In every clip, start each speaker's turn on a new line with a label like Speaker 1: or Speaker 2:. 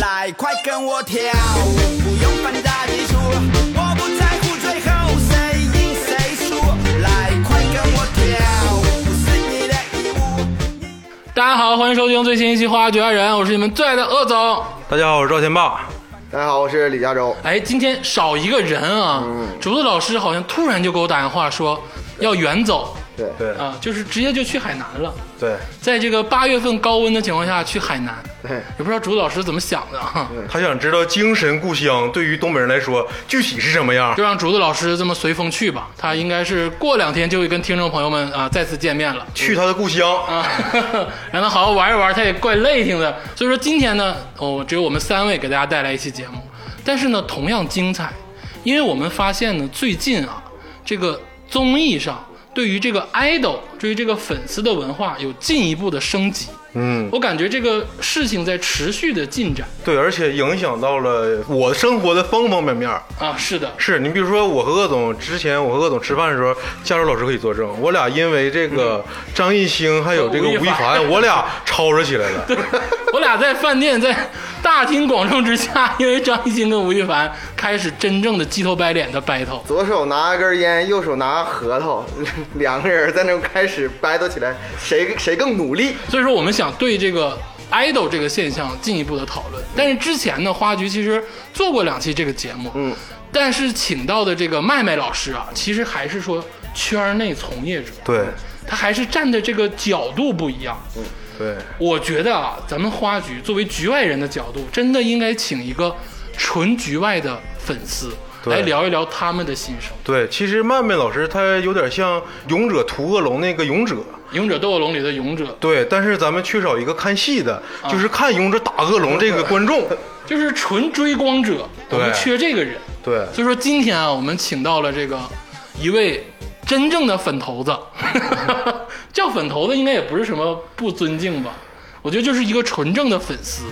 Speaker 1: 快快跟我跳舞，不用分大基础，我不在乎最后谁赢谁输，来快跟我跳舞，是你的义务。
Speaker 2: 大家好，欢迎收听最新一期《花花局爱人》，我是你们最爱的鄂总。
Speaker 3: 大家好，我是赵天霸。
Speaker 4: 大家好，我是李嘉洲。
Speaker 2: 哎，今天少一个人啊，
Speaker 4: 嗯
Speaker 2: 竹子老师好像突然就给我打电话说要远走
Speaker 4: 对，
Speaker 3: 对
Speaker 2: 啊，就是直接就去海南了。
Speaker 3: 对，
Speaker 2: 在这个八月份高温的情况下去海南，
Speaker 4: 对，
Speaker 2: 也不知道竹子老师怎么想的啊，
Speaker 3: 他想知道精神故乡对于东北人来说具体是什么样
Speaker 2: 就。让竹子老师这么随风去吧。他应该是过两天就会跟听众朋友们啊再次见面了。
Speaker 3: 去他的故乡，
Speaker 2: 啊， 让他好好玩一玩，他也怪累挺的。所以说今天呢，哦，只有我们三位给大家带来一期节目，但是呢，同样精彩，因为我们发现呢，最近啊，这个综艺上对于这个 idol，对于这个粉丝的文化有进一步的升级。
Speaker 3: 嗯，
Speaker 2: 我感觉这个事情在持续的进展
Speaker 3: 对，而且影响到了我生活的方方面面。
Speaker 2: 啊，是的，
Speaker 3: 是你比如说，我和鄂总之前，我和鄂总吃饭的时候，佳茹老师可以作证，我俩因为这
Speaker 2: 嗯
Speaker 3: 个张艺兴还有这个
Speaker 2: 吴亦
Speaker 3: 吴亦
Speaker 2: 凡
Speaker 3: 凡，我俩吵吵起来了。
Speaker 2: 我俩在饭店，在大庭广众之下，因为张艺兴跟吴亦凡开始真正的鸡头白脸的 battle。
Speaker 4: 左手拿根烟，右手拿核桃， 两个人在那开始 battle 起来，谁谁更努力？
Speaker 2: 所以说我们想对这个 idol 这个现象进一步的讨论。但是之前呢，花局其实做过两期这个节目，嗯，但是请到的这个麦麦老师啊，其实还是说圈内从业者，
Speaker 3: 对，嗯
Speaker 2: 他还是站的这个角度不一样。
Speaker 3: 对，
Speaker 2: 我觉得啊，咱们花局作为局外人的角度，真的应该请一个纯局外的粉丝
Speaker 3: 对
Speaker 2: 来聊一聊他们的心声。
Speaker 3: 对。其实曼曼老师他有点像《勇者屠恶龙》那个勇者，
Speaker 2: 《勇者斗恶龙》里的勇者，
Speaker 3: 对，但是咱们缺少一个看戏的，
Speaker 2: 啊
Speaker 3: 就是看勇者打恶龙这个观 众。
Speaker 2: 就是纯追光者，我们
Speaker 3: 对
Speaker 2: 缺这个人。
Speaker 3: 对，
Speaker 2: 所以说今天啊，我们请到了这个一位真正的粉头子， 叫粉头子应该也不是什么不尊敬吧？我觉得就是一个纯正的粉丝，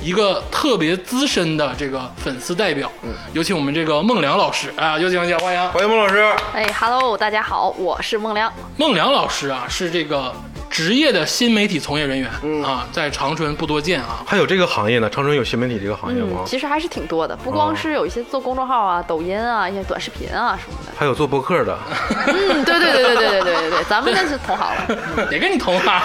Speaker 2: 一个特别资深的这个粉丝代表。有请我们这个孟良老师啊，有请有请欢迎
Speaker 3: 欢迎孟老师。
Speaker 5: 哎，Hello，大家好，我是孟良。
Speaker 2: 孟良老师啊，是这个职业的新媒体从业人员、啊，在长春不多见啊。
Speaker 3: 还有这个行业呢？长春有新媒体这个行业吗？
Speaker 5: 嗯其实还是挺多的，不光是有一些做公众号啊、抖音啊、一些短视频啊什么的。
Speaker 3: 还有做播客的，
Speaker 5: 嗯，对对对对对对对对对，咱们那是同行 了。
Speaker 2: 也跟你同行。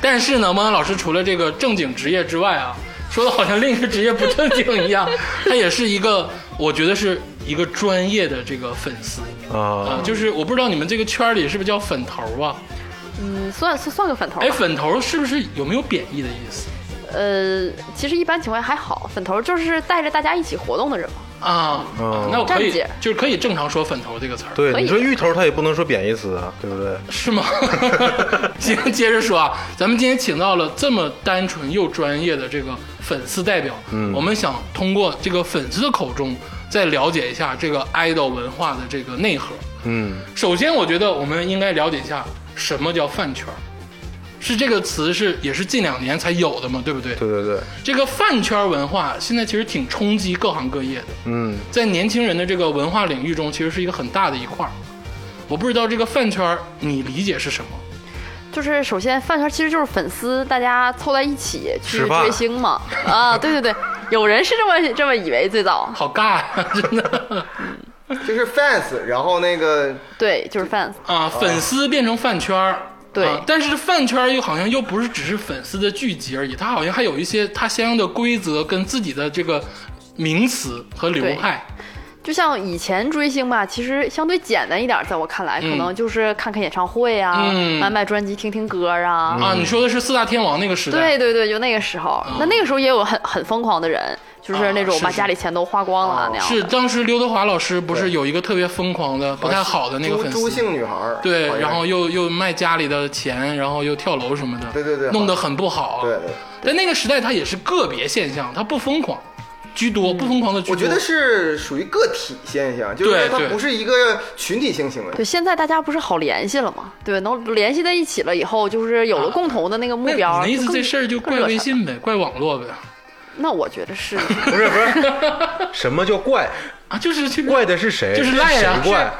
Speaker 2: 但是呢，孟阳老师除了这个正经职业之外啊，说的好像另一个职业不正经一样，他也是一个，我觉得是一个专业的这个粉丝啊、
Speaker 3: 啊，
Speaker 2: 就是我不知道你们这个圈儿里是不是叫粉头啊？
Speaker 5: 嗯，算算算个粉头吧
Speaker 2: 哎，。粉头是不是有没有贬义的意思
Speaker 5: 呃，其实一般情况下还好，粉头就是带着大家一起活动的人嘛。
Speaker 2: 啊？
Speaker 3: 哦
Speaker 2: 那我可以
Speaker 5: 站姐
Speaker 2: 就是可以正常说粉头这个词儿，
Speaker 3: 对，
Speaker 5: 可以
Speaker 3: 你说芋头他也不能说贬义词啊，对不对？
Speaker 2: 是吗？ 行，接着说啊，咱们今天请到了这么单纯又专业的这个粉丝代表，嗯，我们想通过这个粉丝的口中，再了解一下这个 idol 文化的这个内核。
Speaker 3: 嗯，
Speaker 2: 首先，我觉得我们应该了解一下什么叫饭圈儿，是这个词是也是近两年才有的嘛，对不对？
Speaker 3: 对对对，
Speaker 2: 这个饭圈儿文化现在其实挺冲击各行各业的，
Speaker 3: 嗯，
Speaker 2: 在年轻人的这个文化领域中，其实是一个很大的一块儿。我不知道这个饭圈儿你理解是什么？
Speaker 5: 就是首先饭圈其实就是粉丝，大家凑在一起
Speaker 3: 吃
Speaker 5: 去
Speaker 3: 饭
Speaker 5: 追星嘛。啊，对对对，有人是这么这么以为最早，
Speaker 2: 好尬呀、 真的
Speaker 4: 就是 fans，然后那个
Speaker 5: 对，就是 fans。
Speaker 2: 啊！粉丝变成饭圈儿，
Speaker 5: 哦对
Speaker 2: 啊但是饭圈儿又好像又不是只是粉丝的聚集而已，它好像还有一些它相应的规则跟自己的这个名词和流派。
Speaker 5: 就像以前追星吧，其实相对简单一点，在我看来，可能就是看看演唱会啊，
Speaker 2: 嗯
Speaker 5: 买买专辑、听听歌啊。
Speaker 2: 啊，你说的是四大天王那个时代，
Speaker 5: 对对对，就那个时候，那那个时候也有很很疯狂的人，就是那
Speaker 2: 啊
Speaker 5: 种
Speaker 2: 是
Speaker 5: 把
Speaker 2: 是哦
Speaker 5: 家里钱都花光了那样的。
Speaker 2: 是当时刘德华老师不是有一个特别疯狂的、不太好的那个
Speaker 4: 啊朱
Speaker 2: 粉
Speaker 4: 朱
Speaker 2: 丝，
Speaker 4: 姓女孩儿，
Speaker 2: 对
Speaker 4: 好，像是
Speaker 2: 然后又又卖家里的钱，然后又跳楼什么的，
Speaker 4: 对对对
Speaker 2: 弄得很不好。
Speaker 4: 对对，
Speaker 2: 但那个时代它也是个别现象，它不疯狂居多，不疯狂的居多。
Speaker 4: 嗯我觉得是属于个体现象，就
Speaker 2: 对
Speaker 4: 是它
Speaker 2: 对
Speaker 4: 不是一个群体性行为。
Speaker 5: 对，现在大家不是好联系了吗？对，能联系在一起了以后，就是有了共同的那个目标。
Speaker 2: 啊那你的意
Speaker 5: 就
Speaker 2: 思
Speaker 5: 更
Speaker 2: 这事儿就怪
Speaker 5: 更热
Speaker 2: 微
Speaker 5: 忱
Speaker 2: 信呗，怪网络呗？
Speaker 5: 那我觉得 是
Speaker 3: 不是不是，什么叫怪？
Speaker 2: 啊，就是去
Speaker 3: 怪的是谁？
Speaker 2: 就是
Speaker 3: 是
Speaker 2: 赖呀
Speaker 3: 谁怪？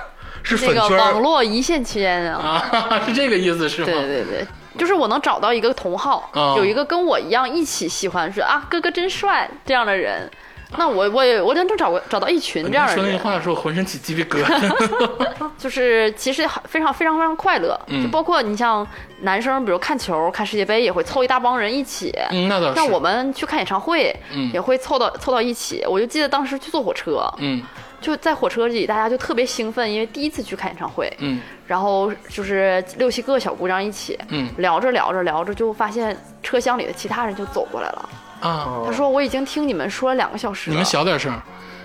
Speaker 3: 是
Speaker 5: 那
Speaker 3: 粉
Speaker 5: 个
Speaker 3: 圈
Speaker 5: 网
Speaker 3: 儿
Speaker 5: 络一线间啊，
Speaker 2: 啊，是这个意思是吗？
Speaker 5: 对对对。就是我能找到一个同好，
Speaker 2: 啊
Speaker 5: 有一个跟我一样一起喜欢说啊哥哥真帅这样的人，那我我也我能找个找到一群这样
Speaker 2: 哦你
Speaker 5: 的
Speaker 2: 说那
Speaker 5: 人
Speaker 2: 句，话的时候，浑身起鸡皮疙瘩。
Speaker 5: 就是其实很非常非常非常快乐。
Speaker 2: 嗯
Speaker 5: 就包括你像男生，比如看球、看世界杯，也会凑一大帮人一起。
Speaker 2: 嗯，那倒是。
Speaker 5: 像我们去看演唱会，
Speaker 2: 嗯
Speaker 5: 也会凑到凑到一起。我就记得当时去坐火车，
Speaker 2: 嗯
Speaker 5: 就在火车里，大家就特别兴奋，因为第一次去看演唱会，
Speaker 2: 嗯
Speaker 5: 然后就是六七个小姑娘一起，
Speaker 2: 嗯
Speaker 5: 聊着聊着聊着，就发现车厢里的其他人就走过来了。
Speaker 2: 啊，
Speaker 5: 他说：“我已经听你们说了两个小时了。”
Speaker 2: 你们小点声，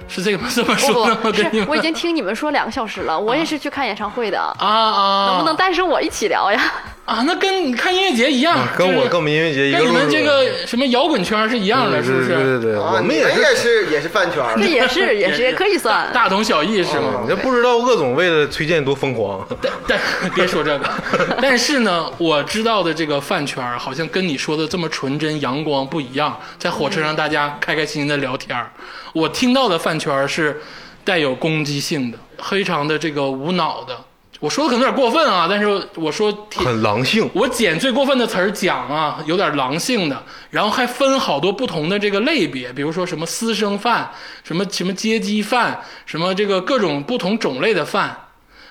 Speaker 2: 是这个这么
Speaker 5: 不
Speaker 2: 说的
Speaker 5: 不
Speaker 2: 吗？对你
Speaker 5: 是，
Speaker 2: 们
Speaker 5: 我已经听你们说两个小时了，我也是去看演唱会的。
Speaker 2: 啊啊，
Speaker 5: 能不能带上我一起 聊呀？
Speaker 2: 啊？那跟你看音乐节一样，
Speaker 3: 跟
Speaker 2: 就是
Speaker 3: 我跟我们音乐节一个
Speaker 2: 跟你
Speaker 3: 路
Speaker 2: 们
Speaker 3: 数
Speaker 2: 这个什么摇滚圈是一样的，
Speaker 3: 对
Speaker 2: 是不
Speaker 3: 对对
Speaker 2: 是？
Speaker 3: 对对，
Speaker 4: 啊
Speaker 3: 我们
Speaker 4: 你
Speaker 3: 也是
Speaker 4: 也是也是饭圈儿
Speaker 5: 这也是，也是，也可以算。
Speaker 2: 大同小异是吗？
Speaker 3: 你这不知道鄂总为了崔健多疯狂，
Speaker 2: 但 但别说这个，但是呢，我知道的这个饭圈儿好像跟你说的这么纯真阳光不一样，在火车上大家开开心心的聊天儿。我听到的饭圈儿是带有攻击性的，非常的这个无脑的。我说的可能有点过分啊，但是我说挺
Speaker 3: 很狼性。
Speaker 2: 我捡最过分的词儿讲啊，有点狼性的，然后还分好多不同的这个类别，比如说什么私生饭，什么什么阶级饭，什么这个各种不同种类的饭，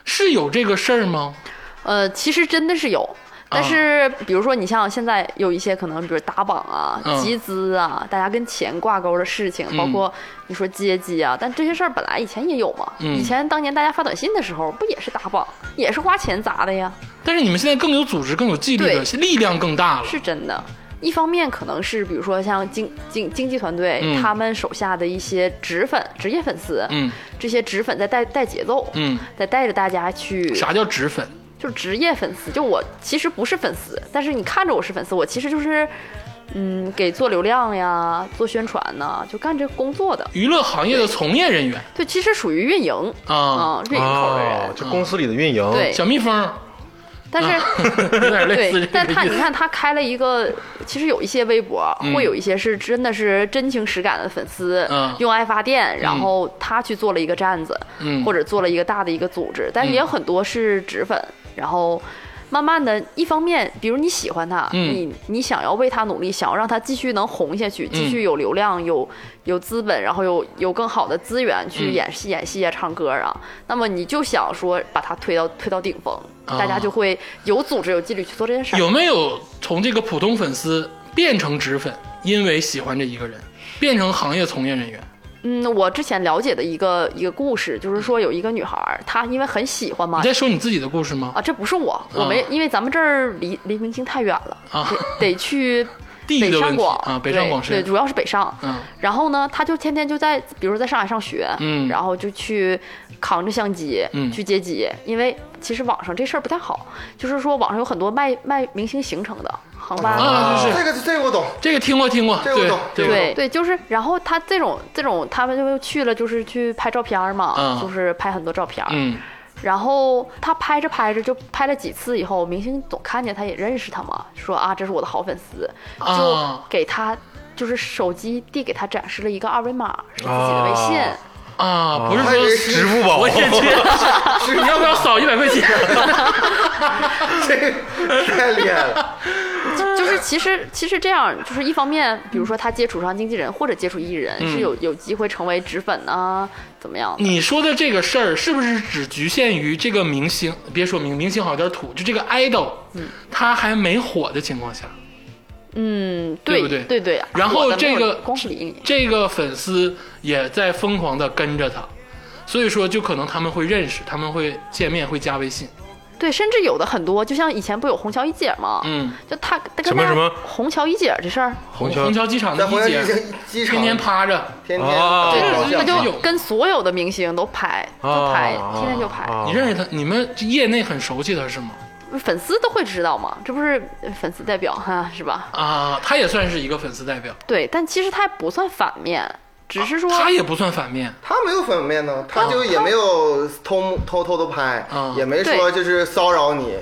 Speaker 2: 是有这个事儿吗？
Speaker 5: 呃，其实真的是有。但
Speaker 2: 啊
Speaker 5: 是，比如说你像现在有一些可能，比如打榜啊、
Speaker 2: 嗯
Speaker 5: 集资啊，大家跟钱挂钩的事情，包括你说阶级啊，但这些事儿本来以前也有嘛。
Speaker 2: 嗯
Speaker 5: 以前当年大家发短信的时候，不也是打榜，也是花钱砸的呀？
Speaker 2: 但是你们现在更有组织、更有纪律了，力量更大了。
Speaker 5: 是真的。一方面可能是比如说像经经经纪团队、
Speaker 2: 嗯
Speaker 5: 他们手下的一些纸粉、职业粉丝，
Speaker 2: 嗯
Speaker 5: 这些纸粉在带带节奏，
Speaker 2: 嗯，
Speaker 5: 在带着大家去
Speaker 2: 啥叫脂粉？
Speaker 5: 就是职业粉丝，就我其实不是粉丝，但是你看着我是粉丝，我其实就是，嗯，给做流量呀，做宣传呐、就干这个工作的，
Speaker 2: 娱乐行业的从业人员
Speaker 5: 对，其实属于运营
Speaker 2: 啊，
Speaker 5: 啊、运营口的人，
Speaker 3: 哦就公司里的运营，
Speaker 5: 对
Speaker 2: 小蜜蜂，
Speaker 5: 但是。
Speaker 2: 有点类似
Speaker 5: 对
Speaker 2: 这，
Speaker 5: 但
Speaker 2: 个
Speaker 5: 他
Speaker 2: 意
Speaker 5: 你
Speaker 2: 思。
Speaker 5: 看他开了一个，其实有一些微博、
Speaker 2: 嗯
Speaker 5: 会有一些是真的是真情实感的粉丝，
Speaker 2: 嗯
Speaker 5: 用爱发电，然后他去做了一个站子，
Speaker 2: 嗯
Speaker 5: 或者做了一个大的一个组织，但是也有很多是纸粉，然后。慢慢的，一方面，比如你喜欢他，
Speaker 2: 嗯
Speaker 5: 你你想要为他努力，想要让他继续能红下去，
Speaker 2: 嗯
Speaker 5: 继续有流量、有有资本，然后有有更好的资源去
Speaker 2: 嗯
Speaker 5: 演戏、演戏啊、唱歌啊，那么你就想说把他推到推到顶峰，大家
Speaker 2: 啊
Speaker 5: 就会有组织、有纪律去做这件事儿。
Speaker 2: 有没有从这个普通粉丝变成脂粉，因为喜欢这一个人，变成行业从业人员？
Speaker 5: 嗯，我之前了解的一个一个故事，就是说有一个女孩儿，她因为很喜欢嘛
Speaker 2: 你，在说你自己的故事吗？
Speaker 5: 啊，这不是我，我没，因为咱们这儿离离明星太远了，
Speaker 2: 啊
Speaker 5: 得得去
Speaker 2: 地
Speaker 5: 北
Speaker 2: 域的问
Speaker 5: 上
Speaker 2: 题
Speaker 5: 广
Speaker 2: 啊，北上广
Speaker 5: 对，对
Speaker 2: 深，
Speaker 5: 主要是北上。
Speaker 2: 嗯
Speaker 5: 然后呢，她就天天就在，比如说在上海上学，
Speaker 2: 嗯
Speaker 5: 然后就去扛着相机，
Speaker 2: 嗯
Speaker 5: 去接机，因为其实网上这事儿不太好，就是说网上有很多卖卖明星行程的航班
Speaker 2: 啊，就是
Speaker 4: 这个这个我懂，
Speaker 2: 这个听过听过，
Speaker 4: 这个我
Speaker 2: 对
Speaker 4: 懂这个
Speaker 2: 对
Speaker 5: 对对，就是，然后他这种这种，他们就去了，就是去拍照片儿嘛，
Speaker 2: 嗯
Speaker 5: 就是拍很多照片儿。
Speaker 2: 嗯
Speaker 5: 然后他拍着拍着就拍了几次以后，明星总看见他也认识他嘛，说啊这是我的好粉丝，
Speaker 2: 啊
Speaker 5: 就给他就是手机递给他展示了一个二维码，是自己的微信。
Speaker 3: 啊
Speaker 2: 啊，不是
Speaker 4: 我还以
Speaker 2: 说
Speaker 4: 为是
Speaker 3: 支付宝
Speaker 2: 我，也去， 你要不要扫一百块钱？
Speaker 4: 这个太厉害 了。
Speaker 5: 就是其实其实这样，就是一方面，比如说他接触上经纪人或者接触艺人，
Speaker 2: 嗯
Speaker 5: 是有有机会成为纸粉啊，怎么样的？
Speaker 2: 你说的这个事儿是不是只局限于这个明星？别说明明星好像有点土，就这个 idol，他还没火的情况下，
Speaker 5: 嗯，
Speaker 2: 对
Speaker 5: 对
Speaker 2: 不对
Speaker 5: 对对。
Speaker 2: 然后
Speaker 5: 我的
Speaker 2: 这
Speaker 5: 梦
Speaker 2: 个
Speaker 5: 光是理你。
Speaker 2: 这个粉丝也在疯狂的跟着他，所以说就可能他们会认识，他们会见面，会加微信。
Speaker 5: 对，甚至有的很多，就像以前不有虹桥一姐吗？
Speaker 2: 嗯，
Speaker 5: 就他跟
Speaker 3: 什么
Speaker 5: 大家
Speaker 3: 什么
Speaker 5: 虹桥一姐这事儿，
Speaker 3: 虹桥
Speaker 2: 虹桥机场
Speaker 4: 在
Speaker 2: 的
Speaker 4: 红
Speaker 2: 一
Speaker 4: 桥
Speaker 2: 姐，
Speaker 4: 机场
Speaker 2: 天天趴着。
Speaker 4: 天天
Speaker 3: 哦
Speaker 5: 对
Speaker 2: 哦，这
Speaker 5: 他就
Speaker 2: 种
Speaker 5: 跟所有的明星都拍，都拍，
Speaker 3: 哦
Speaker 5: 天天就拍，
Speaker 2: 你认识他？你们业内很熟悉他是吗？
Speaker 5: 粉丝都会知道嘛，这不是粉丝代表哈，是吧？
Speaker 2: 啊，他也算是一个粉丝代表，
Speaker 5: 对，但其实他也不算反面，只是说，
Speaker 2: 他也不算反面。
Speaker 4: 他没有反面呢，他就也没有偷偷偷的拍
Speaker 2: 啊，
Speaker 4: 也没说就是骚扰你。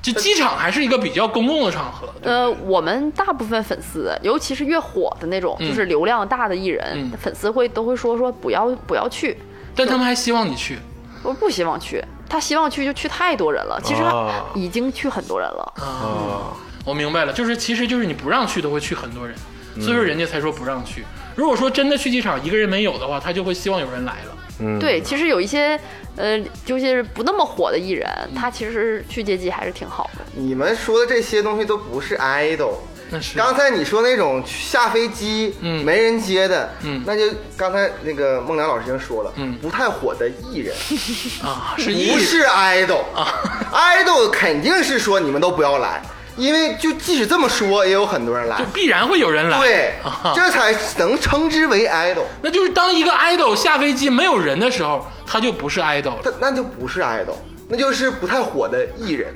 Speaker 2: 就机场还是一个比较公共的场合，对
Speaker 5: 呃，我们大部分粉丝，尤其是越火的那种，
Speaker 3: 嗯
Speaker 5: 就是流量大的艺人，
Speaker 2: 嗯
Speaker 5: 粉丝会都会说说不要不要去，
Speaker 2: 但他们还希望你去。
Speaker 5: 我不希望去，他希望去就去太多人了，其实他
Speaker 3: 啊
Speaker 5: 已经去很多人了。
Speaker 3: 啊，
Speaker 2: 我明白了，就是其实就是你不让去都会去很多人，
Speaker 4: 嗯
Speaker 2: 所以说人家才说不让去。如果说真的去机场一个人没有的话，他就会希望有人来了。
Speaker 3: 嗯，
Speaker 5: 对，其实有一些呃，就是不那么火的艺人，他其实去接机还是挺好的。
Speaker 4: 你们说的这些东西都不是 idol。
Speaker 2: 那是
Speaker 4: 刚才你说那种下飞机
Speaker 2: 嗯
Speaker 4: 没人接的，
Speaker 2: 嗯
Speaker 4: 那就刚才那个孟良老师已经说了，
Speaker 2: 嗯
Speaker 4: 不太火的艺人，
Speaker 2: 啊，是 艺
Speaker 4: 不是 idol
Speaker 2: 啊
Speaker 4: idol 肯定是说你们都不要来，因为就即使这么说，也有很多人来
Speaker 2: 就，必然会有人来。
Speaker 4: 对
Speaker 2: 啊，
Speaker 4: 这才能称之为 idol，
Speaker 2: 那就是当一个 idol 下飞机没有人的时候，他就不是 idol 了。
Speaker 4: 那那就不是 idol，那就是不太火的艺人。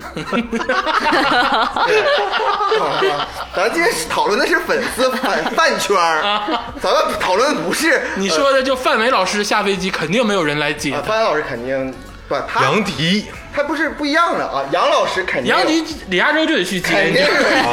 Speaker 4: 对啊咱今天讨论的是粉丝饭饭圈儿，咱们讨论的不是
Speaker 2: 你说的就范伟老师下飞机肯定没有人来接
Speaker 4: 啊，
Speaker 2: 他。
Speaker 4: 范老师肯定不，他
Speaker 3: 杨迪，
Speaker 4: 他不是不一样的啊，杨老师肯定 有
Speaker 2: 杨迪李亚洲就得去接，
Speaker 4: 肯
Speaker 2: 你
Speaker 4: 定
Speaker 2: 知道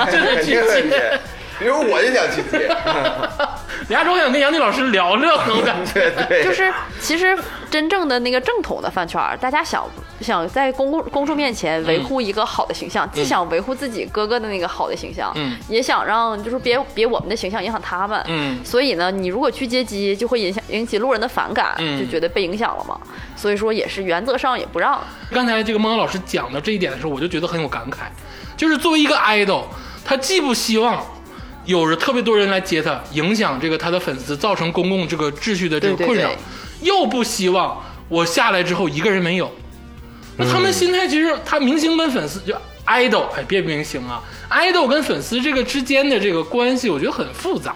Speaker 2: 吗
Speaker 4: 有
Speaker 2: 真的
Speaker 4: 肯
Speaker 2: 去
Speaker 4: 定有
Speaker 2: 接
Speaker 4: 接，比如我就想去接，啊
Speaker 2: 李亚洲想跟杨迪老师聊这个，我感觉。
Speaker 4: 对对，
Speaker 5: 就是其实真正的那个正统的饭圈儿，大家想想在公共公众面
Speaker 2: 嗯
Speaker 5: 前维护一个好的形象，既想维护自己哥哥的那个好的形象，
Speaker 2: 嗯
Speaker 5: 也想让就是别别我们的形象影响他们，
Speaker 2: 嗯
Speaker 5: 所以呢，你如果去接机，就会影响引起路人的反感，
Speaker 2: 嗯
Speaker 5: 就觉得被影响了嘛，所以说也是原则上也不让，
Speaker 2: 刚才这个孟阳老师讲到这一点的时候，我就觉得很有感慨，就是作为一个 idol，他既不希望有着特别多人来接他，影响这个他的粉丝，造成公共这个秩序的这个
Speaker 5: 对对
Speaker 2: 困扰，
Speaker 5: 对
Speaker 2: 又不希望我下来之后一个人没有。那他
Speaker 5: 嗯
Speaker 2: 们心态其实，他明星跟粉丝就 idol，哎，别明星啊，idol 跟粉丝这个之间的这个关系，我觉得很复杂。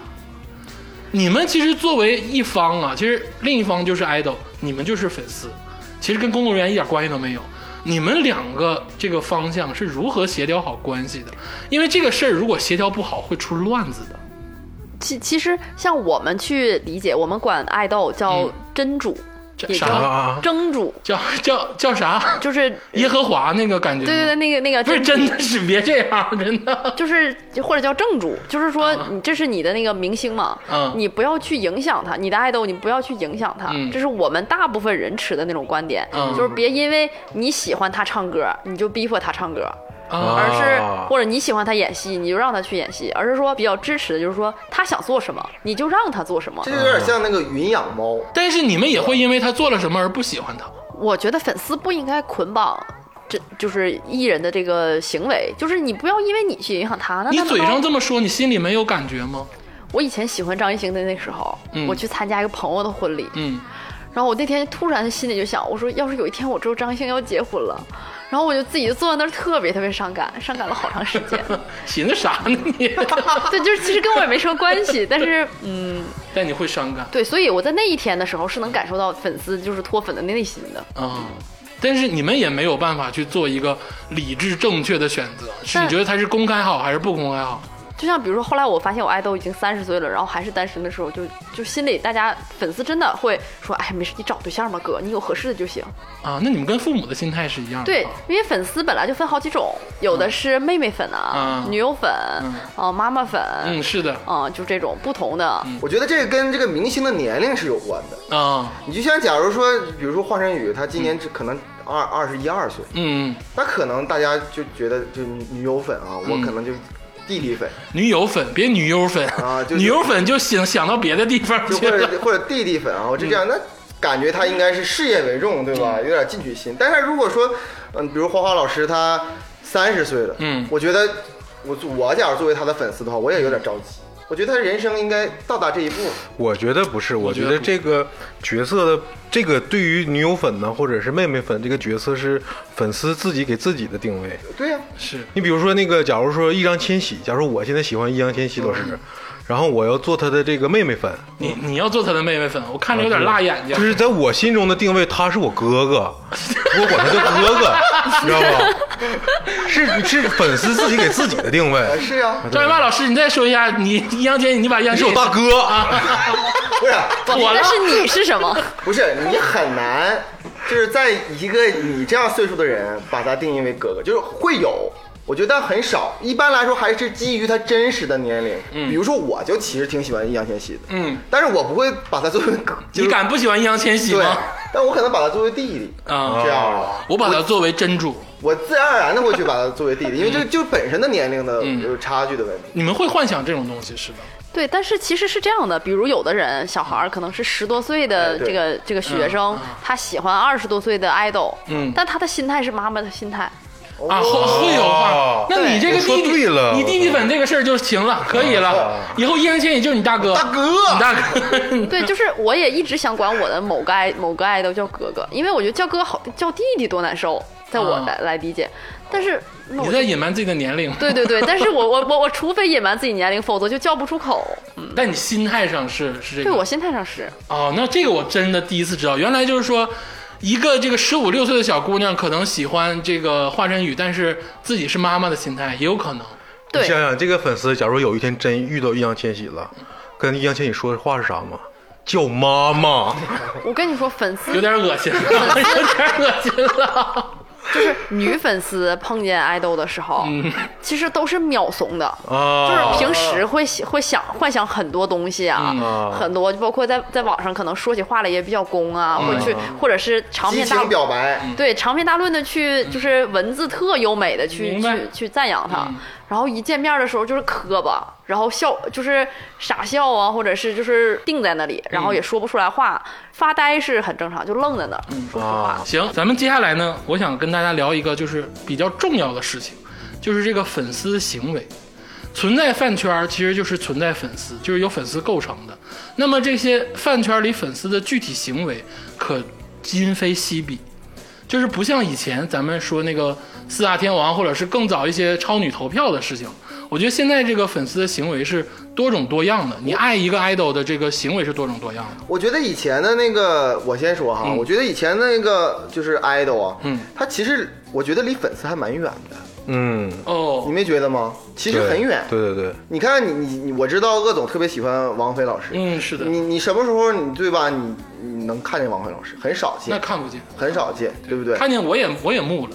Speaker 2: 你们其实作为一方啊，其实另一方就是 idol，你们就是粉丝，其实跟公众人员一点关系都没有。你们两个这个方向是如何协调好关系的？因为这个事儿如果协调不好，会出乱子的。
Speaker 5: 其其实像我们去理解，我们管爱豆叫
Speaker 2: 嗯
Speaker 5: 真主，
Speaker 2: 这
Speaker 5: 也
Speaker 2: 啥
Speaker 5: 叫
Speaker 3: 啊
Speaker 5: 真主，
Speaker 2: 叫叫叫啥？
Speaker 5: 就是
Speaker 2: 耶和华那个感觉？
Speaker 5: 对对对，，那个那个
Speaker 2: 不是
Speaker 5: 真主
Speaker 2: 真的是别这样，真的。
Speaker 5: 就是或者叫正主，就是说你这是你的那个明星嘛，
Speaker 2: 啊嗯
Speaker 5: 你不要去影响他，你的爱豆你不要去影响他，
Speaker 2: 嗯
Speaker 5: 这是我们大部分人持的那种观点，
Speaker 2: 嗯
Speaker 5: 就是别因为你喜欢他唱歌，你就逼迫他唱歌，
Speaker 2: 啊
Speaker 5: 而是
Speaker 3: 啊
Speaker 5: 或者你喜欢他演戏，你就让他去演戏，而是说比较支持的就是说他想做什么你就让他做什么
Speaker 4: 这。就有点像那个云养猫，
Speaker 2: 但是你们也会因为他做了什么而不喜欢他吗？
Speaker 5: 我觉得粉丝不应该捆绑。这就是艺人的这个行为，就是你不要因为你去影响他，那
Speaker 2: 你
Speaker 5: 他们
Speaker 2: 嘴
Speaker 5: 高
Speaker 2: 上这么说，你心里没有感觉吗？
Speaker 5: 我以前喜欢张艺兴的那时候，
Speaker 2: 嗯
Speaker 5: 我去参加一个朋友的婚礼，
Speaker 2: 嗯，
Speaker 5: 然后我那天突然心里就想，我说要是有一天我知道张艺兴要结婚了，然后我就自己就坐在那儿特别特别伤感，伤感了好长时 间。
Speaker 2: 寻思啥呢你？
Speaker 5: 对，就是其实跟我也没什么关系，但是嗯，
Speaker 2: 但你会伤感。
Speaker 5: 对，所以我在那一天的时候是能感受到粉丝就是脱粉的内心的，
Speaker 2: 啊、但是你们也没有办法去做一个理智正确的选择，是你
Speaker 5: 但
Speaker 2: 觉得它是公开好还是不公开好？
Speaker 5: 就像比如说，后来我发现我爱豆已经三十岁了，然后还是单身的时候，就就心里大家粉丝真的会说，哎，没事，你找对象吧，哥，你有合适的就行。
Speaker 2: 啊，那你们跟父母的心态是一样的。
Speaker 5: 对，因为粉丝本来就分好几种，有的是妹妹粉啊、
Speaker 2: 嗯
Speaker 5: 女友粉、
Speaker 2: 嗯
Speaker 5: 啊妈妈粉，
Speaker 2: 嗯，是的，
Speaker 5: 啊、就这种不同的。
Speaker 4: 我觉得这个跟这个明星的年龄是有关的。
Speaker 2: 啊，
Speaker 4: 你就像假如说，比如说华晨宇，他今年只可能二二十一二岁，
Speaker 2: 嗯，
Speaker 4: 那可能大家就觉得就女友粉啊，我可能就弟弟粉，
Speaker 2: 女友粉，别女友粉
Speaker 4: 啊就是
Speaker 2: 女友粉就想想到别的地方
Speaker 4: 就
Speaker 2: 去
Speaker 4: 或
Speaker 2: 了。
Speaker 4: 者或者弟弟粉啊，我就这样，那感觉他应该是事业为重，对吧？有点进取心。但是如果说，嗯，比如花花老师他三十岁了，
Speaker 2: 嗯
Speaker 4: 我觉得我我假如作为他的粉丝的话，我也有点着急。我觉得他人生应该到达这一步，
Speaker 3: 我觉得不是，我
Speaker 2: 觉
Speaker 3: 觉
Speaker 2: 得
Speaker 3: 得
Speaker 2: 不
Speaker 3: 这个角色的这个对于女友粉呢，或者是妹妹粉这个角色是粉丝自己给自己的定位。
Speaker 4: 对呀、
Speaker 2: 是，
Speaker 3: 你比如说那个，假如说易烊千玺，假如说我现在喜欢易烊千玺老师，
Speaker 2: 嗯
Speaker 3: 然后我要做他的这个妹妹粉，
Speaker 2: 你你要做他的妹妹粉，我看着有点辣眼睛。
Speaker 3: 就是在我心中的定位，他是我 哥哥，我管他叫哥哥，你知道吧？是是粉丝自己给自己的 定位，
Speaker 4: 是呀、
Speaker 2: 赵一曼老师，你再说一下，你易烊千玺，你把易烊千
Speaker 3: 你是
Speaker 2: 玺
Speaker 3: 我大哥
Speaker 4: 不是啊
Speaker 2: 妥了
Speaker 5: 但。是 你是什么？
Speaker 4: 不是你很难，就是在一个你这样岁数的人把他定义为哥哥，就是会有。我觉得很少，一般来说还是基于他真实的年龄。嗯比如说，我就其实挺喜欢易烊千玺的，
Speaker 2: 嗯，
Speaker 4: 但是我不会把他作为哥，
Speaker 2: 你
Speaker 4: 就是
Speaker 2: 敢不喜欢易烊千玺
Speaker 4: 对
Speaker 2: 吗？，
Speaker 4: 但我可能把他作为弟弟，
Speaker 2: 啊
Speaker 4: 这样了，
Speaker 2: 我把它作为真主。
Speaker 4: 我自然而然的会去把他作为弟弟，因为这就本身的年龄的
Speaker 2: 嗯
Speaker 4: 有差距的问题。
Speaker 2: 你们会幻想这种东西是吧？
Speaker 5: 对，但是其实是这样的，比如有的人小孩儿可能是十多岁的
Speaker 4: 哎对
Speaker 5: 这个、这个学生，他喜欢二十多岁的 idol，
Speaker 2: 嗯
Speaker 5: 但他的心态是妈妈的心态，
Speaker 2: 啊，会会有吧？那你这个弟
Speaker 3: 我
Speaker 2: 弟
Speaker 3: 说对啊了
Speaker 2: 你弟弟粉这个事儿就行了，可以了。以后一人千里就是你大哥，
Speaker 4: 大哥
Speaker 2: 你大哥。
Speaker 5: 对，就是我也一直想管我的某个爱某个爱豆叫哥哥，因为我觉得叫哥好叫弟弟多难受，在我
Speaker 2: 啊
Speaker 5: 来、来理解。但是那
Speaker 2: 你
Speaker 5: 我
Speaker 2: 在隐瞒自己的年龄，
Speaker 5: 对对 对，但是我我我我除非隐瞒自己年龄，否则就叫不出口。
Speaker 2: 但你心态上是是这个。
Speaker 5: 对我心态上是，
Speaker 2: 哦，那这个我真的第一次知道，原来就是说，一个这个十五六岁的小姑娘可能喜欢这个华晨宇，但是自己是妈妈的心态也有可能。
Speaker 5: 对
Speaker 3: 你想想，这个粉丝假如有一天真遇到易烊千玺了，跟易烊千玺说的话是啥吗？叫妈妈，
Speaker 5: 我跟你说，粉丝
Speaker 2: 有点恶心了， 有点恶心了。
Speaker 5: 就是女粉丝碰见爱豆的时候，其实都是秒怂的。 就
Speaker 3: 啊，
Speaker 5: 是平时会喜会想幻想很多东西啊，
Speaker 3: 嗯
Speaker 5: 很多就包括在在网上可能说起话来也比较攻啊，会去或者是长
Speaker 4: 激
Speaker 5: 篇大
Speaker 4: 情表白，
Speaker 5: 对长篇大论的去，就是文字特优美的去
Speaker 2: 明白嗯
Speaker 5: 去去赞扬他，然后一见面的时候就是磕巴，然后笑就是傻笑啊，或者是就是定在那里，然
Speaker 2: 嗯
Speaker 5: 后也说不出来话，发呆是很正常，就愣在那儿
Speaker 2: 嗯
Speaker 5: 说不出话
Speaker 3: 啊。
Speaker 2: 行，咱们接下来呢，我想跟大家聊一个就是比较重要的事情，就是这个粉丝行为。存在饭圈儿其实就是存在粉丝，就是由粉丝构成的。那么这些饭圈里粉丝的具体行为可今非昔比，就是不像以前咱们说那个四大天王，或者是更早一些超女投票的事情。我觉得现在这个粉丝的行为是多种多样的，你爱一个 idol 的这个行为是多种多样的。
Speaker 4: 我觉得以前的那个，我先说哈，
Speaker 2: 嗯
Speaker 4: 我觉得以前那个就是 idol 啊，
Speaker 2: 嗯，
Speaker 4: 他其实我觉得离粉丝还蛮远的，
Speaker 3: 嗯，
Speaker 4: 你
Speaker 2: 哦，
Speaker 4: 没觉得吗？其实
Speaker 3: 对
Speaker 4: 很远。
Speaker 3: 对对对，
Speaker 4: 你看你你你，我知道鄂总特别喜欢王菲老师，
Speaker 2: 嗯，是的，
Speaker 4: 你你什么时候你对吧？你你能看见王菲老师很少
Speaker 2: 那
Speaker 4: 见，
Speaker 2: 看不见。
Speaker 4: 很少见，对不 对？
Speaker 2: 看见我也我也木了，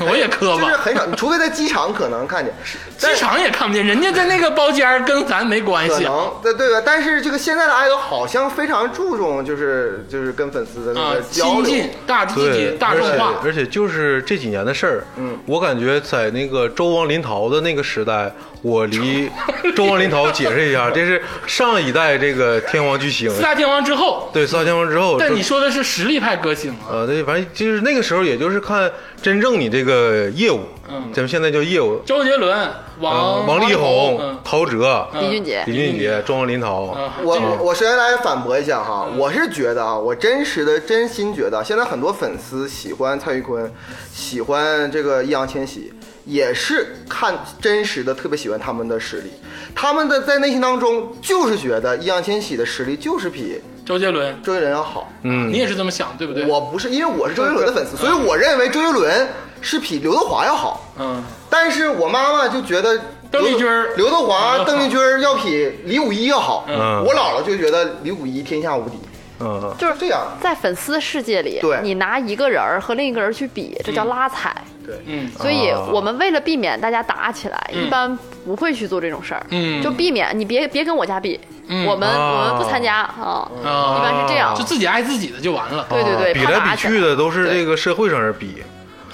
Speaker 2: 我也磕
Speaker 4: 就是
Speaker 2: 巴。
Speaker 4: 很少，除非在机场可能看见，
Speaker 2: 机场也看不见，人家在那个包间儿跟咱没关
Speaker 4: 可
Speaker 2: 系啊。
Speaker 4: 能对对吧？但是这个现在的 idol 好像非常注重就是就是跟粉丝的那个交
Speaker 2: 啊亲
Speaker 4: 流
Speaker 2: 近，大自己
Speaker 3: 对，
Speaker 2: 大众化
Speaker 3: 而且而且就是这几年的事儿，嗯，我感觉在那个周王临桃的那个时代，我离周王临桃解释一下，这是上一代这个天王巨星，
Speaker 2: 四大天王之后，
Speaker 3: 对四大天王之后，
Speaker 2: 但
Speaker 3: 就
Speaker 2: 你说的是实力派歌星啊，
Speaker 3: 呃，对，反正就是那个时候，也就是看真正你这个业务，
Speaker 2: 嗯
Speaker 3: 咱们现在叫业务，
Speaker 2: 周杰伦、
Speaker 3: 呃
Speaker 2: 啊王
Speaker 3: 王力宏
Speaker 2: 嗯、
Speaker 3: 陶喆、
Speaker 5: 李俊杰，
Speaker 3: 李俊杰、周王临桃，
Speaker 2: 啊
Speaker 4: 我
Speaker 2: 这
Speaker 4: 我我首先来反驳一下哈，
Speaker 2: 嗯
Speaker 4: 我是觉得啊，我真实的真心觉得，啊现在很多粉丝喜欢蔡徐坤，喜欢这个易烊千玺，也是看真实的特别喜欢他们的实力，他们的在内心当中就是觉得易烊千玺的实力就是比
Speaker 2: 周杰伦，
Speaker 4: 周杰伦要好。
Speaker 3: 嗯
Speaker 2: 啊你，也是这么想对不嗯对？
Speaker 4: 我不是因为我是周杰伦的粉丝，所以我认为周杰伦是比刘德华要好。
Speaker 2: 嗯，
Speaker 4: 但是我妈妈就觉得
Speaker 2: 邓丽君儿
Speaker 4: 刘刘德华、
Speaker 2: 嗯
Speaker 4: 邓丽君儿要比李谷一要好。
Speaker 3: 嗯
Speaker 4: 我姥姥就觉得李谷一天下无敌，
Speaker 3: 嗯，
Speaker 4: 就是这样。
Speaker 5: 在粉丝世界里
Speaker 4: 对，
Speaker 5: 你拿一个人儿和另一个人去比，这叫拉踩。
Speaker 4: 对，
Speaker 2: 嗯
Speaker 5: 所以
Speaker 3: 哦
Speaker 5: 我们为了避免大家打起来，
Speaker 2: 嗯
Speaker 5: 一般不会去做这种事儿，
Speaker 2: 嗯
Speaker 5: 就避免你别别跟我家比，
Speaker 2: 嗯
Speaker 5: 我们、
Speaker 3: 哦
Speaker 5: 我们不参加啊，一
Speaker 2: 啊，
Speaker 5: 般是这样
Speaker 3: 哦
Speaker 2: 就。自己爱自己的就完了。
Speaker 5: 对对对，
Speaker 3: 啊比
Speaker 5: 怕
Speaker 3: 来
Speaker 5: 打
Speaker 3: 比
Speaker 5: 起来
Speaker 3: 去的都是这个社会上人比，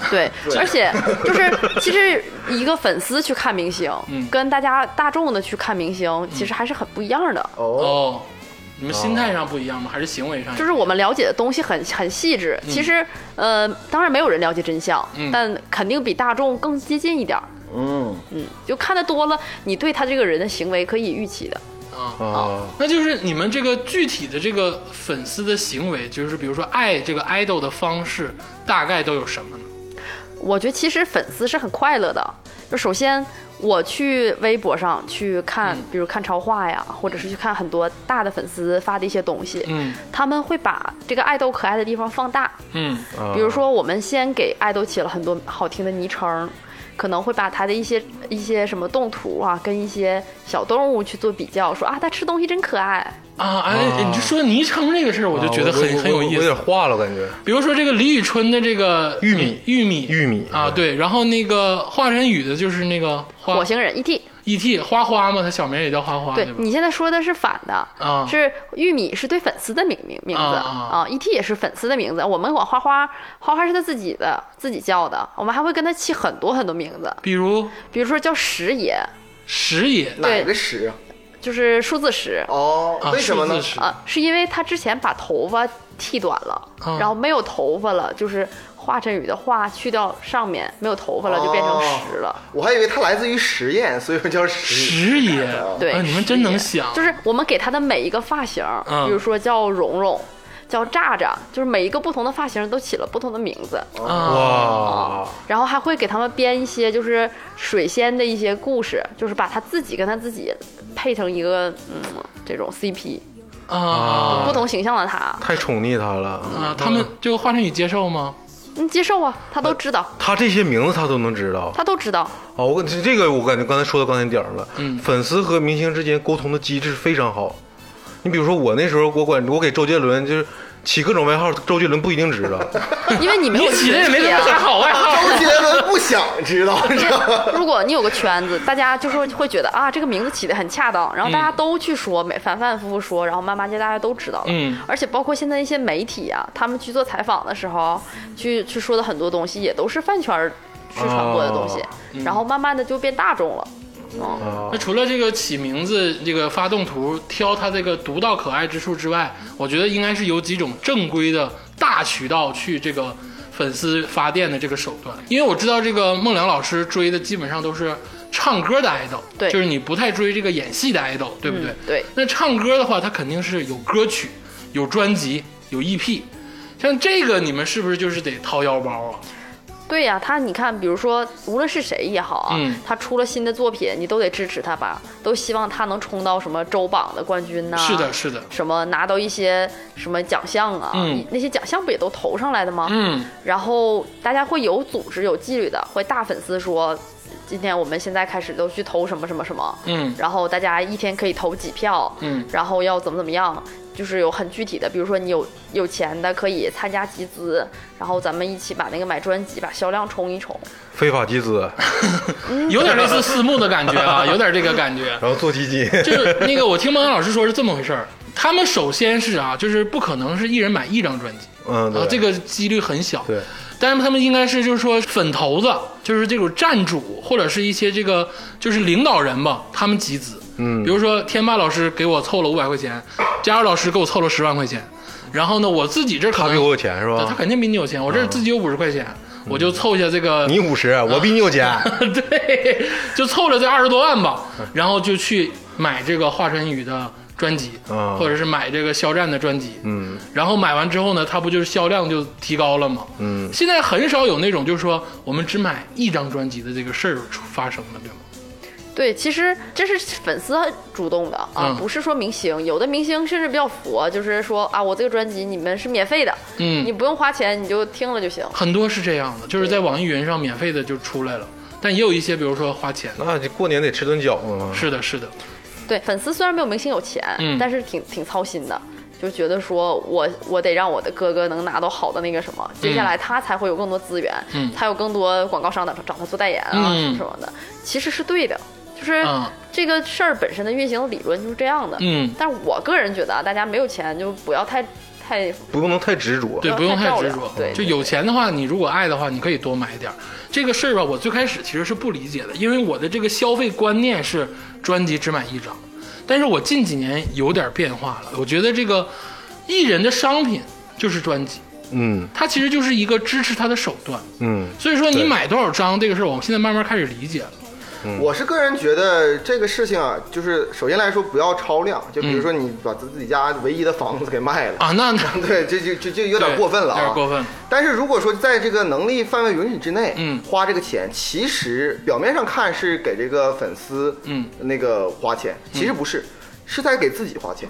Speaker 5: 对，而且就是其实一个粉丝去看明星，
Speaker 2: 嗯
Speaker 5: 跟大家大众的去看明星，其实还是很不一样的。
Speaker 4: 哦，
Speaker 2: 哦，你们心态上不一样吗？还是行为上？
Speaker 5: 就是我们了解的东西很很细致，其实呃，当然没有人了解真相，
Speaker 2: 嗯
Speaker 5: 但肯定比大众更接近一点儿。
Speaker 4: 嗯，
Speaker 5: 嗯，就看得多了，你对他这个人的行为可以预期的。
Speaker 2: 啊，
Speaker 5: 哦
Speaker 3: 啊，
Speaker 2: 那就是你们这个具体的这个粉丝的行为，就是比如说爱这个 idol 的方式，大概都有什么呢？
Speaker 5: 我觉得其实粉丝是很快乐的。就首先，我去微博上去看，
Speaker 2: 嗯
Speaker 5: 比如看超话呀，或者是去看很多大的粉丝发的一些东西，
Speaker 2: 嗯
Speaker 5: 他们会把这个爱豆可爱的地方放大。
Speaker 2: 嗯
Speaker 3: 啊
Speaker 5: 比如说，我们先给爱豆起了很多好听的昵称，可能会把他的一些一些什么动图啊，跟一些小动物去做比较，说啊，它吃东西真可爱。
Speaker 2: 啊，哎，你就说昵称这个事儿，我就觉得很、
Speaker 3: 啊我我
Speaker 2: 很有
Speaker 3: 我
Speaker 2: 意
Speaker 3: 我有
Speaker 2: 思
Speaker 3: 点。化了感觉。
Speaker 2: 比如说这个李宇春的这个
Speaker 3: 玉米
Speaker 2: 玉米，
Speaker 3: 玉米
Speaker 2: 啊，对，然后那个华晨宇的就是那个花
Speaker 5: 火星人 ET，
Speaker 2: E.T. 花花嘛，他小名也叫花花，
Speaker 5: 对
Speaker 2: 吧？
Speaker 5: 你现在说的是反的，
Speaker 2: 啊
Speaker 5: 是玉米是对粉丝的名名名字
Speaker 2: 啊啊
Speaker 5: ，ET 也是粉丝的名字。我们管花花，花花是他自己的自己叫的，我们还会跟他起很多很多名字，
Speaker 2: 比如
Speaker 5: 比如说叫石爷，
Speaker 2: 石野
Speaker 4: 哪个十啊？
Speaker 5: 就是数字石。
Speaker 4: 哦
Speaker 2: 啊，，
Speaker 4: 为什么呢
Speaker 2: 数字？石
Speaker 5: 啊，是因为他之前把头发剃短了，
Speaker 2: 啊
Speaker 5: 然后没有头发了，就是华晨宇的话去掉上面，没有头发了
Speaker 2: 哦
Speaker 5: 就变成石了。
Speaker 4: 我还以为它来自于实验，所以说叫 实。
Speaker 2: 石野，
Speaker 5: 对
Speaker 2: 哎你们真能想，
Speaker 5: 就是我们给他的每一个发型，
Speaker 2: 嗯
Speaker 5: 比如说叫蓉蓉，叫炸炸，就是每一个不同的发型都起了不同的名字，
Speaker 2: 啊，
Speaker 3: 哇，
Speaker 5: 然后还会给他们编一些就是水仙的一些故事，就是把他自己跟他自己配成一个嗯这种 CP，、
Speaker 2: 啊啊
Speaker 5: 不同形象的他，
Speaker 3: 太宠溺他了。嗯
Speaker 2: 啊！他们这个华晨宇接受吗？
Speaker 5: 你接受啊，他都知道，
Speaker 3: 他这些名字他都能知道
Speaker 5: 他都知道，
Speaker 3: 啊！我感这个我感觉刚才说到刚才点儿了，
Speaker 2: 嗯
Speaker 3: 粉丝和明星之间沟通的机制非常好。你比如说我那时候，我管我给周杰伦就是起各种外号，周杰伦不一定知道。
Speaker 5: 因为你没
Speaker 2: 你
Speaker 5: 有
Speaker 2: 起的也没
Speaker 5: 群体
Speaker 2: 什
Speaker 5: 啊
Speaker 2: 么啥 好外号
Speaker 4: 周杰伦不想知道，你知道吗？
Speaker 5: 如果你有个圈子，大家就是会觉得啊，这个名字起的很恰当，然后大家都去说，每反反复复说，然后慢慢就大家都知道了。
Speaker 2: 嗯
Speaker 5: 而且包括现在一些媒体啊，他们去做采访的时候，去去说的很多东西也都是饭圈儿去传播的东西，
Speaker 3: 哦
Speaker 2: 嗯
Speaker 5: 然后慢慢的就变大众了。
Speaker 2: 那除了这个起名字、这个发动图、挑它这个独到可爱之处之外，我觉得应该是有几种正规的大渠道去这个粉丝发电的这个手段。因为我知道这个孟良老师追的基本上都是唱歌的 idol，
Speaker 5: 对
Speaker 2: 就是你不太追这个演戏的 idol，对不对？
Speaker 5: 嗯对
Speaker 2: 那唱歌的话，它肯定是有歌曲、有专辑、有 EP。像这个，你们是不是就是得掏腰包啊？
Speaker 5: 对呀、他你看，比如说无论是谁也好啊，
Speaker 2: 嗯
Speaker 5: 他出了新的作品，你都得支持他吧，都希望他能冲到什么周榜的冠军呐、
Speaker 2: 是的，是的，
Speaker 5: 什么拿到一些什么奖项啊，
Speaker 2: 嗯
Speaker 5: 你那些奖项不也都投上来的吗？
Speaker 2: 嗯，
Speaker 5: 然后大家会有组织、有纪律的，会大粉丝说，今天我们现在开始都去投什么什么什么，
Speaker 2: 嗯
Speaker 5: 然后大家一天可以投几票，
Speaker 2: 嗯
Speaker 5: 然后要怎么怎么样，就是有很具体的，比如说你有有钱的可以参加集资，然后咱们一起把那个买专辑，把销量冲一冲。
Speaker 3: 非法集资，
Speaker 2: 嗯有点类似私募的感觉 啊，有点这个感觉。
Speaker 3: 然后做基金，
Speaker 2: 就是那个，我听孟阳老师说是这么回事儿。他们首先是啊，就是不可能是一人买一张专辑
Speaker 3: 嗯，
Speaker 2: 啊
Speaker 3: 对，，
Speaker 2: 这个几率很小。
Speaker 3: 对，
Speaker 2: 但是他们应该是就是说粉头子，就是这种站主或者是一些这个就是领导人吧，他们集资。
Speaker 3: 嗯
Speaker 2: 比如说天霸老师给我凑了五百块钱，佳儿老师给我凑了十万块钱，然后呢，我自己这儿可
Speaker 3: 他
Speaker 2: 能
Speaker 3: 比我有钱是
Speaker 2: 对
Speaker 3: 吧？
Speaker 2: 他肯定比你有钱，我这儿自己有五十块钱，我就凑一下这个
Speaker 3: 你五十，我比你有钱。
Speaker 2: 对，就凑了这二十多万吧，然后就去买这个华晨宇的专辑，
Speaker 3: 啊
Speaker 2: 或者是买这个肖战的专辑，
Speaker 3: 嗯
Speaker 2: 然后买完之后呢，他不就是销量就提高了吗？
Speaker 3: 嗯，
Speaker 2: 现在很少有那种就是说我们只买一张专辑的这个事儿出发生了，对吗？
Speaker 5: 对，其实这是粉丝主动的啊，
Speaker 2: 嗯
Speaker 5: 不是说明星。有的明星甚至比较佛，就是说啊，我这个专辑你们是免费的，
Speaker 2: 嗯
Speaker 5: 你不用花钱，你就听了就行。
Speaker 2: 很多是这样的，就是在网易云上免费的就出来了，但也有一些比如说花钱的，
Speaker 3: 那这过年得吃顿饺子嘛。
Speaker 2: 是的，是的，
Speaker 5: 对，粉丝虽然没有明星有钱，
Speaker 2: 嗯
Speaker 5: 但是挺挺操心的，就觉得说我我得让我的哥哥能拿到好的那个什么，接下来他才会有更多资源，
Speaker 2: 嗯
Speaker 5: 才有更多广告商找找他做代言啊、
Speaker 2: 嗯
Speaker 5: 什么什么的，其实是对的。就是
Speaker 2: 嗯
Speaker 5: 这个事儿本身的运行理论就是这样的，
Speaker 2: 嗯
Speaker 5: 但是我个人觉得啊，大家没有钱就不要太太
Speaker 3: 不能太执着。
Speaker 2: 对，
Speaker 5: 要
Speaker 2: 不用
Speaker 5: 太
Speaker 2: 太
Speaker 5: 照
Speaker 2: 执
Speaker 5: 料
Speaker 2: 着。
Speaker 5: 对
Speaker 2: 就有钱的话，你如果爱的话，你可以多买一点儿。这个事儿吧，我最开始其实是不理解的，因为我的这个消费观念是专辑只买一张，但是我近几年有点变化了，我觉得这个艺人的商品就是专辑，
Speaker 3: 嗯
Speaker 2: 它其实就是一个支持他的手段。
Speaker 3: 嗯，
Speaker 2: 所以说你
Speaker 3: 对
Speaker 2: 买多少张这个事儿，我现在慢慢开始理解了。嗯
Speaker 4: 我是个人觉得这个事情啊，就是首先来说不要超量，就
Speaker 2: 嗯
Speaker 4: 比如说你把自己家唯一的房子给卖了，
Speaker 2: 啊，那那
Speaker 4: 对，这就就就有点过分了啊，
Speaker 2: 有点过分了。
Speaker 4: 但是如果说在这个能力范围允许之内，
Speaker 2: 嗯
Speaker 4: 花这个钱，其实表面上看是给这个粉丝，
Speaker 2: 嗯，
Speaker 4: 那个花钱，其实不是，是在给自己花钱。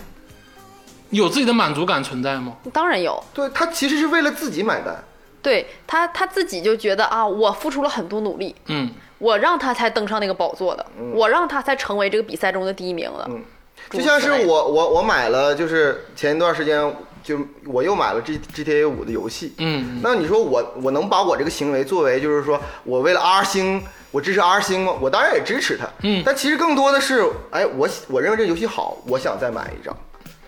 Speaker 2: 有自己的满足感存在吗？
Speaker 5: 当然有，
Speaker 4: 对他其实是为了自己买单，
Speaker 5: 对他他自己就觉得啊，我付出了很多努力，
Speaker 2: 嗯，
Speaker 5: 我让他才登上那个宝座的，我让他才成为这个比赛中的第一名的。
Speaker 2: 嗯
Speaker 5: 诸
Speaker 4: 就
Speaker 5: 如
Speaker 4: 像
Speaker 5: 此
Speaker 4: 是
Speaker 5: 类的，
Speaker 4: 我我我买了，就是前一段时间就我又买了 G G T A 五的游戏，
Speaker 2: 嗯，
Speaker 4: 那你说我我能把我这个行为作为就是说我为了 R 星，我支持 R 星吗？我当然也支持它，
Speaker 2: 嗯
Speaker 4: 但其实更多的是，哎，我喜我认为这游戏好，我想再买一张，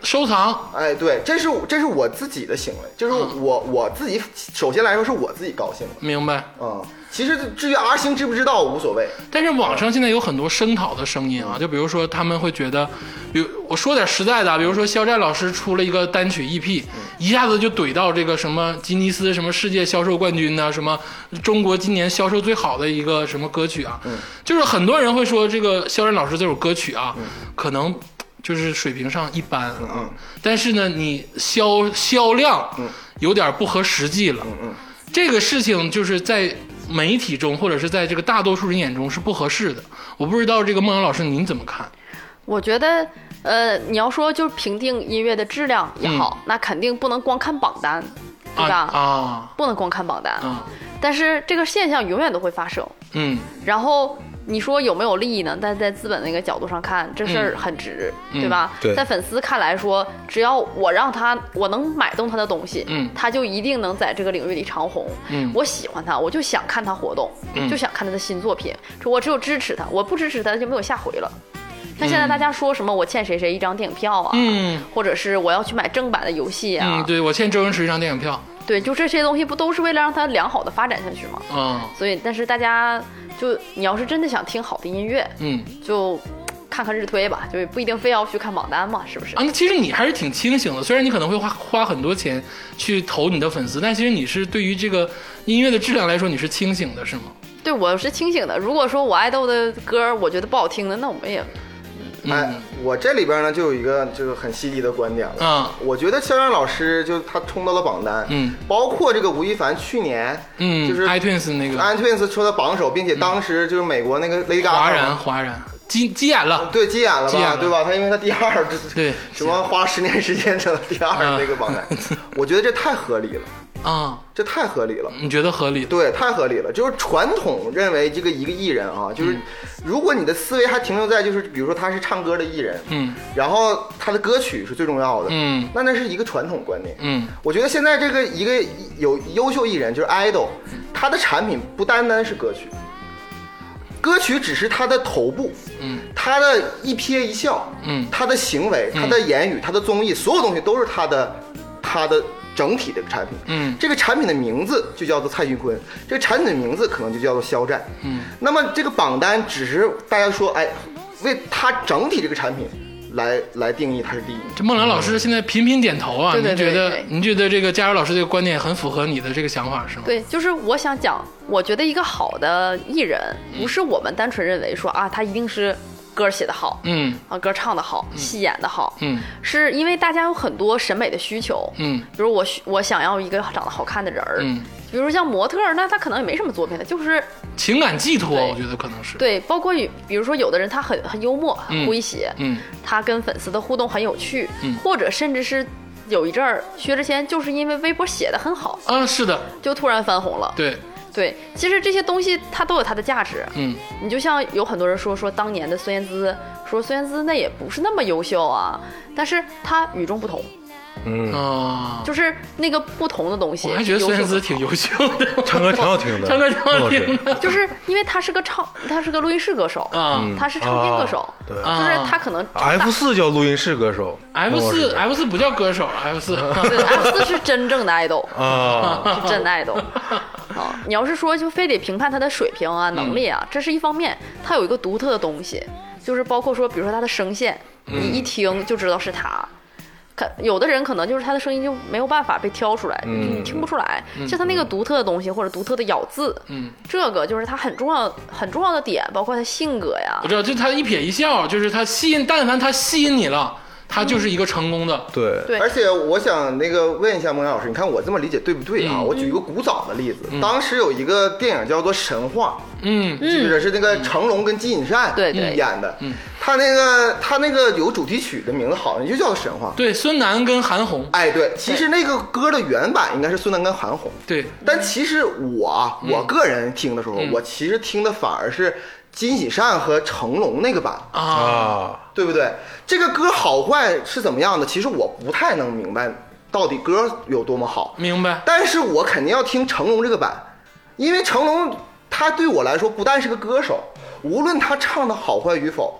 Speaker 2: 收藏，
Speaker 4: 哎，对，这是这是我自己的行为，就是
Speaker 2: 嗯
Speaker 4: 我我自己首先来说是我自己高兴的，
Speaker 2: 明白。
Speaker 4: 嗯，其实至于 R 星知不知道无所谓，
Speaker 2: 但是网上现在有很多声讨的声音啊，就比如说他们会觉得，比如我说点实在的啊，比如说肖战老师出了一个单曲 EP，一下子就怼到这个什么吉尼斯什么世界销售冠军呐、什么中国今年销售最好的一个什么歌曲啊，就是很多人会说这个肖战老师这首歌曲啊，可能。就是水平上一般啊，但是呢，你销销量有点不合实际了。这个事情就是在媒体中或者是在这个大多数人眼中是不合适的。我不知道这个孟阳老师您怎么看？
Speaker 5: 我觉得，呃，你要说就是评定音乐的质量也好，那肯定不能光看榜单，
Speaker 2: 嗯
Speaker 5: 对
Speaker 2: 啊
Speaker 5: 吧？
Speaker 2: 啊
Speaker 5: 不能光看榜单，
Speaker 2: 啊，
Speaker 5: 但是这个现象永远都会发生。
Speaker 2: 嗯
Speaker 5: 然后你说有没有利益呢？但在资本那个角度上看，这事儿很值，
Speaker 2: 嗯
Speaker 5: 对吧？
Speaker 3: 对
Speaker 5: 在粉丝看来说，只要我让他，我能买动他的东西，
Speaker 2: 嗯
Speaker 5: 他就一定能在这个领域里长红。
Speaker 2: 嗯
Speaker 5: 我喜欢他，我就想看他活动，
Speaker 2: 嗯
Speaker 5: 就想看他的新作品。我只有支持他，我不支持他就没有下回了。像现在大家说什么我欠谁谁一张电影票啊，
Speaker 2: 嗯
Speaker 5: 或者是我要去买正版的游戏啊，
Speaker 2: 嗯，对我欠周星驰一张电影票
Speaker 5: 对，就这些东西不都是为了让它良好的发展下去吗？
Speaker 2: 啊，
Speaker 5: 所以，但是大家就你要是真的想听好的音乐，
Speaker 2: 嗯
Speaker 5: 就看看日推吧，就也不一定非要去看榜单嘛，是不是
Speaker 2: 啊，？那其实你还是挺清醒的，虽然你可能会花花很多钱去投你的粉丝，但其实你是对于这个音乐的质量来说你是清醒的，是吗？
Speaker 5: 对我是清醒的。如果说我爱豆的歌我觉得不好听的，那我们也
Speaker 2: 嗯
Speaker 4: 哎，我这里边呢就有一个就是很犀利的观点了，
Speaker 2: 啊，
Speaker 4: 我觉得肖战老师就是他冲到了榜单，
Speaker 2: 嗯，
Speaker 4: 包括这个吴亦凡去年，
Speaker 2: 嗯
Speaker 4: 就是
Speaker 2: iTunes 那个
Speaker 4: iTunes 说的榜首，并且当时就是美国那个 Lady Gaga
Speaker 2: 哗然哗然，急急眼了，
Speaker 4: 对急眼了
Speaker 2: 急眼
Speaker 4: 吧，
Speaker 2: 了
Speaker 4: 对吧？他因为他第二，
Speaker 2: 对
Speaker 4: 什么花十年时间成了第二
Speaker 2: 啊
Speaker 4: 那个榜单， 我觉得这太合理了，
Speaker 2: 啊，
Speaker 4: 这太合理了。
Speaker 2: 你觉得合理？
Speaker 4: 对，太合理了。就是传统认为这个一个艺人啊，
Speaker 2: 嗯
Speaker 4: 就是如果你的思维还停留在就是比如说他是唱歌的艺人，
Speaker 2: 嗯
Speaker 4: 然后他的歌曲是最重要的，
Speaker 2: 嗯
Speaker 4: 那那是一个传统观念。
Speaker 2: 嗯
Speaker 4: 我觉得现在这个一个有优秀艺人就是 idol，他的产品不单单是歌曲，歌曲只是他的头部，
Speaker 2: 嗯，
Speaker 4: 他的一瞥一笑，
Speaker 2: 嗯
Speaker 4: 他的行为、
Speaker 2: 嗯
Speaker 4: 他的言语、他的综艺，所有东西都是他的他的整体的产品。
Speaker 2: 嗯
Speaker 4: 这个产品的名字就叫做蔡徐坤，这个产品的名字可能就叫做肖战。
Speaker 2: 嗯，
Speaker 4: 那么这个榜单只是大家说，哎，为他整体这个产品来来定义他是第一名。
Speaker 2: 这孟兰老师现在频频点头啊，
Speaker 5: 对对
Speaker 2: 您觉
Speaker 5: 对
Speaker 2: 得
Speaker 5: 对
Speaker 2: 您觉得这个佳茹老师这个观点很符合你的这个想法是吗？
Speaker 5: 对，就是我想讲，我觉得一个好的艺人，不是我们单纯认为说啊，他一定是歌写得好，
Speaker 2: 嗯
Speaker 5: 啊，歌唱得好，戏演得好，
Speaker 2: 嗯
Speaker 5: 是因为大家有很多审美的需求，
Speaker 2: 嗯
Speaker 5: 比如我需我想要一个长得好看的人儿，
Speaker 2: 嗯，
Speaker 5: 比如像模特儿，那他可能也没什么作品的，就是
Speaker 2: 情感寄托，
Speaker 5: 对
Speaker 2: 我觉得可能是。
Speaker 5: 对，包括有比如说有的人他很很幽默、很诙谐，
Speaker 2: 嗯
Speaker 5: 他跟粉丝的互动很有趣，
Speaker 2: 嗯
Speaker 5: 或者甚至是有一阵儿薛之谦就是因为微博写的很好，
Speaker 2: 啊，是的，
Speaker 5: 就突然翻红了。
Speaker 2: 对，
Speaker 5: 对，其实这些东西它都有它的价值。
Speaker 2: 嗯
Speaker 5: 你就像有很多人说说当年的孙燕姿，说孙燕姿那也不是那么优秀啊，但是她与众不同，
Speaker 3: 嗯，
Speaker 2: 啊，
Speaker 5: 就是那个不同的东西。
Speaker 2: 我还觉得
Speaker 5: 优秀
Speaker 2: 孙燕
Speaker 5: 和
Speaker 2: 姿挺优秀的，
Speaker 3: 唱歌挺好听的，
Speaker 2: 唱歌挺好
Speaker 3: 孟
Speaker 2: 听
Speaker 3: 老师
Speaker 2: 的
Speaker 5: 就是因为他是个唱，他是个录音室歌手，
Speaker 2: 啊。
Speaker 5: 他是唱片歌手，
Speaker 3: 啊对
Speaker 5: 就是他可能
Speaker 3: ，F 四叫录音室歌手
Speaker 2: F
Speaker 3: 孟老师
Speaker 2: 四 F 四不叫歌手，F 啊 四
Speaker 5: F 四是真正的爱豆，
Speaker 3: 啊，
Speaker 5: 是真的爱豆。啊，你要是说就非得评判他的水平
Speaker 2: 嗯
Speaker 5: 啊、能力啊，这是一方面，他有一个独特的东西，就是包括说，比如说他的声线，你
Speaker 2: 嗯
Speaker 5: 一听就知道是他。可有的人可能就是他的声音就没有办法被挑出来，你听不出来，像他那个独特的东西或者独特的咬字，
Speaker 2: 嗯，
Speaker 5: 这个就是他很重要很重要的点，包括他性格呀
Speaker 2: 我，知道，就他一撇一笑，就是他吸引，但凡他吸引你了，他就是一个成功的，
Speaker 3: 对，
Speaker 5: 对
Speaker 4: 而且我想那个问一下孟阳老师，你看我这么理解对不对啊？我举一个古早的例子，当时有一个电影叫做《神话》，
Speaker 2: 嗯
Speaker 4: 记不记得是那个成龙跟金引善
Speaker 5: 对对
Speaker 4: 演的？他那个他那个有主题曲的名字好像就叫《神话》。
Speaker 2: 对，孙楠跟韩红，
Speaker 4: 哎，对，其实那个歌的原版应该是孙楠跟韩红，
Speaker 2: 对，
Speaker 4: 但其实我啊我个人听的时候，我其实听的反而是金喜善和成龙那个版，
Speaker 2: 啊，
Speaker 3: 啊，
Speaker 4: 对不对？这个歌好坏是怎么样的？其实我不太能明白到底歌有多么好，
Speaker 2: 明白，
Speaker 4: 但是我肯定要听成龙这个版，因为成龙他对我来说不但是个歌手，无论他唱的好坏与否，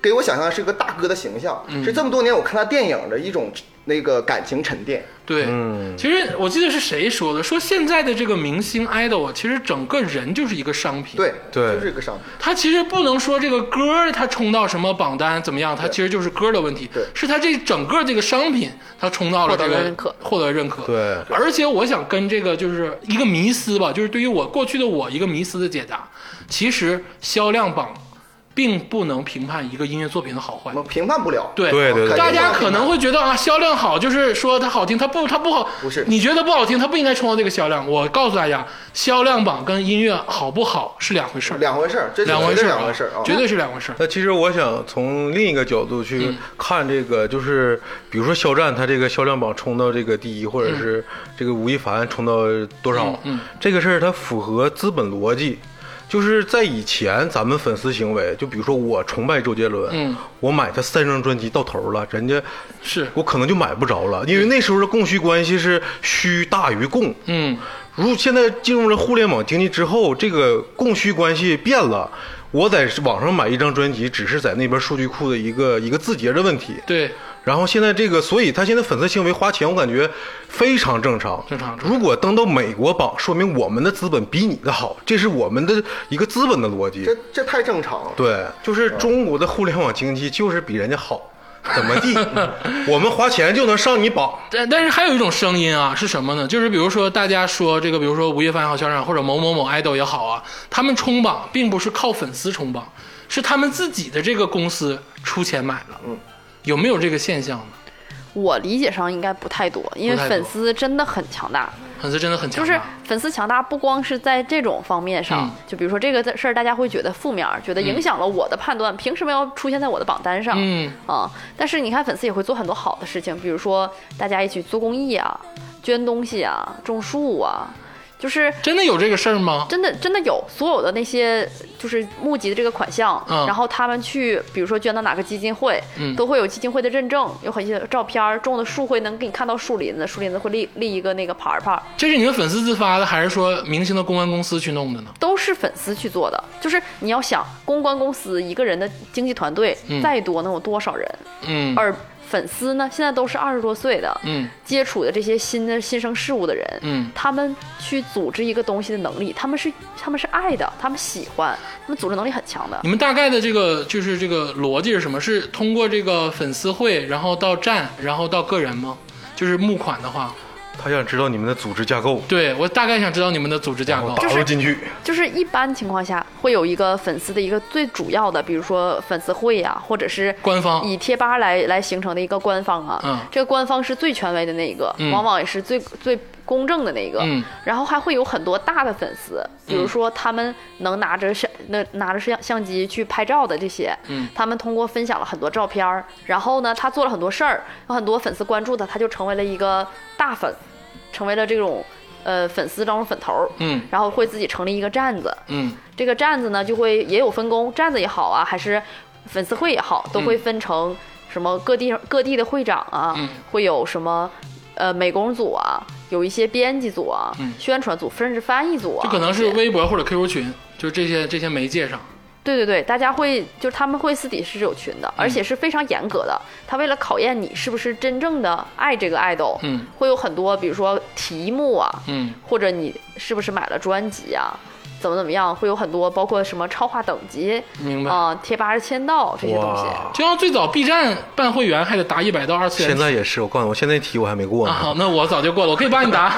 Speaker 4: 给我想象是个大哥的形象，
Speaker 2: 嗯
Speaker 4: 是这么多年我看他电影的一种那个感情沉淀。
Speaker 2: 对，
Speaker 3: 嗯
Speaker 2: 其实我记得是谁说的，说现在的这个明星 idol 啊，其实整个人就是一个商品，
Speaker 4: 对，
Speaker 3: 对
Speaker 4: 就是一个商品。
Speaker 2: 他其实不能说这个歌儿它冲到什么榜单怎么样，它其实就是歌儿的问题
Speaker 4: 对，
Speaker 2: 是它这整个这个商品它冲到了这
Speaker 5: 获
Speaker 2: 个
Speaker 5: 得认可
Speaker 2: 获得认可。
Speaker 3: 对
Speaker 2: 而且我想跟这个就是一个迷思吧，就是对于我过去的我一个迷思的解答。其实销量榜并不能评判一个音乐作品的好坏
Speaker 4: 我，们评判不了，
Speaker 2: 对
Speaker 3: 对
Speaker 4: 啊
Speaker 3: 对对
Speaker 2: 大家可能会觉得啊，销量好就是说它好听，它不它不好，
Speaker 4: 不是
Speaker 2: 你觉得不好听，它不应该冲到这个销量。我告诉大家，销量榜跟音乐好不好是两回事儿，
Speaker 4: 两回事儿，这是
Speaker 2: 两回
Speaker 4: 绝
Speaker 2: 事
Speaker 4: 对
Speaker 2: 儿啊，
Speaker 4: 两回事儿啊。
Speaker 2: 绝对是嗯两回事儿。
Speaker 3: 那其实我想从另一个角度去看这个，就是比如说肖战他这个销量榜冲到这个第一，或者是这个吴亦凡冲到多少，
Speaker 2: 嗯嗯嗯
Speaker 3: 这个事儿它符合资本逻辑。就是在以前，咱们粉丝行为，就比如说我崇拜周杰伦，
Speaker 2: 嗯
Speaker 3: 我买他三张专辑到头了，人家
Speaker 2: 是
Speaker 3: 我可能就买不着了，因为那时候的供需关系是需大于供，
Speaker 2: 嗯，
Speaker 3: 如现在进入了互联网经济之后，这个供需关系变了。我在网上买一张专辑，只是在那边数据库的一个一个字节的问题。
Speaker 2: 对，
Speaker 3: 然后现在这个，所以他现在粉丝行为花钱，我感觉非常正常。
Speaker 2: 正常正常
Speaker 3: 如果登到美国榜，说明我们的资本比你的好，这是我们的一个资本的逻辑
Speaker 4: 这。这太正常了。
Speaker 3: 对，就是中国的互联网经济就是比人家好，怎么地，我们花钱就能上你榜。
Speaker 2: 但但是还有一种声音啊，是什么呢？就是比如说大家说这个，比如说吴亦凡也好，肖战也好或者某某某 idol 也好啊，他们冲榜并不是靠粉丝冲榜，是他们自己的这个公司出钱买了。嗯，有没有这个现象呢？
Speaker 5: 我理解上应该不太多，因为
Speaker 2: 不太多
Speaker 5: 粉丝真的很强大，
Speaker 2: 粉丝真的很强啊
Speaker 5: 就
Speaker 2: 大，
Speaker 5: 是粉丝强大不光是在这种方面上，
Speaker 2: 嗯
Speaker 5: 就比如说这个事儿，大家会觉得负面儿，觉得影响了我的判断，凭什么要出现在我的榜单上？
Speaker 2: 嗯
Speaker 5: 啊、但是你看，粉丝也会做很多好的事情，比如说大家一起做公益啊，捐东西啊，种树啊，就是
Speaker 2: 真的有这个事儿吗？
Speaker 5: 真的真的有所有的那些就是募集的这个款项，
Speaker 2: 嗯
Speaker 5: 然后他们去比如说捐到哪个基金会，
Speaker 2: 嗯
Speaker 5: 都会有基金会的认证，有很些照片儿，种的树会能给你看到树林子，树林子会立立一个那个牌儿牌儿，
Speaker 2: 这是你们粉丝自发的，还是说明星的公关公司去弄的呢？
Speaker 5: 都是粉丝去做的。就是你要想公关公司一个人的经济团队、
Speaker 2: 嗯
Speaker 5: 再多能有多少人？
Speaker 2: 嗯
Speaker 5: 而粉丝呢，现在都是二十多岁的，
Speaker 2: 嗯
Speaker 5: 接触的这些新的新生事物的人，
Speaker 2: 嗯
Speaker 5: 他们去组织一个东西的能力，他们是他们是爱的，他们喜欢，他们组织能力很强的。
Speaker 2: 你们大概的这个就是这个逻辑是什么？是通过这个粉丝会，然后到站，然后到个人吗？就是募款的话，
Speaker 3: 他想知道你们的组织架构，
Speaker 2: 对我大概想知道你们的组织架构
Speaker 3: 我。打入进去。
Speaker 5: 就是一般情况下会有一个粉丝的一个最主要的，比如说粉丝会呀、或者是
Speaker 2: 官方
Speaker 5: 以贴吧来来形成的一个官方啊。
Speaker 2: 嗯
Speaker 5: 这个官方是最权威的那一个，
Speaker 2: 嗯
Speaker 5: 往往也是最最公正的那一个。
Speaker 2: 嗯
Speaker 5: 然后还会有很多大的粉丝，比如说他们能拿着相那拿着摄像相机去拍照的这些，
Speaker 2: 嗯
Speaker 5: 他们通过分享了很多照片儿，然后呢，他做了很多事儿，有很多粉丝关注他，他就成为了一个大粉，成为了这种呃粉丝当中粉头儿。
Speaker 2: 嗯
Speaker 5: 然后会自己成立一个站子，
Speaker 2: 嗯
Speaker 5: 这个站子呢就会也有分工，站子也好啊，还是粉丝会也好，都会分成什么各地各地的会长啊，
Speaker 2: 嗯
Speaker 5: 会有什么呃美工组啊，有一些编辑组啊，
Speaker 2: 嗯
Speaker 5: 宣传组，甚至翻译组啊，
Speaker 2: 就可能
Speaker 5: 这
Speaker 2: 是
Speaker 5: 些
Speaker 2: 微博或者 QQ 群，就是这些这些媒介上。
Speaker 5: 对对对，大家会就是他们会私底是有群的，而
Speaker 2: 嗯
Speaker 5: 且是非常严格的。他为了考验你是不是真正的爱这个爱豆，
Speaker 2: 嗯，
Speaker 5: 会有很多比如说题目啊，
Speaker 2: 嗯
Speaker 5: 或者你是不是买了专辑啊，怎么怎么样，会有很多包括什么超话等级，
Speaker 2: 明白
Speaker 5: 啊、贴吧的签到这些东西。
Speaker 3: 哇，
Speaker 2: 就像最早 B 站办会员还得答一百到二次元
Speaker 5: 啊
Speaker 3: 现在也是，我告诉你，我现在题我还没过呢。
Speaker 2: 啊，好，那我早就过了，我可以帮你答。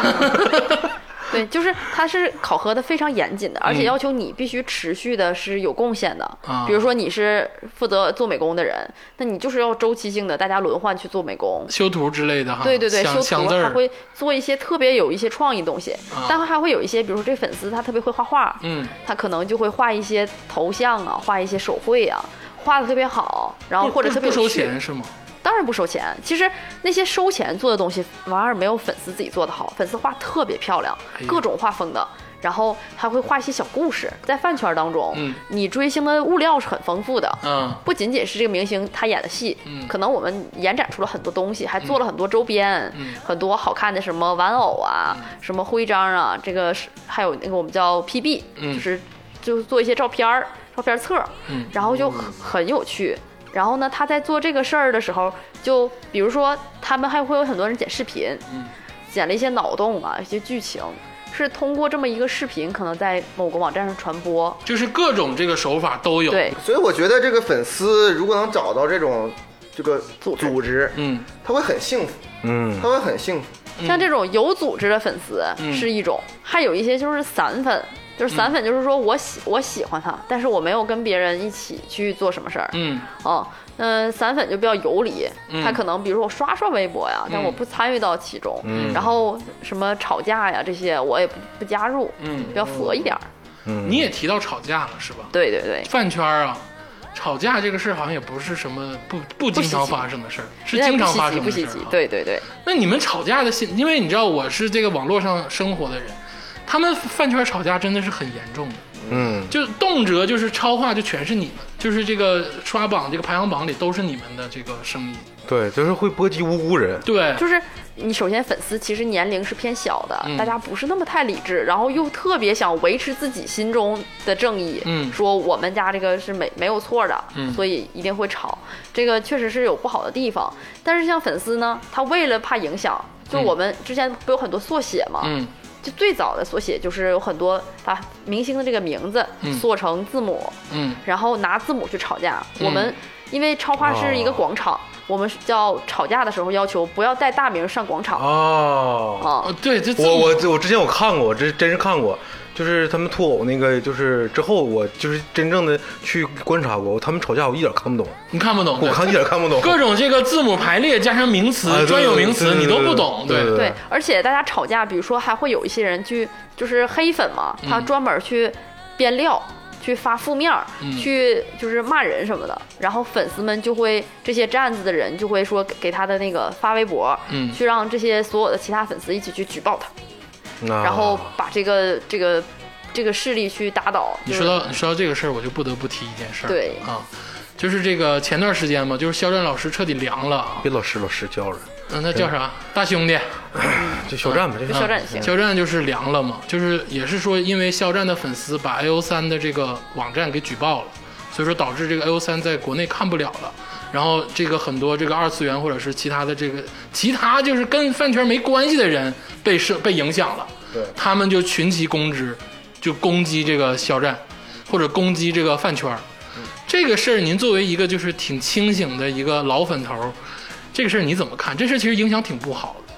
Speaker 5: 对，就是它是考核的非常严
Speaker 2: 嗯
Speaker 5: 谨的，而且要求你必须持续的是有贡献的。
Speaker 2: 啊
Speaker 5: 比如说你是负责做美工的人，那你就是要周期性的大家轮换去做美 工。
Speaker 2: 修图之类的哈，
Speaker 5: 对对对，
Speaker 2: 想
Speaker 5: 修
Speaker 2: 想
Speaker 5: 图
Speaker 2: 啊字
Speaker 5: 还
Speaker 2: 儿，
Speaker 5: 会做一些特别有一些创意的东西，
Speaker 2: 啊
Speaker 5: 但还会有一些，比如说这粉丝他特别会画画，
Speaker 2: 嗯，
Speaker 5: 他可能就会画一些头像啊，画一些手绘啊，画的特别好，然后
Speaker 2: 不
Speaker 5: 或者
Speaker 2: 不
Speaker 5: 特别
Speaker 2: 不
Speaker 5: 有
Speaker 2: 收
Speaker 5: 趣
Speaker 2: 钱是吗？
Speaker 5: 当然不收钱。其实那些收钱做的东西，反而没有粉丝自己做的好。粉丝画特别漂亮
Speaker 2: 哎，呀
Speaker 5: 各种画风的，然后还会画一些小故事。在饭圈当中，
Speaker 2: 嗯
Speaker 5: 你追星的物料是很丰富的。
Speaker 2: 嗯，
Speaker 5: 不仅仅是这个明星他演的戏，
Speaker 2: 嗯
Speaker 5: 可能我们延展出了很多东西，还做了很多周边，
Speaker 2: 嗯
Speaker 5: 很多好看的什么玩偶啊、什么徽章啊，这个是还有那个我们叫 PB，、
Speaker 2: 嗯
Speaker 5: 就是就是做一些照片儿、照片册儿，
Speaker 2: 嗯
Speaker 5: 然后就很很有趣。然后呢，他在做这个事儿的时候，就比如说他们还会有很多人剪视频，
Speaker 2: 嗯
Speaker 5: 剪了一些脑洞啊，一些剧情。是通过这么一个视频，可能在某个网站上传播，
Speaker 2: 就是各种这个手法都有。，
Speaker 5: 对，
Speaker 4: 所以我觉得这个粉丝如果能找到这种这个
Speaker 5: 组织
Speaker 4: 组织，
Speaker 2: 嗯，
Speaker 4: 他会很幸福，
Speaker 3: 嗯
Speaker 4: 他会很幸福。
Speaker 5: 像这种有组织的粉丝
Speaker 2: 嗯
Speaker 5: 是一种，还有一些就是散粉，就是散粉，就是说我喜我喜欢他，但是我没有跟别人一起去做什么事儿，
Speaker 2: 嗯
Speaker 5: 嗯嗯，散粉就比较游离
Speaker 2: 嗯，
Speaker 5: 他可能比如说我刷刷微博呀，
Speaker 2: 嗯
Speaker 5: 但我不参与到其中，然后什么吵架呀这些我也不不加入，
Speaker 2: 嗯
Speaker 5: 比，较佛一点儿，
Speaker 2: 你也提到吵架了是吧？
Speaker 5: 对对对，
Speaker 2: 饭圈儿啊，吵架这个事儿好像也不是什么不不经常发生的事儿，是
Speaker 5: 人
Speaker 2: 经
Speaker 5: 家
Speaker 2: 常
Speaker 5: 也
Speaker 2: 发
Speaker 5: 不稀
Speaker 2: 生的事儿
Speaker 5: 奇不稀奇
Speaker 2: 啊。，
Speaker 5: 对对对，
Speaker 2: 那你们吵架的心，因为你知道我是这个网络上生活的人，他们饭圈吵架真的是很严重的，
Speaker 3: 嗯，
Speaker 2: 就动辄就是超话就全是你们，就是这个刷榜这个排行榜里都是你们的这个声音。
Speaker 3: 对，就是会波及无辜人。
Speaker 2: 对，
Speaker 5: 就是你首先粉丝其实年龄是偏小的，
Speaker 2: 嗯
Speaker 5: 大家不是那么太理智，然后又特别想维持自己心中的正义，
Speaker 2: 嗯
Speaker 5: 说我们家这个是没没有错的，
Speaker 2: 嗯
Speaker 5: 所以一定会吵，这个确实是有不好的地方。但是像粉丝呢，他为了怕影响，就
Speaker 2: 嗯
Speaker 5: 我们之前不有很多缩写嘛，
Speaker 2: 嗯
Speaker 5: 就最早的缩写就是有很多把明星的这个名字
Speaker 2: 嗯
Speaker 5: 缩成字母，
Speaker 2: 嗯
Speaker 5: 然后拿字母去吵架。
Speaker 2: 嗯哦
Speaker 5: 我们因为超话是一个广场，我们叫吵架的时候要求不要带大名上广场
Speaker 3: 哦，
Speaker 5: 啊
Speaker 2: 哦，对，这
Speaker 3: 我我我之前我看过，我真真是看过，就是他们脱偶那个，就是之后我就是真正的去观察过，他们吵架我一点看不懂，
Speaker 2: 你看不懂，
Speaker 3: 我
Speaker 2: 对
Speaker 3: 看一点看不懂。
Speaker 2: 各种这个字母排列加上名词、
Speaker 3: 啊对
Speaker 2: 专有名词，
Speaker 3: 对对
Speaker 2: 你都不懂，
Speaker 3: 对对
Speaker 5: 对，而且大家吵架，比如说还会有一些人去，就是黑粉嘛，他专门去编料。去发负面儿，
Speaker 2: 嗯
Speaker 5: 去就是骂人什么的，然后粉丝们就会这些站子的人就会说给给他的那个发微博，
Speaker 2: 嗯
Speaker 5: 去让这些所有的其他粉丝一起去举报他，
Speaker 3: 啊
Speaker 5: 然后把这个这个这个势力去打倒。
Speaker 2: 你
Speaker 5: 就
Speaker 2: 说
Speaker 5: 是
Speaker 2: 到你说到这个事儿，我就不得不提一件事儿。
Speaker 5: 对
Speaker 2: 啊，就是这个前段时间嘛，就是肖战老师彻底凉了啊。
Speaker 3: 别老师老师叫人，
Speaker 2: 嗯，那叫啥？大兄弟，
Speaker 3: 就肖战吧，就
Speaker 5: 肖战也行
Speaker 2: 嗯肖战就是凉了嘛，就是也是说，因为肖战的粉丝把 A O 三的这个网站给举报了，所以说导致这个 A O 三在国内看不了了。然后这个很多这个二次元或者是其他的这个其他就是跟饭圈没关系的人被是被影响了，
Speaker 4: 对
Speaker 2: 他们就群起攻之，就攻击这个肖战，或者攻击这个饭圈儿。这个事儿，您作为一个就是挺清醒的一个老粉头儿，这个事儿你怎么看？这事儿其实影响挺不好的。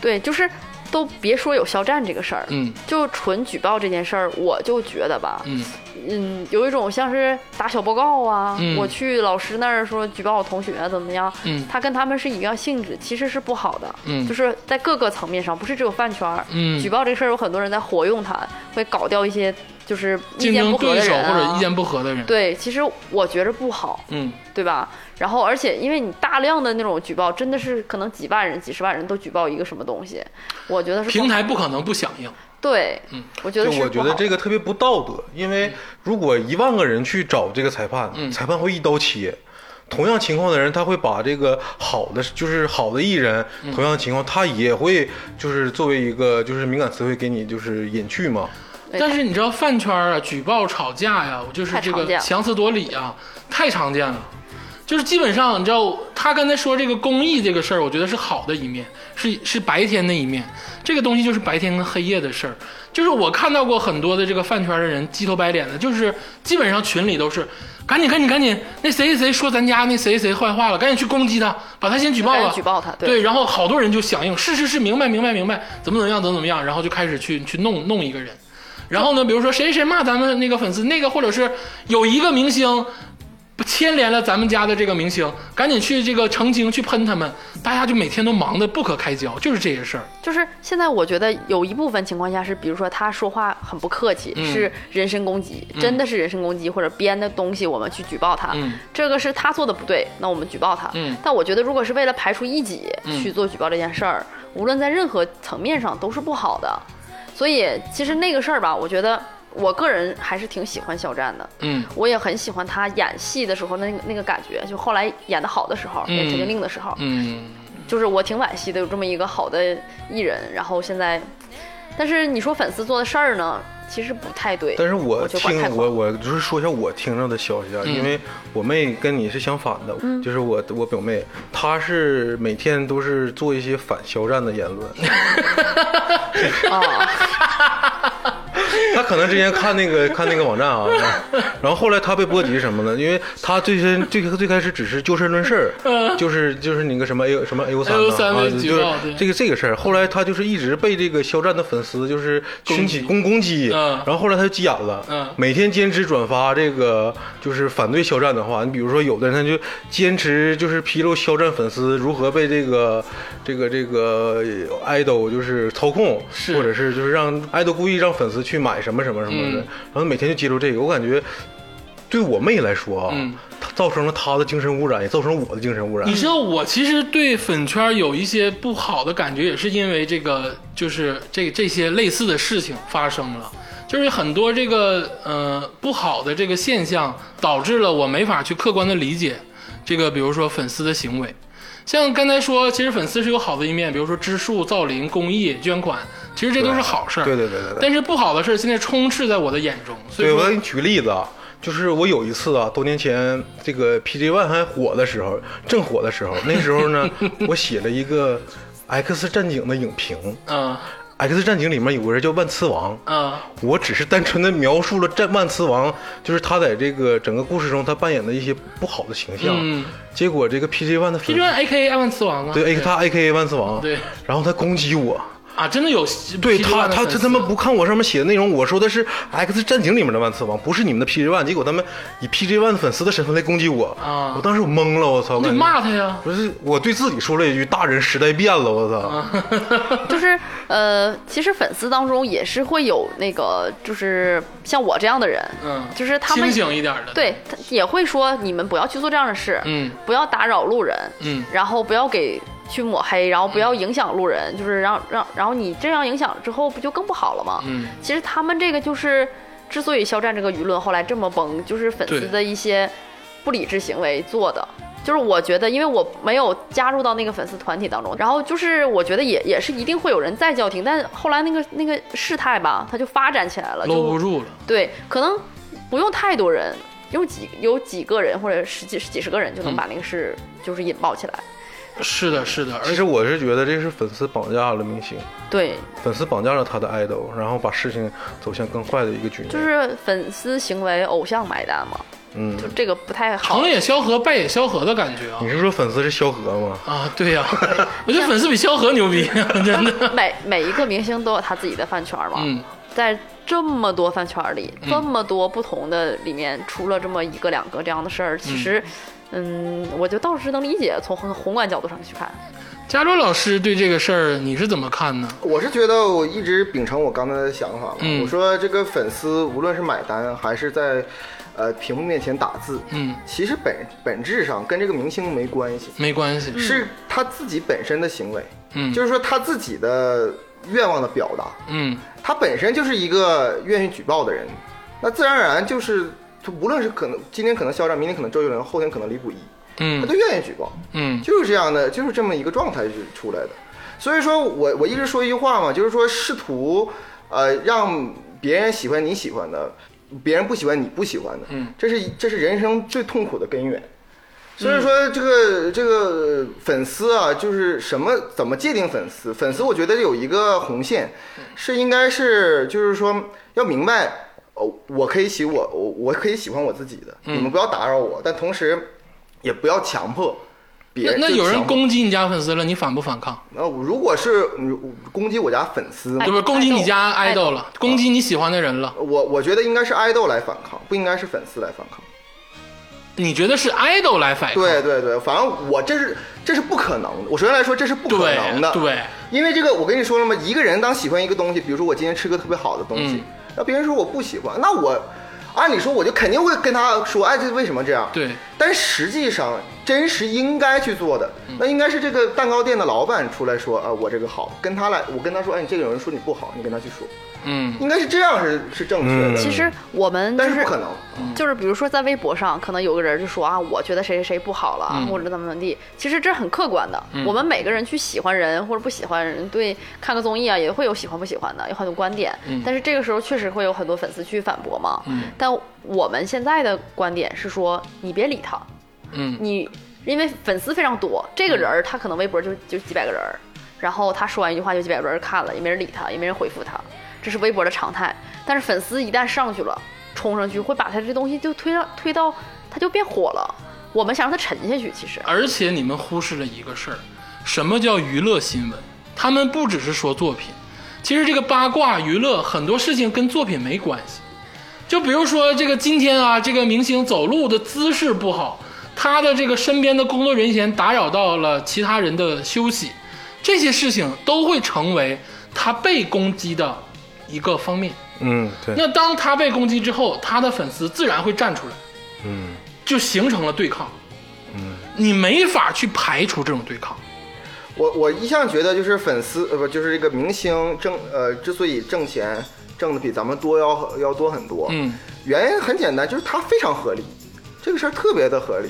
Speaker 5: 对，就是都别说有肖战这个事儿，
Speaker 2: 嗯
Speaker 5: 就纯举报这件事儿，我就觉得吧，
Speaker 2: 嗯
Speaker 5: 嗯，有一种像是打小报告啊，
Speaker 2: 嗯
Speaker 5: 我去老师那儿说举报我同学啊怎么样，
Speaker 2: 嗯
Speaker 5: 他跟他们是一样性质，其实是不好的，
Speaker 2: 嗯
Speaker 5: 就是在各个层面上，不是只有饭圈儿，
Speaker 2: 嗯
Speaker 5: 举报这个事儿有很多人在活用它，会搞掉一些就是意
Speaker 2: 竞
Speaker 5: 见
Speaker 2: 争
Speaker 5: 不
Speaker 2: 对
Speaker 5: 合的
Speaker 2: 手
Speaker 5: 人、啊、
Speaker 2: 或者意见不合的人。，
Speaker 5: 对，其实我觉着不好，
Speaker 2: 嗯，
Speaker 5: 对吧？然后，而且因为你大量的那种举报，真的是可能几万人、几十万人都举报一个什么东西，我觉得是不好
Speaker 2: 平台不可能不响应。
Speaker 5: 对，
Speaker 2: 嗯
Speaker 5: 我觉得
Speaker 3: 就是我
Speaker 5: 不
Speaker 3: 觉
Speaker 5: 好
Speaker 3: 得这个特别不道德，因为如果一万个人去找这个裁判，
Speaker 2: 嗯
Speaker 3: 裁判会一刀切。同样情况的人，他会把这个好的，就是好的艺人，同样情况，他也会就是作为一个就是敏感词汇给你就是隐去嘛。
Speaker 5: 对
Speaker 2: 但是你知道饭圈啊，举报吵架呀、我就是这
Speaker 5: 太常
Speaker 2: 个
Speaker 5: 见了
Speaker 2: 强词夺理啊，太常见了。就是基本上，你知道，他刚才说这个公益这个事儿，我觉得是好的一面，是是白天的一面。这个东西就是白天跟黑夜的事儿。就是我看到过很多的这个饭圈的人鸡头白脸的，就是基本上群里都是，赶紧赶紧赶紧，那谁谁谁说咱家那谁谁坏话了，赶紧去攻击他，把他先举报
Speaker 5: 赶
Speaker 2: 了，
Speaker 5: 紧举报他对
Speaker 2: 对，然后好多人就响应，是是是，明白明白明白，怎么怎么样怎么怎么样，然后就开始去去弄弄一个人。然后呢，比如说谁谁骂咱们那个粉丝，那个或者是有一个明星牵连了咱们家的这个明星，赶紧去这个澄清去喷他们，大家就每天都忙得不可开交，就是这些事儿。
Speaker 5: 就是现在，我觉得有一部分情况下是，比如说他说话很不客气，
Speaker 3: 嗯
Speaker 5: 是人身攻击，真的是人身攻击或者编的东西，我们去举报他，
Speaker 2: 嗯
Speaker 5: 这个是他做的不对，那我们举报他。
Speaker 2: 嗯
Speaker 5: 但我觉得，如果是为了排除异己
Speaker 3: 嗯
Speaker 5: 去做举报这件事儿，无论在任何层面上都是不好的。所以，其实那个事儿吧，我觉得我个人还是挺喜欢肖战的。
Speaker 2: 嗯
Speaker 5: 我也很喜欢他演戏的时候那个那个感觉，就后来演的好的时候，演《陈情令》的时候，
Speaker 2: 嗯，
Speaker 5: 就是我挺惋惜的，有这么一个好的艺人，然后现在，但是你说粉丝做的事儿呢，其实不太对。
Speaker 3: 但是
Speaker 5: 我
Speaker 3: 我
Speaker 5: 觉得管太
Speaker 3: 听我
Speaker 5: 宽
Speaker 3: 我就是说一下我听着的消息啊，因为我妹跟你是相反的，就是我我表妹，她是每天都是做一些反肖战的言论。
Speaker 5: 啊，
Speaker 3: 她可能之前看那个看那个网站啊，然后后来她被波及是什么呢？因为她最先最最开始只是就事论事儿，就是就是那个什么 A 什么 A O 三
Speaker 2: AO3
Speaker 3: 啊，
Speaker 2: 被
Speaker 3: 就
Speaker 2: 举
Speaker 3: 是
Speaker 2: 报对
Speaker 3: 这个这个事儿。后来她就是一直被这个肖战的粉丝就是群起
Speaker 2: 攻
Speaker 3: 攻攻击，
Speaker 2: 嗯
Speaker 3: 然后后来她就急眼了，
Speaker 2: 嗯
Speaker 3: 每天坚持转发这个就是反对肖战的话，你比如说有的人他就坚持就是披露肖战粉丝如何被这个这个这个呃 idol 就是操控，
Speaker 2: 是
Speaker 3: 或者是就是让 idol 故意让粉丝去买什么什么什么的，
Speaker 2: 嗯
Speaker 3: 然后每天就接触这个，我感觉对我妹来说啊，
Speaker 2: 嗯
Speaker 3: 她造成了她的精神污染，也造成了我的精神污染
Speaker 2: 你。知道我其实对粉圈有一些不好的感觉，也是因为这个，就是这这些类似的事情发生了，就是很多这个呃不好的这个现象，导致了我没法去客观的理解这个，比如说粉丝的行为。像刚才说，其实粉丝是有好的一面，比如说支数、造林、公益、捐款，其实这都是好事儿。
Speaker 3: 对对对对对
Speaker 2: 但是不好的事儿现在充斥在我的眼中，所以
Speaker 3: 对，
Speaker 2: 说
Speaker 3: 我给你举个例子啊，就是我有一次啊，多年前这个 PG One 还火的时候，正火的时候，那时候呢，我写了一个 X 战警的影评。
Speaker 2: 嗯
Speaker 3: X 战警里面有个人叫万磁王，
Speaker 2: 嗯
Speaker 3: 我只是单纯的描述了战万磁王，就是他在这个整个故事中他扮演的一些不好的形象。
Speaker 2: 嗯
Speaker 3: 结果这个 PG One 的粉
Speaker 2: p g
Speaker 3: 丝
Speaker 2: One A K A 万磁王啊，
Speaker 3: 对 A 他 A K A 万磁王，
Speaker 2: 对
Speaker 3: 然后他攻击我，
Speaker 2: 啊，真的有
Speaker 3: 对
Speaker 2: PG
Speaker 3: 他，
Speaker 2: One 的
Speaker 3: 他
Speaker 2: 粉
Speaker 3: 他
Speaker 2: 丝
Speaker 3: 他们不看我上面写的内容，我说的是《X 战警》里面的万磁王，不是你们的 PJ One。结果他们以 PJ One 粉丝的身份来攻击我，
Speaker 2: 啊
Speaker 3: 我当时我懵了，我
Speaker 2: 你
Speaker 3: 操！我
Speaker 2: 得
Speaker 3: 感觉
Speaker 2: 骂他呀。
Speaker 3: 不是，我对自己说了一句：“大人时代变了。”我操！
Speaker 2: 啊
Speaker 5: 就是呃，其实粉丝当中也是会有那个，就是像我这样的人，
Speaker 2: 嗯，
Speaker 5: 就是他们
Speaker 2: 清醒一点的，，
Speaker 5: 对他也会说你们不要去做这样的事，
Speaker 2: 嗯
Speaker 5: 不要打扰路人，
Speaker 2: 嗯
Speaker 5: 然后不要给去抹黑，然后不要影响路人，就是让让然后你这样影响之后不就更不好了吗？
Speaker 2: 嗯，
Speaker 5: 其实他们这个就是之所以肖战这个舆论后来这么崩，就是粉丝
Speaker 2: 对
Speaker 5: 的一些不理智行为做的。就是我觉得，因为我没有加入到那个粉丝团体当中，然后就是我觉得也也是一定会有人在叫停，但后来那个那个事态吧，它就发展起来了，
Speaker 2: 搂
Speaker 5: 就
Speaker 2: 不住了。
Speaker 5: 对，可能不用太多人，有几有几个人或者十几十几十个人就能把那个事就是引爆起来。
Speaker 2: 是的，是的，而
Speaker 3: 其
Speaker 2: 且
Speaker 3: 实我是觉得这是粉丝绑架了明星，
Speaker 5: 对，
Speaker 3: 粉丝绑架了他的 idol，然后把事情走向更坏的一个局面。
Speaker 5: 就是粉丝行为偶像买单嘛，
Speaker 3: 嗯，
Speaker 5: 就这个不太 好
Speaker 2: 成。也萧何，败也萧何的感觉啊
Speaker 3: 你。是说粉丝是萧何吗？
Speaker 2: 啊，对呀、我觉得粉丝比萧何牛逼， 真的。
Speaker 5: 每每一个明星都有他自己的饭圈嘛，
Speaker 2: 嗯，
Speaker 5: 在这么多饭圈里，这么多不同的里面，出了这么一个两个这样的事儿，其实，嗯，我就倒是能理解，从宏宏观角度上去看，
Speaker 2: 加州老师对这个事儿你是怎么看呢？
Speaker 4: 我是觉得我一直秉承我刚才的想法嘛，
Speaker 2: 嗯
Speaker 4: 我说这个粉丝无论是买单还是在，呃屏幕面前打字，
Speaker 2: 嗯，
Speaker 4: 其实本本质上跟这个明星没关系，
Speaker 2: 没关系，
Speaker 4: 是他自己本身的行为，
Speaker 2: 嗯
Speaker 4: 就是说他自己的愿望的表达，
Speaker 2: 嗯
Speaker 4: 他本身就是一个愿意举报的人，那自然而然就是，就无论是可能今天可能肖战，明天可能周杰伦，后天可能李谷一，他
Speaker 2: 嗯
Speaker 4: 都愿意举报，
Speaker 2: 嗯
Speaker 4: 就是这样的，就是这么一个状态是出来的。所以说我我一直说一句话嘛，就是说试图呃让别人喜欢你喜欢的，别人不喜欢你不喜欢的，
Speaker 2: 嗯，
Speaker 4: 这是这是人生最痛苦的根源。所以说这个这个粉丝啊，就是什么怎么界定粉丝？粉丝我觉得有一个红线，
Speaker 2: 嗯
Speaker 4: 是应该是就是说要明白，哦，我可以喜我我我可以喜欢我自己的，
Speaker 2: 嗯
Speaker 4: 你们不要打扰我，但同时也不要强迫别
Speaker 2: 那
Speaker 4: 人。
Speaker 2: 那有
Speaker 4: 就是
Speaker 2: 人
Speaker 4: 强迫
Speaker 2: 攻击你家粉丝了，你反不反抗？
Speaker 4: 那我如果是嗯攻击我家粉丝，
Speaker 5: 哎
Speaker 2: 对不是攻击你家
Speaker 5: 爱豆
Speaker 2: idol 了，攻击你喜欢的人了。
Speaker 4: 我我觉得应该是爱豆来反抗，不应该是粉丝来反抗。
Speaker 2: 你觉得是 idol 来反抗？
Speaker 4: 对对对，反正我这是这是不可能的。我首先来说，这是不可能的。
Speaker 2: 对对
Speaker 4: 因为这个我跟你说了嘛，一个人当喜欢一个东西，比如说我今天吃个特别好的东西
Speaker 2: 嗯，
Speaker 4: 那、别人说我不喜欢，那我按理说我就肯定会跟他说，哎，这为什么这样？
Speaker 2: 对
Speaker 4: 但实际上，真实应该去做的，
Speaker 2: 嗯
Speaker 4: 那应该是这个蛋糕店的老板出来说，啊、我这个好，跟他来，我跟他说，哎，你这个有人说你不好，你跟他去说，
Speaker 2: 嗯，
Speaker 4: 应该是这样是是正确的，
Speaker 5: 其实我们就
Speaker 4: 但是
Speaker 5: 是
Speaker 4: 不可能。
Speaker 5: 就是比如说在微博上，可能有个人就说啊，我觉得谁谁谁不好了，或者怎么怎么地。其实这很客观的，我们每个人去喜欢人或者不喜欢人，对看个综艺啊也会有喜欢不喜欢的，有很多观点。但是这个时候确实会有很多粉丝去反驳嘛。但我们现在的观点是说，你别理他，
Speaker 2: 嗯
Speaker 5: 你因为粉丝非常多，这个人儿他可能微博就就几百个人儿，然后他说完一句话就几百个人儿看了，也没人理他，也没人回复他，这是微博的常态。但是粉丝一旦上去了，冲上去会把他这东西就推到推到，他就变火了。我们想让他沉下去，其实
Speaker 2: 而且你们忽视了一个事儿，什么叫娱乐新闻？他们不只是说作品，其实这个八卦娱乐很多事情跟作品没关系。就比如说这个今天啊，这个明星走路的姿势不好，他的这个身边的工作人员打扰到了其他人的休息，这些事情都会成为他被攻击的一个方面。
Speaker 3: 嗯，对，
Speaker 2: 那当他被攻击之后，他的粉丝自然会站出来，
Speaker 3: 嗯，
Speaker 2: 就形成了对抗。嗯，你没法去排除这种对抗。
Speaker 4: 我我一向觉得就是粉丝呃不就是这个明星挣呃之所以挣钱挣的比咱们多要要多很多，
Speaker 2: 嗯，
Speaker 4: 原因很简单，就是它非常合理，这个事儿特别的合理，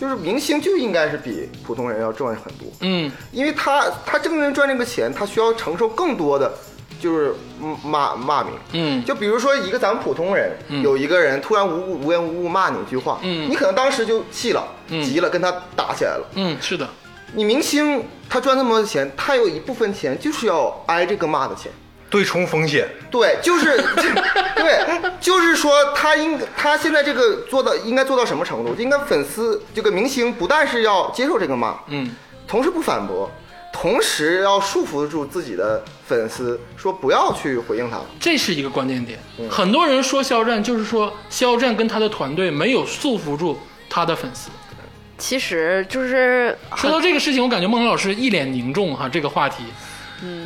Speaker 4: 就是明星就应该是比普通人要赚很多，
Speaker 2: 嗯，
Speaker 4: 因为他他正人赚这个钱，他需要承受更多的就是嗯骂骂名，
Speaker 2: 嗯
Speaker 4: 就比如说一个咱们普通人，有一个人突然无故无缘无故骂你一句话，
Speaker 2: 嗯
Speaker 4: 你可能当时就气了，急了，跟他打起来了。
Speaker 2: 嗯，是的，
Speaker 4: 你明星他赚那么多钱，他有一部分钱就是要挨这个骂的钱。
Speaker 3: 对冲风险，
Speaker 4: 对，就是对，就是说他应他现在这个做到应该做到什么程度？应该粉丝这个明星不但是要接受这个骂，
Speaker 2: 嗯，
Speaker 4: 同时不反驳，同时要束缚住自己的粉丝，说不要去回应他。
Speaker 2: 这是一个关键点。
Speaker 5: 嗯
Speaker 2: 很多人说肖战，就是说肖战跟他的团队没有束缚住他的粉丝。
Speaker 5: 其实就是
Speaker 2: 说到这个事情，我感觉孟龙老师一脸凝重哈，这个话题，嗯，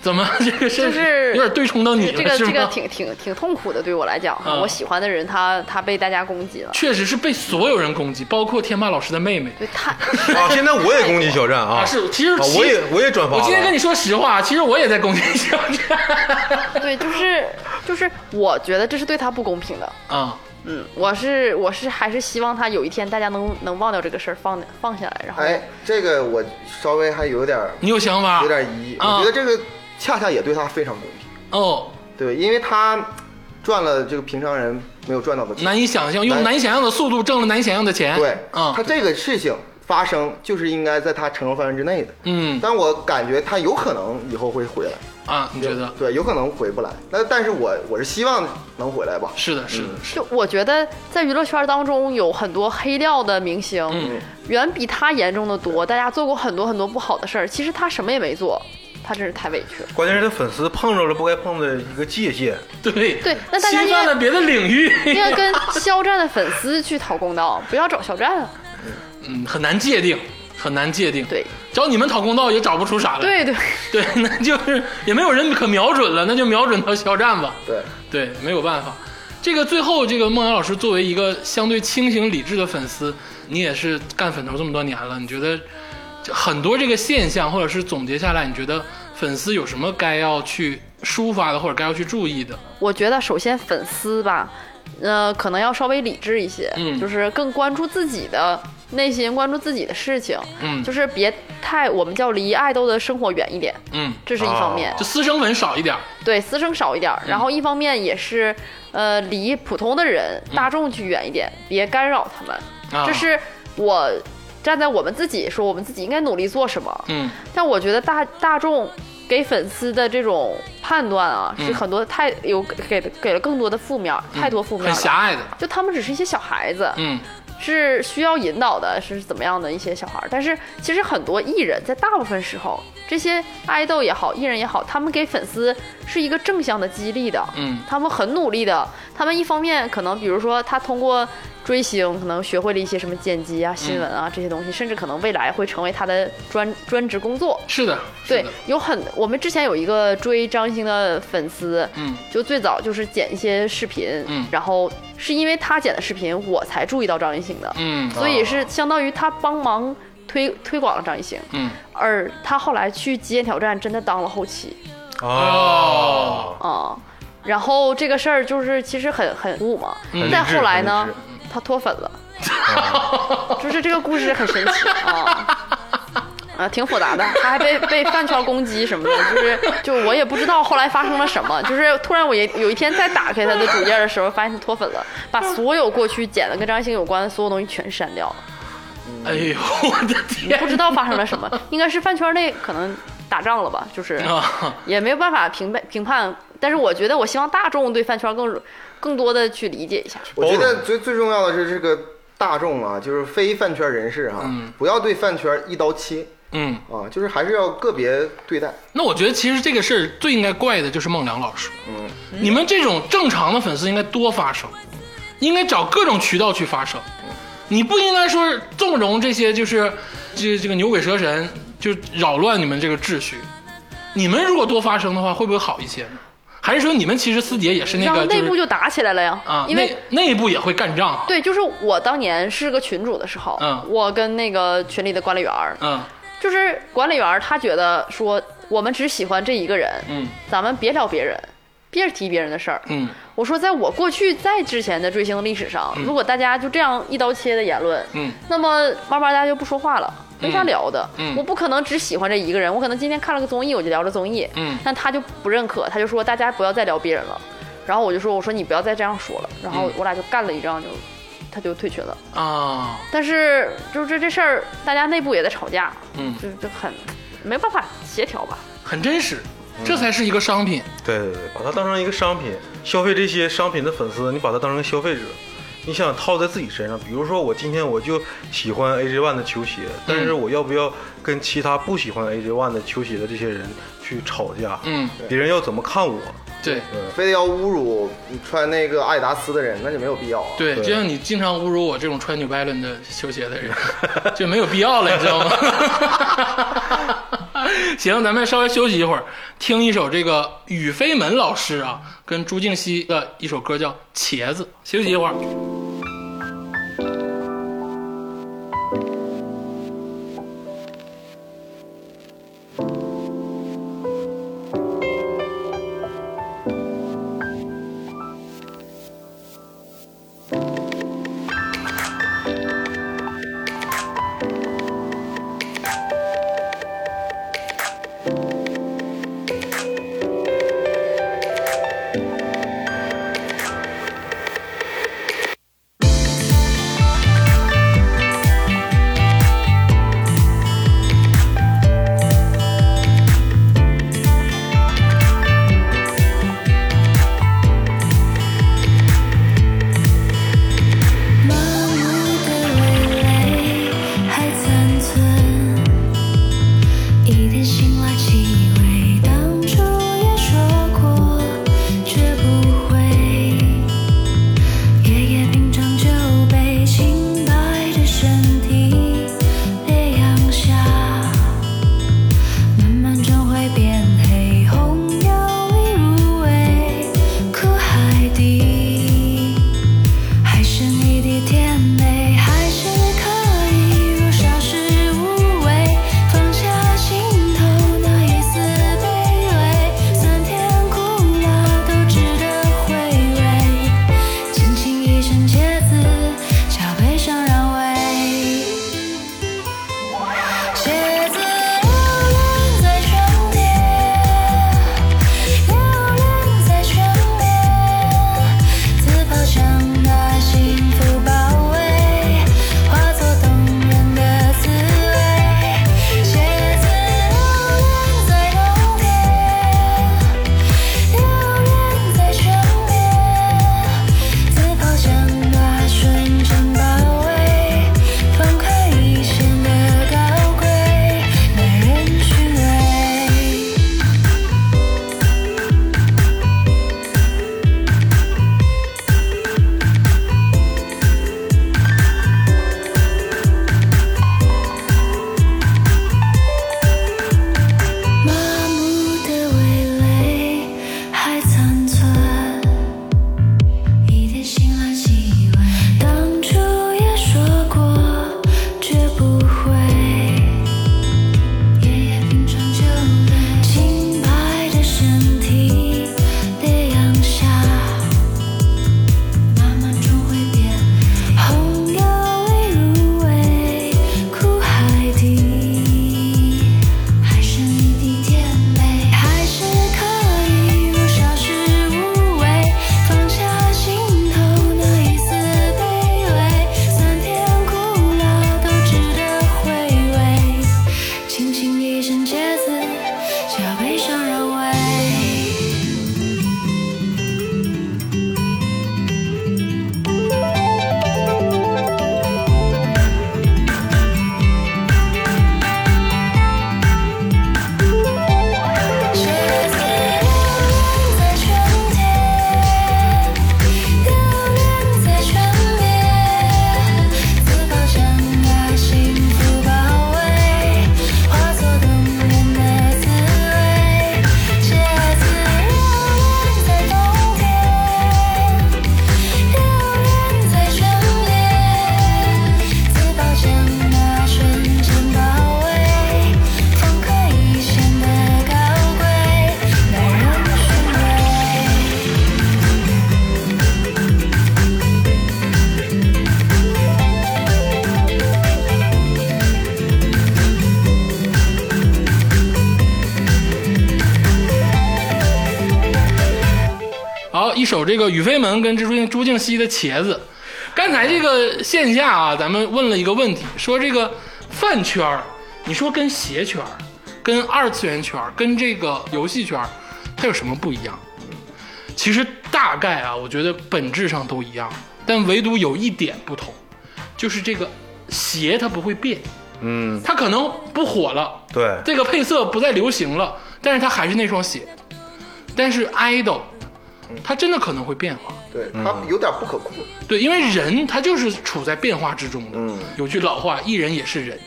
Speaker 2: 怎么这个事
Speaker 5: 就是
Speaker 2: 有点对冲到你了，
Speaker 5: 这个
Speaker 2: 是吗？
Speaker 5: 这个挺挺挺痛苦的，对我来讲，
Speaker 2: 嗯
Speaker 5: 我喜欢的人他他被大家攻击了，
Speaker 2: 确实是被所有人攻击，包括天霸老师的妹妹
Speaker 5: 对 他
Speaker 3: 啊，现在我也攻击肖战啊，
Speaker 2: 啊。是，其实
Speaker 3: 啊，我也我也转发
Speaker 2: 我今天跟
Speaker 3: 了，
Speaker 2: 你说实话，其实我也在攻击肖 战
Speaker 5: 对就是就是我觉得这是对他不公平的。
Speaker 2: 啊。
Speaker 5: 嗯，我是我是还是希望他有一天大家能能忘掉这个事儿，放放下来，然后
Speaker 4: 哎，这个我稍微还有点
Speaker 2: 你有想法？
Speaker 4: 有点疑，我
Speaker 2: 啊
Speaker 4: 觉得这个恰恰也对他非常公平。
Speaker 2: 哦，
Speaker 4: 对，因为他赚了这个平常人没有赚到的钱。
Speaker 2: 难以想象，用
Speaker 4: 难
Speaker 2: 难以想象的速度挣了难以想象的钱。
Speaker 4: 对，
Speaker 2: 啊
Speaker 4: 他，这个事情发生就是应该在他承受范围之内的。
Speaker 2: 嗯
Speaker 4: 但我感觉他有可能以后会回来，
Speaker 2: 啊，你觉得？
Speaker 4: 对，有可能回不来。那但是我我是希望能回来吧。
Speaker 2: 是的，是的，是的
Speaker 5: 就我觉得在娱乐圈当中有很多黑料的明星，
Speaker 2: 嗯
Speaker 5: 远比他严重的多，大家做过很多很多不好的事儿，其实他什么也没做，他真是太委 屈了。
Speaker 3: 关键是他粉丝碰着了不该碰的一个界限，
Speaker 4: 嗯
Speaker 2: 对
Speaker 5: 对那大家
Speaker 2: 侵犯了别的领域，
Speaker 5: 应该跟肖战的粉丝去讨公道，不要找肖战啊！
Speaker 2: 嗯，很难界定，很难界定。
Speaker 5: 对，
Speaker 2: 找你们讨公道也找不出啥来。
Speaker 5: 对对，
Speaker 2: 对， 那就是也没有人可瞄准了，那就瞄准到肖战吧。
Speaker 4: 对，
Speaker 2: 对，没有办法。这个最后，这个孟阳老师作为一个相对清醒理智的粉丝，你也是干粉头这么多年了，你觉得很多这个现象，或者是总结下来，你觉得粉丝有什么该要去抒发的，或者该要去注意的？
Speaker 5: 我觉得首先粉丝吧，呃，可能要稍微理智一些，
Speaker 2: 嗯
Speaker 5: 就是更关注自己的内心，关注自己的事情，
Speaker 2: 嗯
Speaker 5: 就是别太我们叫离爱豆的生活远一点，
Speaker 2: 嗯，
Speaker 5: 这是一方面，
Speaker 2: 就私生粉少一点儿。
Speaker 5: 对私生少一点儿，然后一方面也是，呃，离普通的人、大众去远一点，别干扰他们，
Speaker 2: 嗯啊
Speaker 5: 这是。我站在我们自己说，我们自己应该努力做什么。
Speaker 2: 嗯
Speaker 5: 但我觉得大大众给粉丝的这种判断啊，
Speaker 2: 嗯
Speaker 5: 是很多太有给了给了更多的负面，太多负面
Speaker 2: 很
Speaker 5: 了。
Speaker 2: 狭隘的，
Speaker 5: 就他们只是一些小孩子，
Speaker 2: 嗯
Speaker 5: 是需要引导的，是怎么样的一些小孩儿。但是其实很多艺人在大部分时候，这些爱豆也好，艺人也好，他们给粉丝是一个正向的激励的。
Speaker 2: 嗯
Speaker 5: 他们很努力的，他们一方面可能，比如说他通过追星，可能学会了一些什么剪辑啊、新闻
Speaker 2: 嗯
Speaker 5: 啊、这些东西，甚至可能未来会成为他的专专职工作。
Speaker 2: 是的，是
Speaker 5: 对
Speaker 2: 的，
Speaker 5: 有很我们之前有一个追张艺兴的粉丝，
Speaker 2: 嗯
Speaker 5: 就最早就是剪一些视频，
Speaker 2: 嗯
Speaker 5: 然后是因为他剪的视频，我才注意到张艺兴的，
Speaker 2: 嗯
Speaker 5: 所以
Speaker 3: 哦
Speaker 5: 是相当于他帮忙推推广了张艺兴，
Speaker 2: 嗯
Speaker 5: 而他后来去《极限挑战》真的当了后期
Speaker 2: 哦，
Speaker 5: 啊、然后这个事儿就是其实很很鼓舞嘛，
Speaker 2: 嗯
Speaker 5: 再后来呢
Speaker 3: 很励，哦
Speaker 5: 他脱粉了，就是这个故事很神奇啊。啊，挺复杂的，他还被被饭圈攻击什么的，就是就我也不知道后来发生了什么，就是突然我也有一天再打开他的主页的时候，发现他脱粉了，把所有过去剪的跟张艺兴有关的所有东西全删掉了，
Speaker 2: 哎呦我的天
Speaker 5: 不知道发生了什么，应该是饭圈内可能打仗了吧，就是
Speaker 2: 啊，
Speaker 5: 也没有办法评判评判，但是我觉得我希望大众对饭圈更更多的去理解一下，
Speaker 4: 我觉
Speaker 3: 包
Speaker 4: 得
Speaker 3: 容
Speaker 4: 最最重要的是这个大众啊，就是非饭圈人士哈、不要对饭圈一刀切
Speaker 2: 嗯，
Speaker 4: 啊，就是还是要个别对待。
Speaker 2: 那我觉得其实这个事儿最应该怪的就是孟良老师，嗯，你们这种正常的粉丝应该多发声，应该找各种渠道去发声，你不应该说是纵容这些就是这这个牛鬼蛇神就扰乱你们这个秩序，你们如果多发声的话，会不会好一些呢？还是说你们其实私底下也是那
Speaker 5: 然后
Speaker 2: 个
Speaker 5: 内
Speaker 2: 就
Speaker 5: 部
Speaker 2: 是
Speaker 5: 就打起来了呀，
Speaker 2: 啊，
Speaker 5: 因为
Speaker 2: 内内部也会干仗啊，
Speaker 5: 对，就是我当年是个群主的时候，
Speaker 2: 嗯
Speaker 5: 我跟那个群里的管理员儿，
Speaker 2: 嗯
Speaker 5: 就是管理员儿他觉得说我们只喜欢这一个人，
Speaker 2: 嗯
Speaker 5: 咱们别聊别人，别提别人的事儿。
Speaker 2: 嗯
Speaker 5: 我说，在我过去在之前的追星历史上，如果大家就这样一刀切的言论，
Speaker 2: 嗯
Speaker 5: 那么慢慢大家就不说话了。没啥
Speaker 2: 嗯
Speaker 5: 聊的，
Speaker 2: 嗯
Speaker 5: 我不可能只喜欢这一个人，我可能今天看了个综艺，我就聊了综艺，
Speaker 2: 嗯
Speaker 5: 但他就不认可，他就说大家不要再聊别人了，然后我就说我说你不要再这样说了，然后
Speaker 2: 嗯
Speaker 5: 我俩就干了一仗，就他就退群了。
Speaker 2: 啊，
Speaker 5: 但是就是这这事儿，大家内部也在吵架，
Speaker 2: 嗯
Speaker 5: 就就很没办法协调吧。
Speaker 2: 很真实，这才是一个商品。
Speaker 3: 对对对，把它当成一个商品，消费这些商品的粉丝，你把它当成个消费者，你想套在自己身上。比如说，我今天我就喜欢 AJ One 的球鞋，但是我要不要跟其他不喜欢 AJ One 的球鞋的这些人去吵架？
Speaker 2: 嗯，
Speaker 3: 别人要怎么看我？
Speaker 2: 对
Speaker 4: 非得要侮辱穿那个阿迪达斯的人，那就没有必要啊。
Speaker 2: 对，就像你经常侮辱我这种穿 New Balance 的球鞋的人，就没有必要了，你知道吗？ 行，咱们稍微休息一会儿，听一首这个宇飞门老师啊跟朱静熙的一首歌叫《茄子》，休息一会儿。
Speaker 6: 「
Speaker 2: 首这个宇飞门跟朱静朱静熙的茄子。刚才这个线下啊，咱们问了一个问题，说这个饭圈儿，你说跟鞋圈儿、跟二次元圈儿、跟这个游戏圈儿，它有什么不一样？其实大概啊，我觉得本质上都一样，但唯独有一点不同，就是这个鞋它不会变，
Speaker 3: 嗯，
Speaker 2: 它可能不火了，
Speaker 3: 对，
Speaker 2: 这个配色不再流行了，但是它还是那双鞋。但是 idol，它真的可能会变化。
Speaker 4: 对他有点不可控。
Speaker 2: 对，因为人他就是处在变化之中的。有句老话，艺人也是人，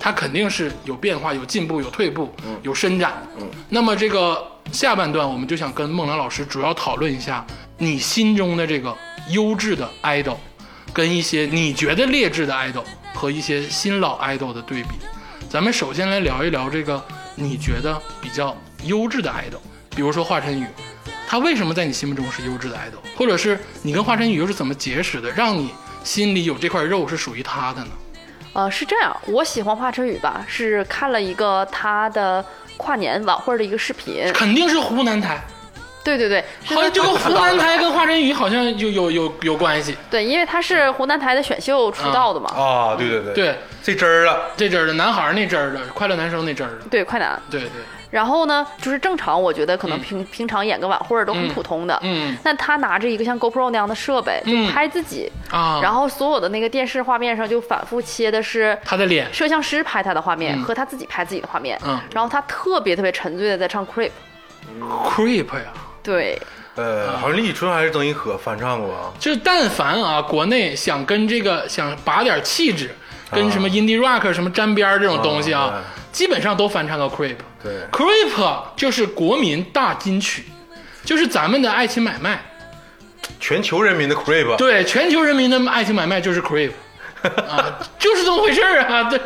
Speaker 2: 他肯定是有变化、有进步、有退步、有伸展。那么这个下半段，我们就想跟孟良老师主要讨论一下你心中的这个优质的 idol，跟一些你觉得劣质的 idol 和一些新老 idol 的对比。咱们首先来聊一聊这个你觉得比较优质的 idol，比如说华晨宇，他为什么在你心目中是优质的 idol，或者是你跟华晨宇又是怎么结识的，让你心里有这块肉是属于他的呢？
Speaker 5: 呃，是这样，我喜欢华晨宇吧，是看了一个他的跨年晚会的一个视频，
Speaker 2: 肯定是湖南台，
Speaker 5: 对对对，是
Speaker 2: 好像哎
Speaker 5: 他
Speaker 2: 这个
Speaker 5: 出
Speaker 2: 湖
Speaker 5: 道
Speaker 2: 南
Speaker 5: 的
Speaker 2: 台跟华晨宇好像有有有有关系。
Speaker 5: 对，因为他是湖南台的选秀出道的嘛，
Speaker 3: 啊，对对对，
Speaker 2: 对，
Speaker 3: 这真儿了，
Speaker 2: 这阵儿的男孩儿那阵儿的，快乐男生那阵儿的，
Speaker 5: 对，快男。
Speaker 2: 对对，
Speaker 5: 然后呢，就是正常，我觉得可能平、平常演个晚会儿都
Speaker 2: 嗯
Speaker 5: 很普通的，
Speaker 2: 嗯
Speaker 5: 但他拿着一个像 GoPro 那样的设备，
Speaker 2: 嗯
Speaker 5: 就拍自己，
Speaker 2: 啊，
Speaker 5: 然
Speaker 2: 后
Speaker 5: 后所有的那个电视画面上就反复切的是
Speaker 2: 他的脸，
Speaker 5: 摄像师拍他的画面、
Speaker 2: 嗯
Speaker 5: 和他自己拍自己的画面，
Speaker 2: 嗯
Speaker 5: 然后他特别特别沉醉的在唱 Creep，
Speaker 2: ，creep 呀、
Speaker 5: 对，
Speaker 3: 呃，好像李宇春还是曾轶可翻唱过啊，
Speaker 2: 就是但凡啊，国内想跟这个想拔点气质，跟什么 indie rock 什么沾边儿这种东西啊，
Speaker 3: 啊
Speaker 2: 基本上都翻唱个 creep。
Speaker 3: 对
Speaker 2: ，creep 就是国民大金曲，就是咱们的爱情买卖。
Speaker 3: 全球人民的 crave，啊
Speaker 2: 对，全球人民的爱情买卖就是 creep。啊， 就是这么回事儿啊！对，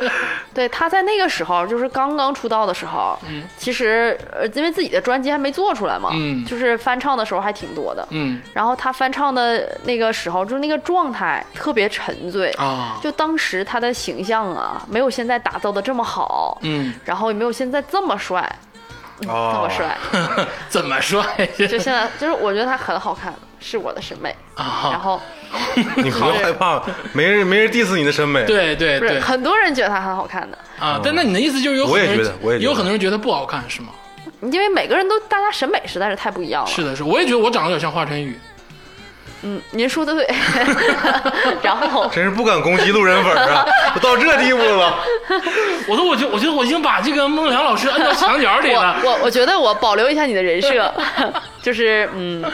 Speaker 5: 对，他在那个时候就是刚刚出道的时候，嗯，其实呃，因为自己的专辑还没做出来嘛，
Speaker 2: 嗯
Speaker 5: 就是翻唱的时候还挺多的，
Speaker 2: 嗯
Speaker 5: 然后他翻唱的那个时候，就是那个状态特别沉醉，
Speaker 2: 啊，
Speaker 5: 就当时他的形象啊，没有现在打造的这么好，
Speaker 2: 嗯， 哦
Speaker 5: 然后也没有现在这么帅，这
Speaker 3: 啊
Speaker 5: 么， 帅，
Speaker 2: 怎么说呀？
Speaker 5: 就现在就是我觉得他很好看，是我的审美，然
Speaker 2: 啊，
Speaker 5: 后
Speaker 3: 你不要害怕，没人没人 diss 你的审美，，
Speaker 2: 对对
Speaker 5: 不是
Speaker 2: 对
Speaker 5: 很多人觉得他很好看的，
Speaker 2: 啊！但那你的意思就是有很
Speaker 3: 我
Speaker 2: 多
Speaker 3: 也
Speaker 2: 人
Speaker 3: 觉得我也觉得
Speaker 2: 有很多人觉得不好看是吗？
Speaker 5: 因为每个人都大家审美实在是太不一样了，
Speaker 2: 是的，是，我也觉得我长得有点像华晨宇，
Speaker 5: 嗯，您说的对， 然后。
Speaker 3: 真是不敢攻击路人粉儿 啊，都到这地步了，
Speaker 2: 我说，我觉我觉得我已经把这个孟良老师摁到墙角里
Speaker 5: 我
Speaker 2: 了。
Speaker 5: 我我觉得我保留一下你的人设， 就是嗯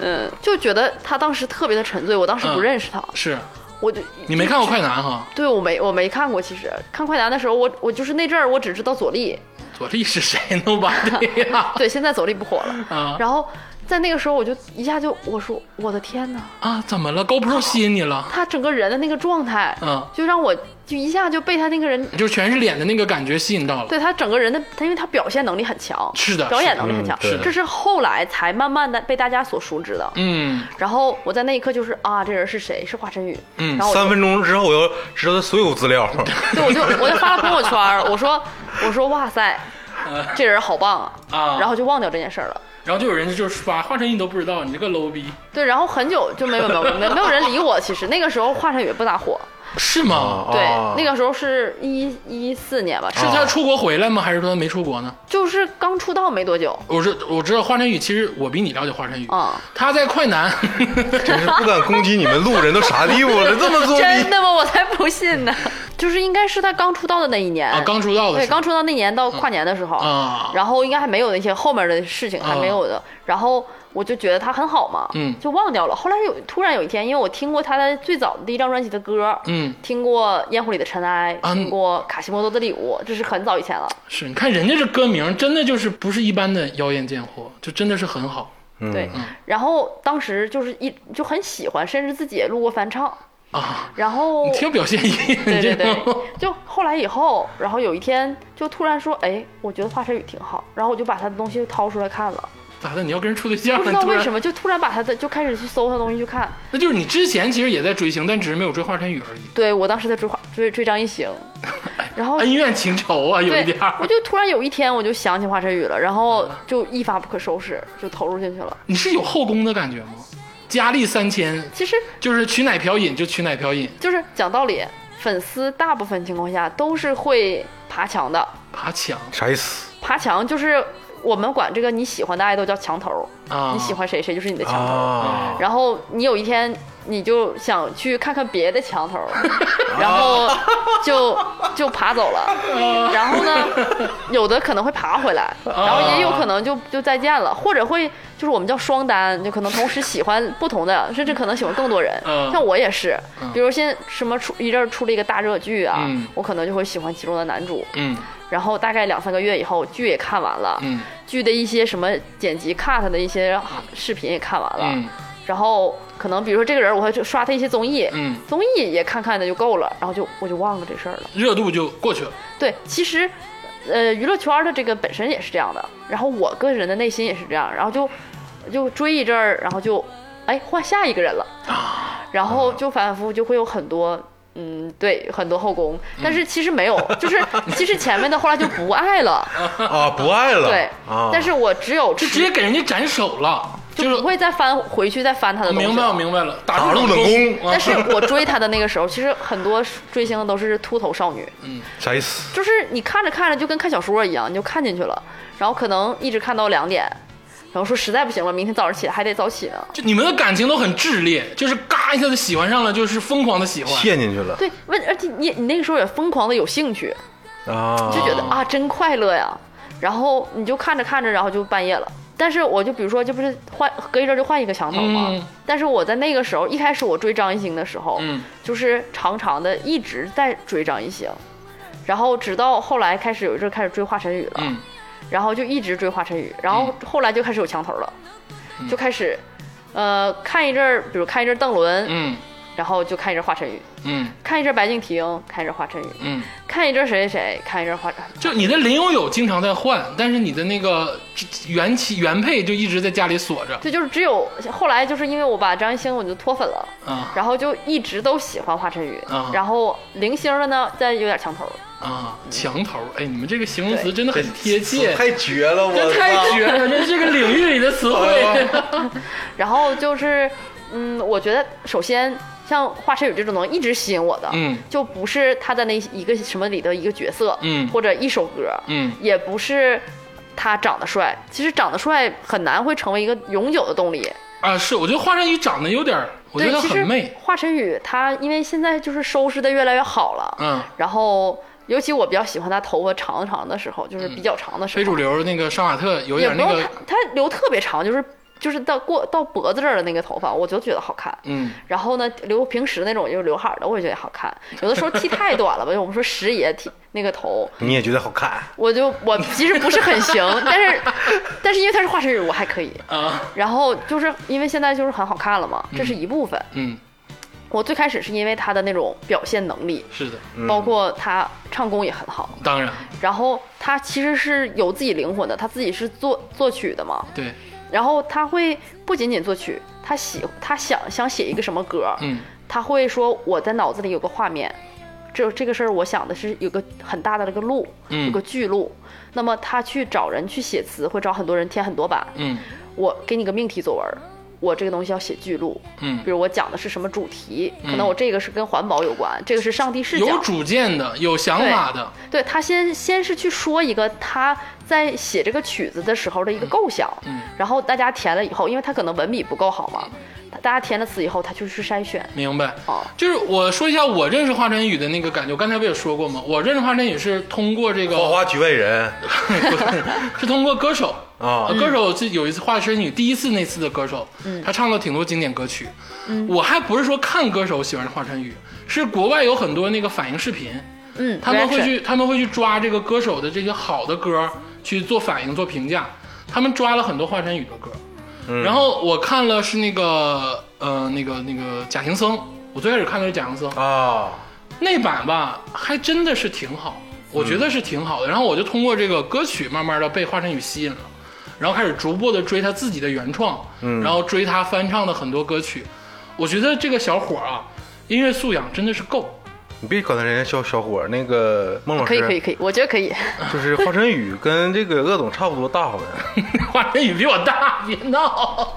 Speaker 5: 嗯，就觉得他当时特别的沉醉，我当时不
Speaker 2: 嗯
Speaker 5: 认识他，
Speaker 2: 是
Speaker 5: 我就
Speaker 2: 你没看过《快男》哈？
Speaker 5: 对我没我没看过，其实看快男的时候，我我就是那阵儿我只知道左立，
Speaker 2: 左立是谁？Nobody 呀！
Speaker 5: 对，现在左立不火了，
Speaker 2: 啊
Speaker 5: 然后在那个时候我就一下就我说我的天呐，
Speaker 2: 啊，怎么了？GoPro 吸引你了？
Speaker 5: 他整个人的那个状态，
Speaker 2: 嗯
Speaker 5: 就让我就一下就被他那个人。
Speaker 2: 就全是脸的那个感觉吸引到了。
Speaker 5: 对他整个人的，他因为他表现能力很强，
Speaker 2: 是的
Speaker 5: 表演
Speaker 2: 是的
Speaker 5: 能力很强，
Speaker 3: 嗯是的
Speaker 5: 这是后来才慢慢的被大家所熟知的。
Speaker 2: 嗯
Speaker 5: 然后我在那一刻就是啊，这人是谁？是华晨宇。
Speaker 2: 嗯
Speaker 5: 然后我就
Speaker 3: 三分钟之后我要知道他所有资料，
Speaker 5: 哦
Speaker 3: 啊
Speaker 5: 对，我就我就发了朋友圈儿，我说我说哇塞，这人好棒
Speaker 2: 嗯啊
Speaker 5: 然后就忘掉这件事儿了。
Speaker 2: 然后就有人就是刷华晨宇都不知道，你这个 low 逼
Speaker 5: 对，然后很久就没有没有没有没有人理我。其实那个时候华晨宇不咋火，
Speaker 2: 是吗？
Speaker 5: 对，
Speaker 3: 啊
Speaker 5: 那个时候是一一四年吧，
Speaker 2: 是
Speaker 5: 是
Speaker 2: 他出国回来吗？还是说他没出国呢？
Speaker 5: 就是刚出道没多久
Speaker 2: 我知我知道华晨宇，其实我比你了解华晨宇。
Speaker 5: 啊。
Speaker 2: 他在快 男，
Speaker 3: 真是不敢攻击你们路人都啥地步了，这么作
Speaker 5: 真
Speaker 3: 逼，
Speaker 5: 的吗？我才不信呢！就是应该是他刚出道的那一年
Speaker 2: 啊刚出道的
Speaker 5: 对，
Speaker 2: 时候
Speaker 5: 刚出道那年到跨年的时候
Speaker 2: 啊
Speaker 5: 然后应该还没有那些后面的事情还没有的，然后我就觉得他很好嘛，
Speaker 2: 嗯
Speaker 5: 就忘掉了。后来有突然有一天，因为我听过他的最早的第一张专辑的歌，
Speaker 2: 嗯
Speaker 5: 听过《烟火里的尘埃》，
Speaker 2: 啊
Speaker 5: 听过《卡西莫多的礼物》，这是很早以前了。
Speaker 2: 是你看人家这歌名真的就是不是一般的妖艳贱货，就真的是很好
Speaker 5: 对，
Speaker 2: 嗯
Speaker 5: 然后当时就是一就很喜欢，甚至自己也录过翻唱。
Speaker 2: 啊。
Speaker 5: 然后
Speaker 2: 你挺有表现欲，
Speaker 5: 对
Speaker 2: 你
Speaker 5: 对
Speaker 2: 这
Speaker 5: 对
Speaker 2: 个，
Speaker 5: 就后来以后，然后有一天就突然说，哎，我觉得华晨宇挺好，然后我就把他的东西掏出来看 了，
Speaker 2: 咋的？你要跟人处对象了？
Speaker 5: 不知
Speaker 2: 你
Speaker 5: 道
Speaker 2: 突
Speaker 5: 为
Speaker 2: 然
Speaker 5: 什么就突然把他的就开始去搜他东西去看，
Speaker 2: 那就是你之前其实也在追星，但只是没有追华晨宇而已。
Speaker 5: 对我当时在追华追追张艺兴，然后
Speaker 2: 恩怨情仇啊，有一
Speaker 5: 对
Speaker 2: 点儿，
Speaker 5: 我。就突然有一天我就想起华晨宇了，然后就一发不可收拾，就投入进去了。
Speaker 2: 你是有后宫的感觉吗？佳丽三千，
Speaker 5: 其实
Speaker 2: 就是取哪瓢饮就取哪瓢饮，
Speaker 5: 就是讲道理，粉丝大部分情况下都是会爬墙的，
Speaker 2: 爬墙
Speaker 3: 啥意思？
Speaker 5: 爬墙就是我们管这个你喜欢的爱豆叫墙头，
Speaker 2: 啊！
Speaker 5: 你喜欢谁谁就是你的墙头。
Speaker 3: 啊，
Speaker 5: 然后你有一天你就想去看看别的 墙头，然后就就爬走
Speaker 2: 啊
Speaker 5: 了。然后呢，有的可能会爬回来，然后也有可能就就再见了，或者会就是我们叫双单，就可能同时喜欢不同的，甚至可能喜欢更多人
Speaker 2: 嗯。
Speaker 5: 像我也是，比如现在什么出一阵儿出了一个大热剧啊
Speaker 2: 嗯，
Speaker 5: 我可能就会喜欢其中的男主。
Speaker 2: 嗯
Speaker 5: 然后大概两三个月以后，剧也看完了，
Speaker 2: 嗯
Speaker 5: 剧的一些什么剪辑 cut 的一些视频也看完了，
Speaker 2: 嗯
Speaker 5: 然后可能比如说这个人，我会去刷他一些综艺，
Speaker 2: 嗯，
Speaker 5: 综艺也看看的就够了，然后就我就忘了这事儿了。
Speaker 2: 热度就过去了。
Speaker 5: 对，其实，呃，娱乐圈儿的这个本身也是这样的，然后我个人的内心也是这样，然后就就追一阵儿，然后就哎换下一个人了，
Speaker 2: 啊
Speaker 5: 然后就反反复复就会有很多。嗯，对，很多后宫，
Speaker 2: 嗯
Speaker 5: 但是其实 没有，就是其实前面的后来就不爱了，
Speaker 3: 啊，不爱了。
Speaker 5: 对，
Speaker 3: 啊，
Speaker 5: 但是我只有
Speaker 2: 就
Speaker 5: 吃
Speaker 2: 直接给人家斩首了，就
Speaker 5: 就不
Speaker 2: 是
Speaker 5: 会再翻回去再翻他的
Speaker 2: 我
Speaker 5: 东西了。
Speaker 2: 哦明白，我明白了，打
Speaker 3: 打入冷宫
Speaker 2: 啊
Speaker 5: 但是我追她的那个时候，其实很多追星的都是秃头少女，
Speaker 3: 啥意思？
Speaker 5: 就是你看着看着就跟看小说一样，你就看进去了，然后可能一直看到两点，然后说实在不行了，明天早上起来还得早起呢。
Speaker 2: 就你们的感情都很炽烈，就是嘎一下子喜欢上了，就是疯狂的喜欢。
Speaker 3: 陷进去了
Speaker 5: 对，问而且你你那个时候也疯狂的有兴趣，
Speaker 3: 啊！
Speaker 5: 就觉得啊真快乐呀，然后你就看着看着，然后就半夜了。但是我就比如说，这不是换隔一阵就换一个墙头吗？
Speaker 2: 嗯
Speaker 5: 但是我在那个时候，一开始我追张艺兴的时候，
Speaker 2: 嗯
Speaker 5: 就是常常的一直在追张艺兴，然后直到后来开始有一阵开始追华晨宇了，
Speaker 2: 嗯
Speaker 5: 然后就一直追华晨宇，然后后来就开始有墙头了，
Speaker 2: 嗯
Speaker 5: 就开始，呃，看一阵儿，比如看一阵儿邓伦，
Speaker 2: 嗯
Speaker 5: 然后就看一阵儿华晨宇，
Speaker 2: 嗯
Speaker 5: 看一阵儿白敬亭，看一阵儿华晨宇，
Speaker 2: 嗯，
Speaker 5: 看一阵儿谁谁谁，看一阵儿华，
Speaker 2: 就你的林有有经常在换，但是你的那个原期原配就一直在家里锁着
Speaker 5: 这就是只有后来就是因为我把张艺兴我就脱粉了，
Speaker 2: 啊
Speaker 5: 然后就一直都喜欢华晨宇，
Speaker 2: 啊
Speaker 5: 然后零星的呢再有点墙头，
Speaker 2: 啊，墙头，哎，你们这个形容词真的很贴切，
Speaker 3: 太绝了，我
Speaker 2: 这太绝了，这是这个领域里的词汇。
Speaker 5: 然后就是，嗯，我觉得首先像华晨宇这种能一直吸引我的，
Speaker 2: 嗯
Speaker 5: 就不是他的那一个什么里的一个角色，
Speaker 2: 嗯
Speaker 5: 或者一首歌，
Speaker 2: 嗯
Speaker 5: 也不是他长得帅。其实长得帅很难会成为一个永久的动力。
Speaker 2: 啊，是，我觉得华晨宇长得有点儿，我觉
Speaker 5: 对，
Speaker 2: 得
Speaker 5: 其
Speaker 2: 很
Speaker 5: 实
Speaker 2: 媚，
Speaker 5: 华晨宇他因为现在就是收拾的越来越好了，
Speaker 2: 嗯，
Speaker 5: 然后尤其我比较喜欢他头发长长的时候，就是比较长的时候，
Speaker 2: 嗯非主流那个杀马特有
Speaker 5: 也
Speaker 2: 点儿
Speaker 5: 不
Speaker 2: 那
Speaker 5: 用
Speaker 2: 个
Speaker 5: 他，他留特别长，就是就是到过到脖子这儿的那个头发，我就觉得好看。
Speaker 2: 嗯
Speaker 5: 然后呢，留平时那种就是刘海儿的，我也觉得好看。有的时候剃太短了吧，就 我们说石爷剃那个头，
Speaker 3: 你也觉得好看？
Speaker 5: 我就我其实不是很行，但是但是因为他是华晨宇，我还可以。
Speaker 2: 啊
Speaker 5: 然后就是因为现在就是很好看了嘛，这是一部分。
Speaker 2: 嗯，
Speaker 5: 我最开始是因为他的那种表现能力，
Speaker 2: 是的，
Speaker 5: 包括他唱功也很好，
Speaker 2: 当然
Speaker 5: 然后他其实是有自己灵魂的，他自己是作作曲的嘛，
Speaker 2: 对，
Speaker 5: 然后他会不仅仅作曲，他喜他想想写一个什么歌，
Speaker 2: 嗯
Speaker 5: 他会说我在脑子里有个画面，这这个事儿我想的是有个很大的那个路，
Speaker 2: 嗯
Speaker 5: 有个巨路。那么他去找人去写词，会找很多人填很多版。
Speaker 2: 嗯
Speaker 5: 我给你个命题作文，我这个东西要写巨路，
Speaker 2: 嗯
Speaker 5: 比，如我讲的是什么主题，可能我这个是跟环保有关，这个是上帝视角
Speaker 2: 有。主见的，有想法的，
Speaker 5: 对他先先是去说一个他在写这个曲子的时候的一个构想，
Speaker 2: 嗯
Speaker 5: 然后大家填了以后，因为他可能文笔不够好嘛，
Speaker 2: 嗯
Speaker 5: 他大家填了词以后，他就去筛选。
Speaker 2: 明白。
Speaker 5: 哦，
Speaker 2: 就是我说一下我认识华晨宇的那个感觉，我刚才不也说过吗？我认识华晨宇是通过这个
Speaker 3: 花花局外人
Speaker 2: 是通过歌手
Speaker 3: 啊
Speaker 2: 呃，歌手是有一次华晨宇第一次那次的歌手，他唱了挺多经典歌曲。我还不是说看歌手喜欢华晨宇，是国外有很多那个反应视频，
Speaker 5: 嗯，
Speaker 2: 他们
Speaker 5: reaction
Speaker 2: 会去他们会去抓这个歌手的这些好的歌去做反应做评价，他们抓了很多华晨宇的歌。然后我看了是那个呃那个那个贾行僧，我最开始看的是贾行僧，
Speaker 3: 啊，
Speaker 2: 那版吧，还真的是挺好，我
Speaker 3: 嗯
Speaker 2: 觉得是挺好的。然后我就通过这个歌曲，慢慢的被华晨宇吸引了，然后开始逐步的追他自己的原创，
Speaker 3: 嗯
Speaker 2: 然后追他翻唱的很多歌曲。我觉得这个小伙儿啊，音乐素养真的是够，
Speaker 3: 你别搞成人家小小伙儿那个孟老师，
Speaker 5: 可以可以可以，我觉得可以。
Speaker 3: 就是华晨宇跟这个鄂总差不多大，好像。
Speaker 2: 华晨宇比我大，别闹。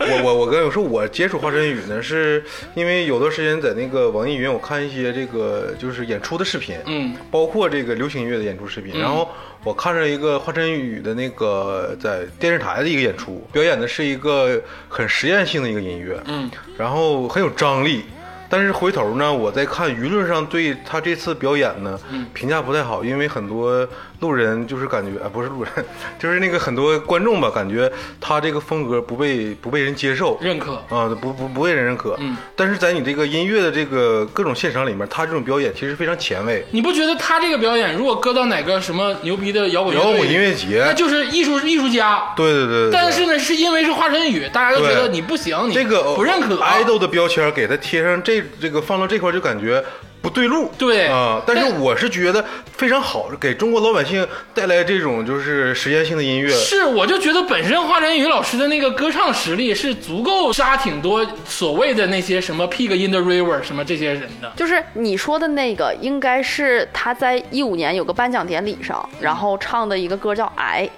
Speaker 3: 我我我跟你说，我接触华晨宇呢，是因为有段时间在那个网易云，我看一些这个就是演出的视频，
Speaker 2: 嗯，
Speaker 3: 包括这个流行音乐的演出视频。然后我看着一个华晨宇的那个在电视台的一个演出，表演的是一个很实验性的一个音乐，
Speaker 2: 嗯，
Speaker 3: 然后很有张力。但是回头呢，我在看舆论上对他这次表演呢、
Speaker 2: 嗯
Speaker 3: 评价不太好，因为很多路人就是感觉啊，不是路人， 就是那个很多观众吧，感觉他这个风格不被不被人接受，
Speaker 2: 认可，
Speaker 3: 啊，不不不被人认可。
Speaker 2: 嗯，
Speaker 3: 但是在你这个音乐的这个各种现场里面，他这种表演其实非常前卫。
Speaker 2: 你不觉得他这个表演如果搁到哪个什么牛逼的摇滚乐
Speaker 3: 摇
Speaker 2: 队
Speaker 3: 滚音乐节
Speaker 2: 那，就是艺术艺术家。
Speaker 3: 对对对对对
Speaker 2: 但是呢，是因为是华晨宇，大家都觉得
Speaker 3: 对
Speaker 2: 你不行，你
Speaker 3: 这个
Speaker 2: 不认可。
Speaker 3: idol 的标签给他贴上这这个放到这块就感觉不对路。
Speaker 2: 对
Speaker 3: 啊、但是
Speaker 2: 但
Speaker 3: 我是觉得非常好，给中国老百姓带来这种就是实验性的音乐。
Speaker 2: 是，我就觉得本身华晨宇老师的那个歌唱实力是足够杀挺多所谓的那些什么 Pig in the River 什么这些人的。
Speaker 5: 就是你说的那个，应该是他在一五年有个颁奖典礼上，然后唱的一个歌叫《癌》，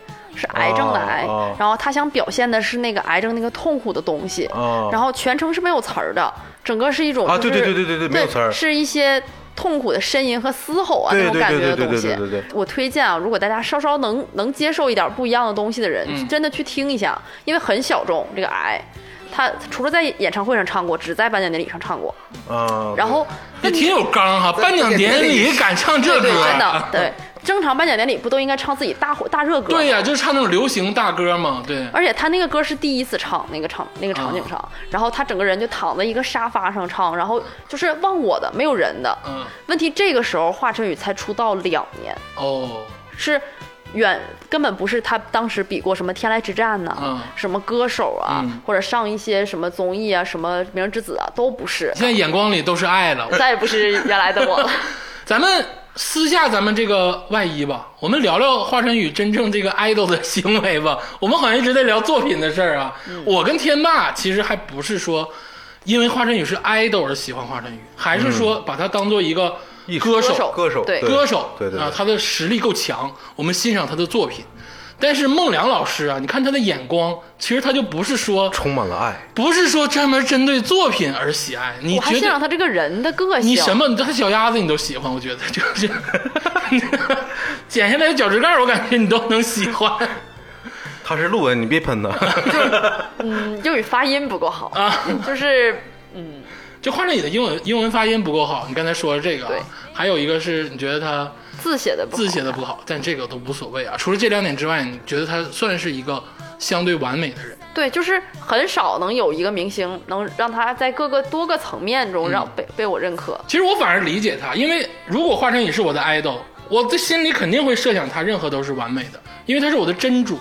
Speaker 5: 是癌症的癌。
Speaker 3: 哦哦
Speaker 5: 然后他想表现的是那个癌症那个痛苦的东西。
Speaker 3: 哦
Speaker 5: 然后全程是没有词儿的，整个是一种、
Speaker 3: 啊
Speaker 5: 就是、
Speaker 3: 对对对对对对没有词儿
Speaker 5: 是一些。痛苦的呻吟和嘶吼啊，
Speaker 3: 对
Speaker 5: 那种
Speaker 3: 对
Speaker 5: 感
Speaker 3: 对
Speaker 5: 觉
Speaker 3: 对
Speaker 5: 的
Speaker 3: 对
Speaker 5: 东
Speaker 3: 对
Speaker 5: 西
Speaker 3: 对对对。
Speaker 5: 我推荐啊，如果大家稍稍能能接受一点不一样的东西的人，
Speaker 2: 嗯
Speaker 5: 真的去听一下，因为很小众。这个癌，他除了在演唱会上唱过，只在颁奖典礼上唱过。
Speaker 3: 啊，
Speaker 5: 然后
Speaker 2: 也挺有刚哈，
Speaker 4: 对
Speaker 2: 颁奖典礼敢唱这歌，啊
Speaker 5: 对，真 的，对。正常颁奖典礼不都应该唱自己大火大热歌？
Speaker 2: 对呀、就是唱那种流行大歌嘛，对。
Speaker 5: 而且他那个歌是第一次唱那个场那个
Speaker 2: 嗯
Speaker 5: 场景上，然后他整个人就躺在一个沙发上唱，然后就是忘我的，没有人的。
Speaker 2: 嗯，
Speaker 5: 问题这个时候华晨宇才出道两年，
Speaker 2: 哦，
Speaker 5: 是远根本不是他当时比过什么天籁之战呐、
Speaker 2: 嗯
Speaker 5: 什么歌手啊，
Speaker 2: 嗯
Speaker 5: 或者上一些什么综艺啊，什么明日之子啊，都不是，
Speaker 2: 现在眼光里都是爱了。
Speaker 5: 再也不是原来的我了。
Speaker 2: 咱们私下咱们这个外衣吧，我们聊聊华晨宇真正这个 idol 的行为吧。我们好像一直在聊作品的事儿啊。我跟天霸其实还不是说因为华晨宇是 idol 而喜欢华晨宇，还是说把他当做一个
Speaker 3: 艺术
Speaker 2: 歌
Speaker 5: 歌
Speaker 2: 手
Speaker 5: 手，
Speaker 3: 歌手
Speaker 5: 对
Speaker 2: 歌手，
Speaker 3: 对对对
Speaker 2: 啊，他的实力够强，我们欣赏他的作品。但是孟良老师啊，你看他的眼光，其实他就不是说
Speaker 3: 充满了爱。
Speaker 2: 不是说专门针对作品而喜爱， 你
Speaker 5: 我还
Speaker 2: 觉
Speaker 5: 欣
Speaker 2: 得
Speaker 5: 赏他这个人的个性。
Speaker 2: 你什么？你这个小鸭子你都喜欢，我觉得就是剪下来的脚趾盖儿，我感觉你都能喜欢
Speaker 3: 他是路人，你别喷他。
Speaker 5: 嗯，英语发音不够好，
Speaker 2: 啊。
Speaker 5: 就是
Speaker 2: 就华晨宇的英文英文发音不够好，你刚才说了这个、
Speaker 5: 对
Speaker 2: 啊，还有一个是你觉得他
Speaker 5: 字写的不好，
Speaker 2: 字写的不好，但这个都无所谓啊。除了这两点之外，你觉得他算是一个相对完美的人？
Speaker 5: 对，就是很少能有一个明星能让他在各个多个层面中
Speaker 2: 嗯
Speaker 5: 让被、被我认可。
Speaker 2: 其实我反而理解他，因为如果华晨宇是我的 idol，我的心里肯定会设想他任何都是完美的，因为他是我的真主，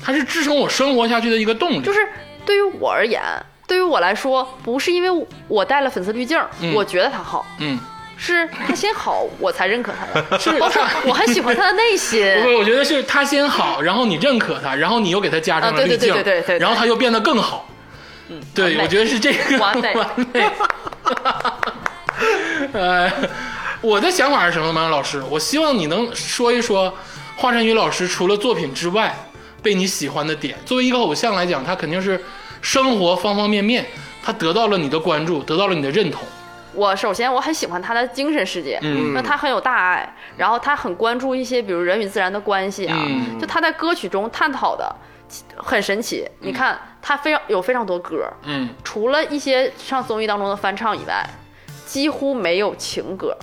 Speaker 2: 他是支撑我生活下去的一个动力。
Speaker 5: 就是对于我而言，对于我来说，不是因为我戴了粉丝滤镜，
Speaker 2: 嗯
Speaker 5: 我觉得他好，
Speaker 2: 嗯，
Speaker 5: 是他先好我才认可他 的，
Speaker 2: 是
Speaker 5: 包括 我很喜欢他的内心。
Speaker 2: 不， 我觉得是他先 好，然后你认可他，然后你又给他加上
Speaker 5: 啊
Speaker 2: 了
Speaker 5: 对
Speaker 2: 滤
Speaker 5: 对
Speaker 2: 镜，
Speaker 5: 对对对对对
Speaker 2: 然后他又变得更好。嗯，对，
Speaker 5: 完美
Speaker 2: 我觉得是这 个
Speaker 5: 完美
Speaker 2: 呃，我的想法是什么吗，老师？我希望你能说一说华晨宇老师除了作品之外被你喜欢的点。作为一个偶像来讲，他肯定是生活方方面面，他得到了你的关注，得到了你的认同。
Speaker 5: 我首先我很喜欢他的精神世界，
Speaker 2: 嗯
Speaker 5: 那他很有大爱，然后他很关注一些比如人与自然的关系啊，
Speaker 2: 嗯
Speaker 5: 就他在歌曲中探讨的很神奇。你看他非常有非常多歌，
Speaker 2: 嗯，
Speaker 5: 除了一些上综艺当中的翻唱以外，几乎没有情歌。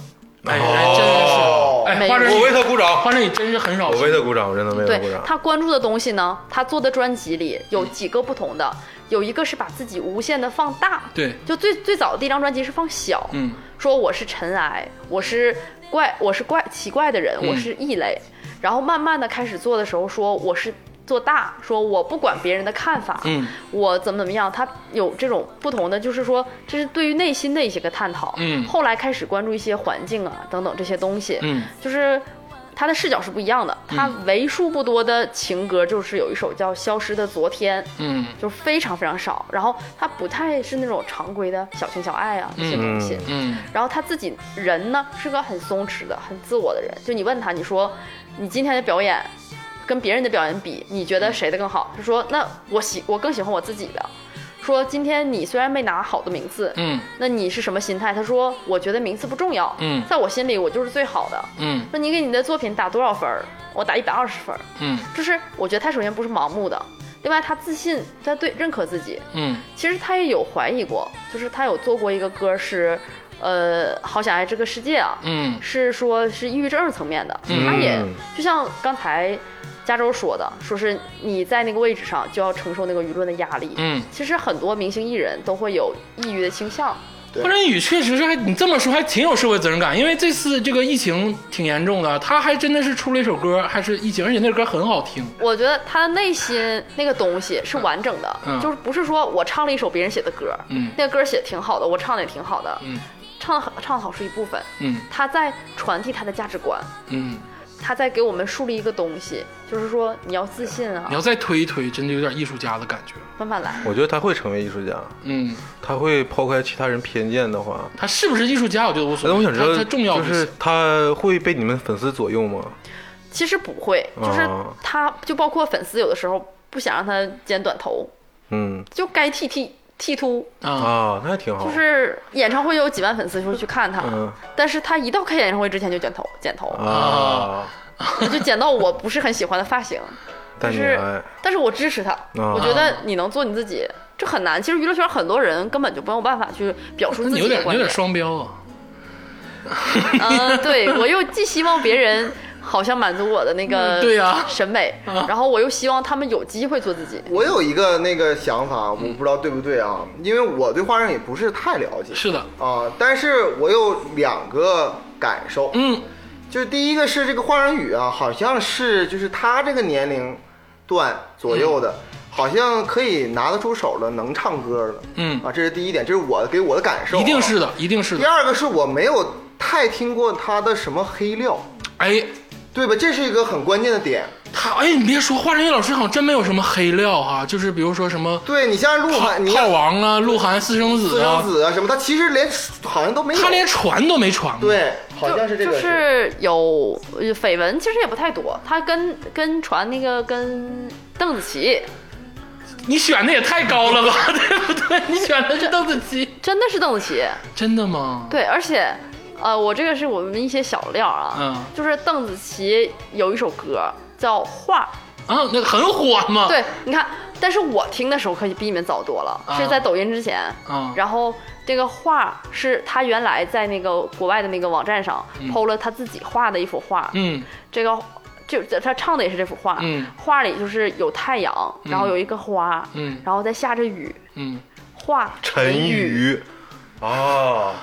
Speaker 2: 哎， 哎真的
Speaker 4: 哦
Speaker 2: 是，哎，
Speaker 5: 没
Speaker 2: 华晨
Speaker 3: 我为
Speaker 2: 宇，
Speaker 3: 他鼓掌，
Speaker 2: 华晨宇真是很少
Speaker 3: 我
Speaker 2: 说。
Speaker 3: 为他鼓掌，我真的为他
Speaker 5: 对
Speaker 3: 鼓掌。
Speaker 5: 他关注的东西呢，他做的专辑里有几个不同的，有一个是把自己无限的放大，
Speaker 2: 对，
Speaker 5: 就最最早的第一张专辑是放小，
Speaker 2: 嗯，
Speaker 5: 说我是尘埃，我是怪，我是怪奇怪的人，
Speaker 2: 嗯
Speaker 5: 我是异类。然后慢慢的开始做的时候，说我是做大，说我不管别人的看法，
Speaker 2: 嗯，
Speaker 5: 我怎么怎么样，他有这种不同的，就是说这是对于内心的一些个探讨。
Speaker 2: 嗯
Speaker 5: 后来开始关注一些环境啊等等这些东西，
Speaker 2: 嗯，
Speaker 5: 就是。他的视角是不一样的。他为数不多的情歌就是有一首叫《消失的昨天》，
Speaker 2: 嗯
Speaker 5: 就是非常非常少。然后他不太是那种常规的小情小爱啊这些东西。
Speaker 2: 嗯
Speaker 5: 然后他自己人呢是个很松弛的、很自我的人。就你问他，你说你今天的表演跟别人的表演比，你觉得谁的更好？他说那我喜我更喜欢我自己的。说今天你虽然没拿好的名次，
Speaker 2: 嗯
Speaker 5: 那你是什么心态？他说我觉得名次不重要，
Speaker 2: 嗯
Speaker 5: 在我心里我就是最好的。
Speaker 2: 嗯
Speaker 5: 那你给你的作品打多少分儿？我打一百二十分儿。
Speaker 2: 嗯
Speaker 5: 就是我觉得他首先不是盲目的，另外他自信，他对认可自己，
Speaker 2: 嗯
Speaker 5: 其实他也有怀疑过，就是他有做过一个歌是，呃，好想爱这个世界啊，
Speaker 2: 嗯
Speaker 5: 是说是抑郁症层面的，
Speaker 2: 嗯
Speaker 5: 他也就像刚才加州说的，说是你在那个位置上就要承受那个舆论的压力。
Speaker 2: 嗯，
Speaker 5: 其实很多明星艺人都会有抑郁的倾向，
Speaker 2: 关振宇确实是还你这么说还挺有社会责任感，因为这次这个疫情挺严重的，他还真的是出了一首歌，还是疫情，而且那歌很好听。
Speaker 5: 我觉得他的内心那个东西是完整的，
Speaker 2: 嗯
Speaker 5: 就是不是说我唱了一首别人写的歌，
Speaker 2: 嗯
Speaker 5: 那个歌写的挺好的，我唱的也挺好的，
Speaker 2: 嗯
Speaker 5: 唱的唱的好是一部分，
Speaker 2: 嗯
Speaker 5: 他在传递他的价值观，
Speaker 2: 嗯，
Speaker 5: 他在给我们树立一个东西，就是说你要自信啊
Speaker 2: 你，要再推一推，真的有点艺术家的感觉。
Speaker 5: 慢慢来。
Speaker 3: 我觉得他会成为艺术家，
Speaker 2: 嗯，
Speaker 3: 他会抛开其他人偏见的话。
Speaker 2: 他是不是艺术哎家，我觉得无所
Speaker 3: 那
Speaker 2: 谓。
Speaker 3: 哎我想知道，
Speaker 2: 他他重要
Speaker 3: 就
Speaker 2: 不
Speaker 3: 是他会被你们粉丝左右吗？
Speaker 5: 其实不会，就是
Speaker 3: 哦
Speaker 5: 他就包括粉丝有的时候不想让他剪短头，
Speaker 3: 嗯
Speaker 5: 就该剃剃剃秃，
Speaker 2: 啊，
Speaker 3: 啊，那还挺好。
Speaker 5: 就是演唱会有几万粉丝会去看他，
Speaker 3: 嗯
Speaker 5: 但是他一到开演唱会之前就剪头剪头，
Speaker 3: 啊，
Speaker 5: 就剪到我不是很喜欢的发型。
Speaker 3: 但
Speaker 5: 就
Speaker 3: 你啊
Speaker 5: 是
Speaker 3: 爱，
Speaker 5: 但是我支持他，我觉得你能做你自己，这很难。其实娱乐圈很多人根本就没有办法去表述自
Speaker 2: 你有
Speaker 5: 己
Speaker 2: 点
Speaker 5: 的
Speaker 2: 有
Speaker 5: 观
Speaker 2: 点
Speaker 5: 点。
Speaker 2: 双标啊。
Speaker 5: 嗯，对我又既希望别人好像满足我的那个
Speaker 2: 嗯对呀啊
Speaker 5: 审美，然后我又希望他们有机会做自己。
Speaker 4: 我有一个那个想法，我
Speaker 2: 嗯
Speaker 4: 不知道对不对啊，因为我对花样也不是太了解。
Speaker 2: 是的，
Speaker 4: 啊，但是我有两个感受，
Speaker 2: 嗯
Speaker 4: 就是第一个是这个花样雨啊，好像是就是他这个年龄段左右的，好像可以拿得出手了，能唱歌了。
Speaker 2: 嗯，
Speaker 4: 啊，这是第一点，这是我给我的感受、啊
Speaker 2: 一定是。的，一定是
Speaker 4: 第
Speaker 2: 的。
Speaker 4: 二个是我没有太听过他的什么黑料，
Speaker 2: 哎，
Speaker 4: 对吧？这是一个很关键的点。
Speaker 2: 他哎，你别说，华晨宇老师好像真没有什么黑料哈，就是比如说什 么
Speaker 4: 对你像鹿
Speaker 2: 炮
Speaker 4: 晗，你
Speaker 2: 炮
Speaker 4: 像
Speaker 2: 王啊、鹿晗、私生
Speaker 4: 私
Speaker 2: 子
Speaker 4: 生
Speaker 2: 啊，
Speaker 4: 子啊什么，他其实连好像都没有。
Speaker 2: 他连传都没传过。
Speaker 4: 对，好像是这
Speaker 5: 就
Speaker 4: 个
Speaker 5: 就
Speaker 4: 事。
Speaker 5: 是有呃绯闻，其实也不太多。他跟跟传那个跟邓紫棋，
Speaker 2: 你选的也太高了 吧，对不对？你选的是邓紫棋，
Speaker 5: 真的是邓紫棋。
Speaker 2: 真的吗？
Speaker 5: 对，而且，呃，我这个是我们一些小料啊，
Speaker 2: 嗯
Speaker 5: 就是邓紫棋有一首歌叫《画
Speaker 2: 啊，那个很火嘛。》，，
Speaker 5: 对，你看，但是我听的时候可比你们早多了，
Speaker 2: 啊
Speaker 5: 是在抖音之前。
Speaker 2: 啊，
Speaker 5: 然后这个画是他原来在那个国外的那个网站上剖了他自己画的一幅画，
Speaker 2: 嗯
Speaker 5: 这个就他唱的也是这幅画，
Speaker 2: 嗯
Speaker 5: 画里就是有太阳，然后有一个花，
Speaker 2: 嗯
Speaker 5: 然后在下着雨，
Speaker 2: 嗯，
Speaker 5: 画
Speaker 3: 陈
Speaker 5: 雨。
Speaker 3: 宇啊，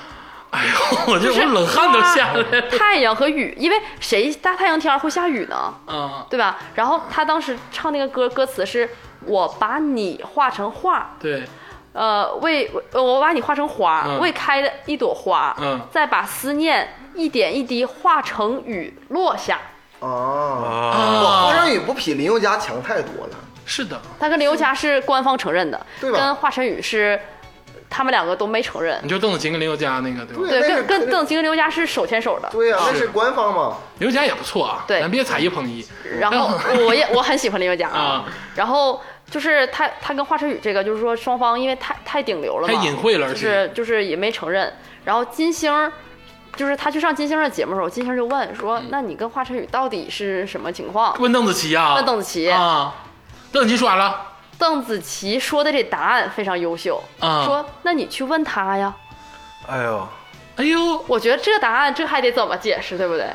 Speaker 2: 哎呦， 我这
Speaker 5: 就是
Speaker 2: 我冷汗都下来了。
Speaker 5: 花太阳和雨，因为谁大太阳天儿会下雨呢？
Speaker 2: 啊，
Speaker 5: 对吧？然后他当时唱那个歌，歌词是“我把你画成画，
Speaker 2: 对，
Speaker 5: 呃，为呃我把你画成花，
Speaker 2: 嗯
Speaker 5: 为开的一朵花，
Speaker 2: 嗯
Speaker 5: 再把思念一点一滴化成雨落下。
Speaker 4: 啊，
Speaker 3: 啊，
Speaker 4: 哇，花样雨不比林宥嘉强太多了。
Speaker 2: 是的，
Speaker 5: 他跟林宥嘉是官方承认的，
Speaker 4: 对吧
Speaker 5: 跟华晨宇是他们两个都没承认
Speaker 2: 你。就邓紫棋跟林宥嘉那个对吧？
Speaker 4: 对
Speaker 5: 对，
Speaker 4: 那是
Speaker 5: 跟跟
Speaker 4: 那
Speaker 5: 邓紫棋、跟林宥嘉是手牵手的。
Speaker 4: 对呀、那
Speaker 2: 是
Speaker 4: 是官方嘛。
Speaker 2: 林宥嘉也不错啊，
Speaker 5: 对
Speaker 2: 咱别踩一捧一。
Speaker 5: 然后我也我很喜欢林宥嘉
Speaker 2: 啊
Speaker 5: 然后就是他他跟华晨宇这个就是说双方因为太太顶流了嘛，
Speaker 2: 太隐晦了而
Speaker 5: 就
Speaker 2: 且
Speaker 5: 是就是也没承认。然后金星儿。就是他去上金星儿的节目的时候，金星儿就问说：“
Speaker 2: 嗯
Speaker 5: 那你跟华晨宇到底是什么情况
Speaker 2: 问邓紫棋啊，
Speaker 5: 问邓紫棋
Speaker 2: 啊，邓紫棋说完了，？”
Speaker 5: 邓紫棋说的这答案非常优秀，
Speaker 2: 啊
Speaker 5: 说：“那你去问他呀。
Speaker 3: 哎呦，
Speaker 2: 哎呦”
Speaker 5: 我觉得这答案这还得怎么解释，对不对？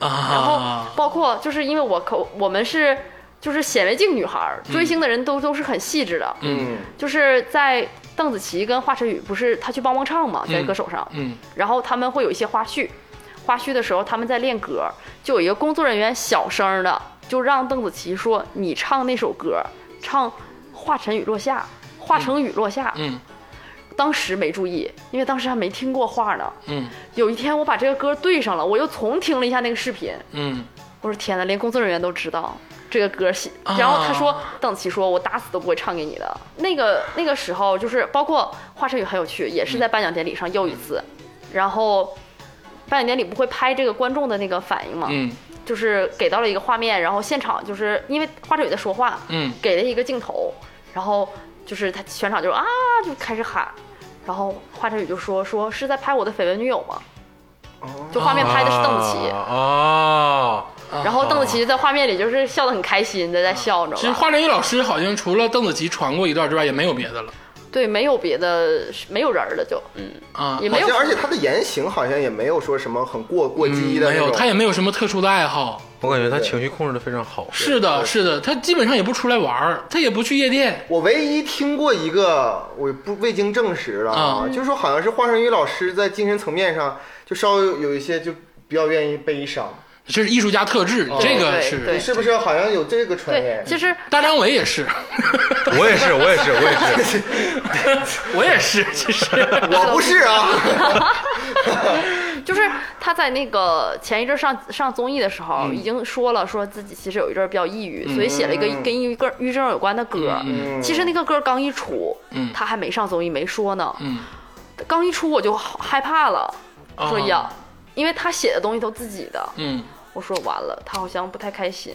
Speaker 5: 然后
Speaker 2: 啊，
Speaker 5: 包括就是因为我可我们是就是显微镜女孩儿，追星的人都都是很细致的，
Speaker 2: 嗯
Speaker 5: 就是在邓紫棋跟华晨宇不是他去帮帮唱嘛，在歌手上，
Speaker 2: 嗯
Speaker 5: 然后他们会有一些花絮，花絮的时候他们在练歌，就有一个工作人员小声的就让邓紫棋说：“你唱那首歌，唱《华晨宇落下》。”化成雨落下，
Speaker 2: 嗯
Speaker 5: 当时没注意，因为当时还没听过话呢。
Speaker 2: 嗯
Speaker 5: 有一天我把这个歌对上了，我又重听了一下那个视频，
Speaker 2: 嗯，
Speaker 5: 我我说天哪，连工作人员都知道这个歌写。然后他说，
Speaker 2: 啊
Speaker 5: 邓紫棋说，我打死都不会唱给你的。那个那个时候，就是包括华晨宇很有趣，也是在颁奖典礼上又一次，然后颁奖典礼不会拍这个观众的那个反应嘛，
Speaker 2: 嗯
Speaker 5: 就是给到了一个画面，然后现场就是因为华晨宇在说话，
Speaker 2: 嗯
Speaker 5: 给了一个镜头，然后就是他全场就啊就开始喊，然后华晨宇就说说是在拍我的绯闻女友吗？就画面拍的是邓紫
Speaker 2: 啊
Speaker 5: 棋，
Speaker 3: 啊，
Speaker 5: 然后邓紫棋在画面里就是笑得很开心的在笑，你
Speaker 2: 其
Speaker 5: 知
Speaker 2: 实
Speaker 5: 道吧？
Speaker 2: 华晨宇老师好像除了邓紫棋传过一段之外，也没有别的了
Speaker 5: 对，没有别的，没有人儿了就，嗯，
Speaker 2: 啊。
Speaker 5: 也
Speaker 4: 好
Speaker 5: 没有
Speaker 4: 像，而且他的言行好像也没有说什么很过过激的
Speaker 2: 嗯没
Speaker 4: 那种。
Speaker 2: 有，他也没有什么特殊的爱好。
Speaker 3: 我感觉他情绪控制的非常好。
Speaker 2: 是的，是的，他基本上也不出来玩儿，他也不去夜店。
Speaker 4: 我唯一听过一个，我不未经证实了
Speaker 2: 啊
Speaker 4: 就是说好像是华晨宇老师在精神层面上就稍微有一些就比较愿意悲伤，
Speaker 2: 这是艺术家特质，这个
Speaker 5: 对
Speaker 2: 是
Speaker 5: 对
Speaker 4: 是不是？好像有这个传
Speaker 5: 对
Speaker 4: 言，。
Speaker 5: 其实
Speaker 2: 大张伟也是，
Speaker 3: 我也是，我也是，我也是。
Speaker 2: 我也是，其实
Speaker 4: 我不是 啊，
Speaker 5: 就是他在那个前一阵上上综艺的时
Speaker 2: 嗯
Speaker 5: 候，已经说了，说自己其实有一阵儿比较抑郁，所以写了一个
Speaker 2: 嗯
Speaker 5: 跟抑郁症抑郁症有关的歌。其实那个歌刚一出，
Speaker 2: 嗯
Speaker 5: 他还没上综艺，没说呢。
Speaker 2: 嗯
Speaker 5: 刚一出我就好害怕了，
Speaker 2: 啊
Speaker 5: 说呀，因为他写的东西都自己的，
Speaker 2: 嗯，
Speaker 5: 我说完了，他好像不太开心。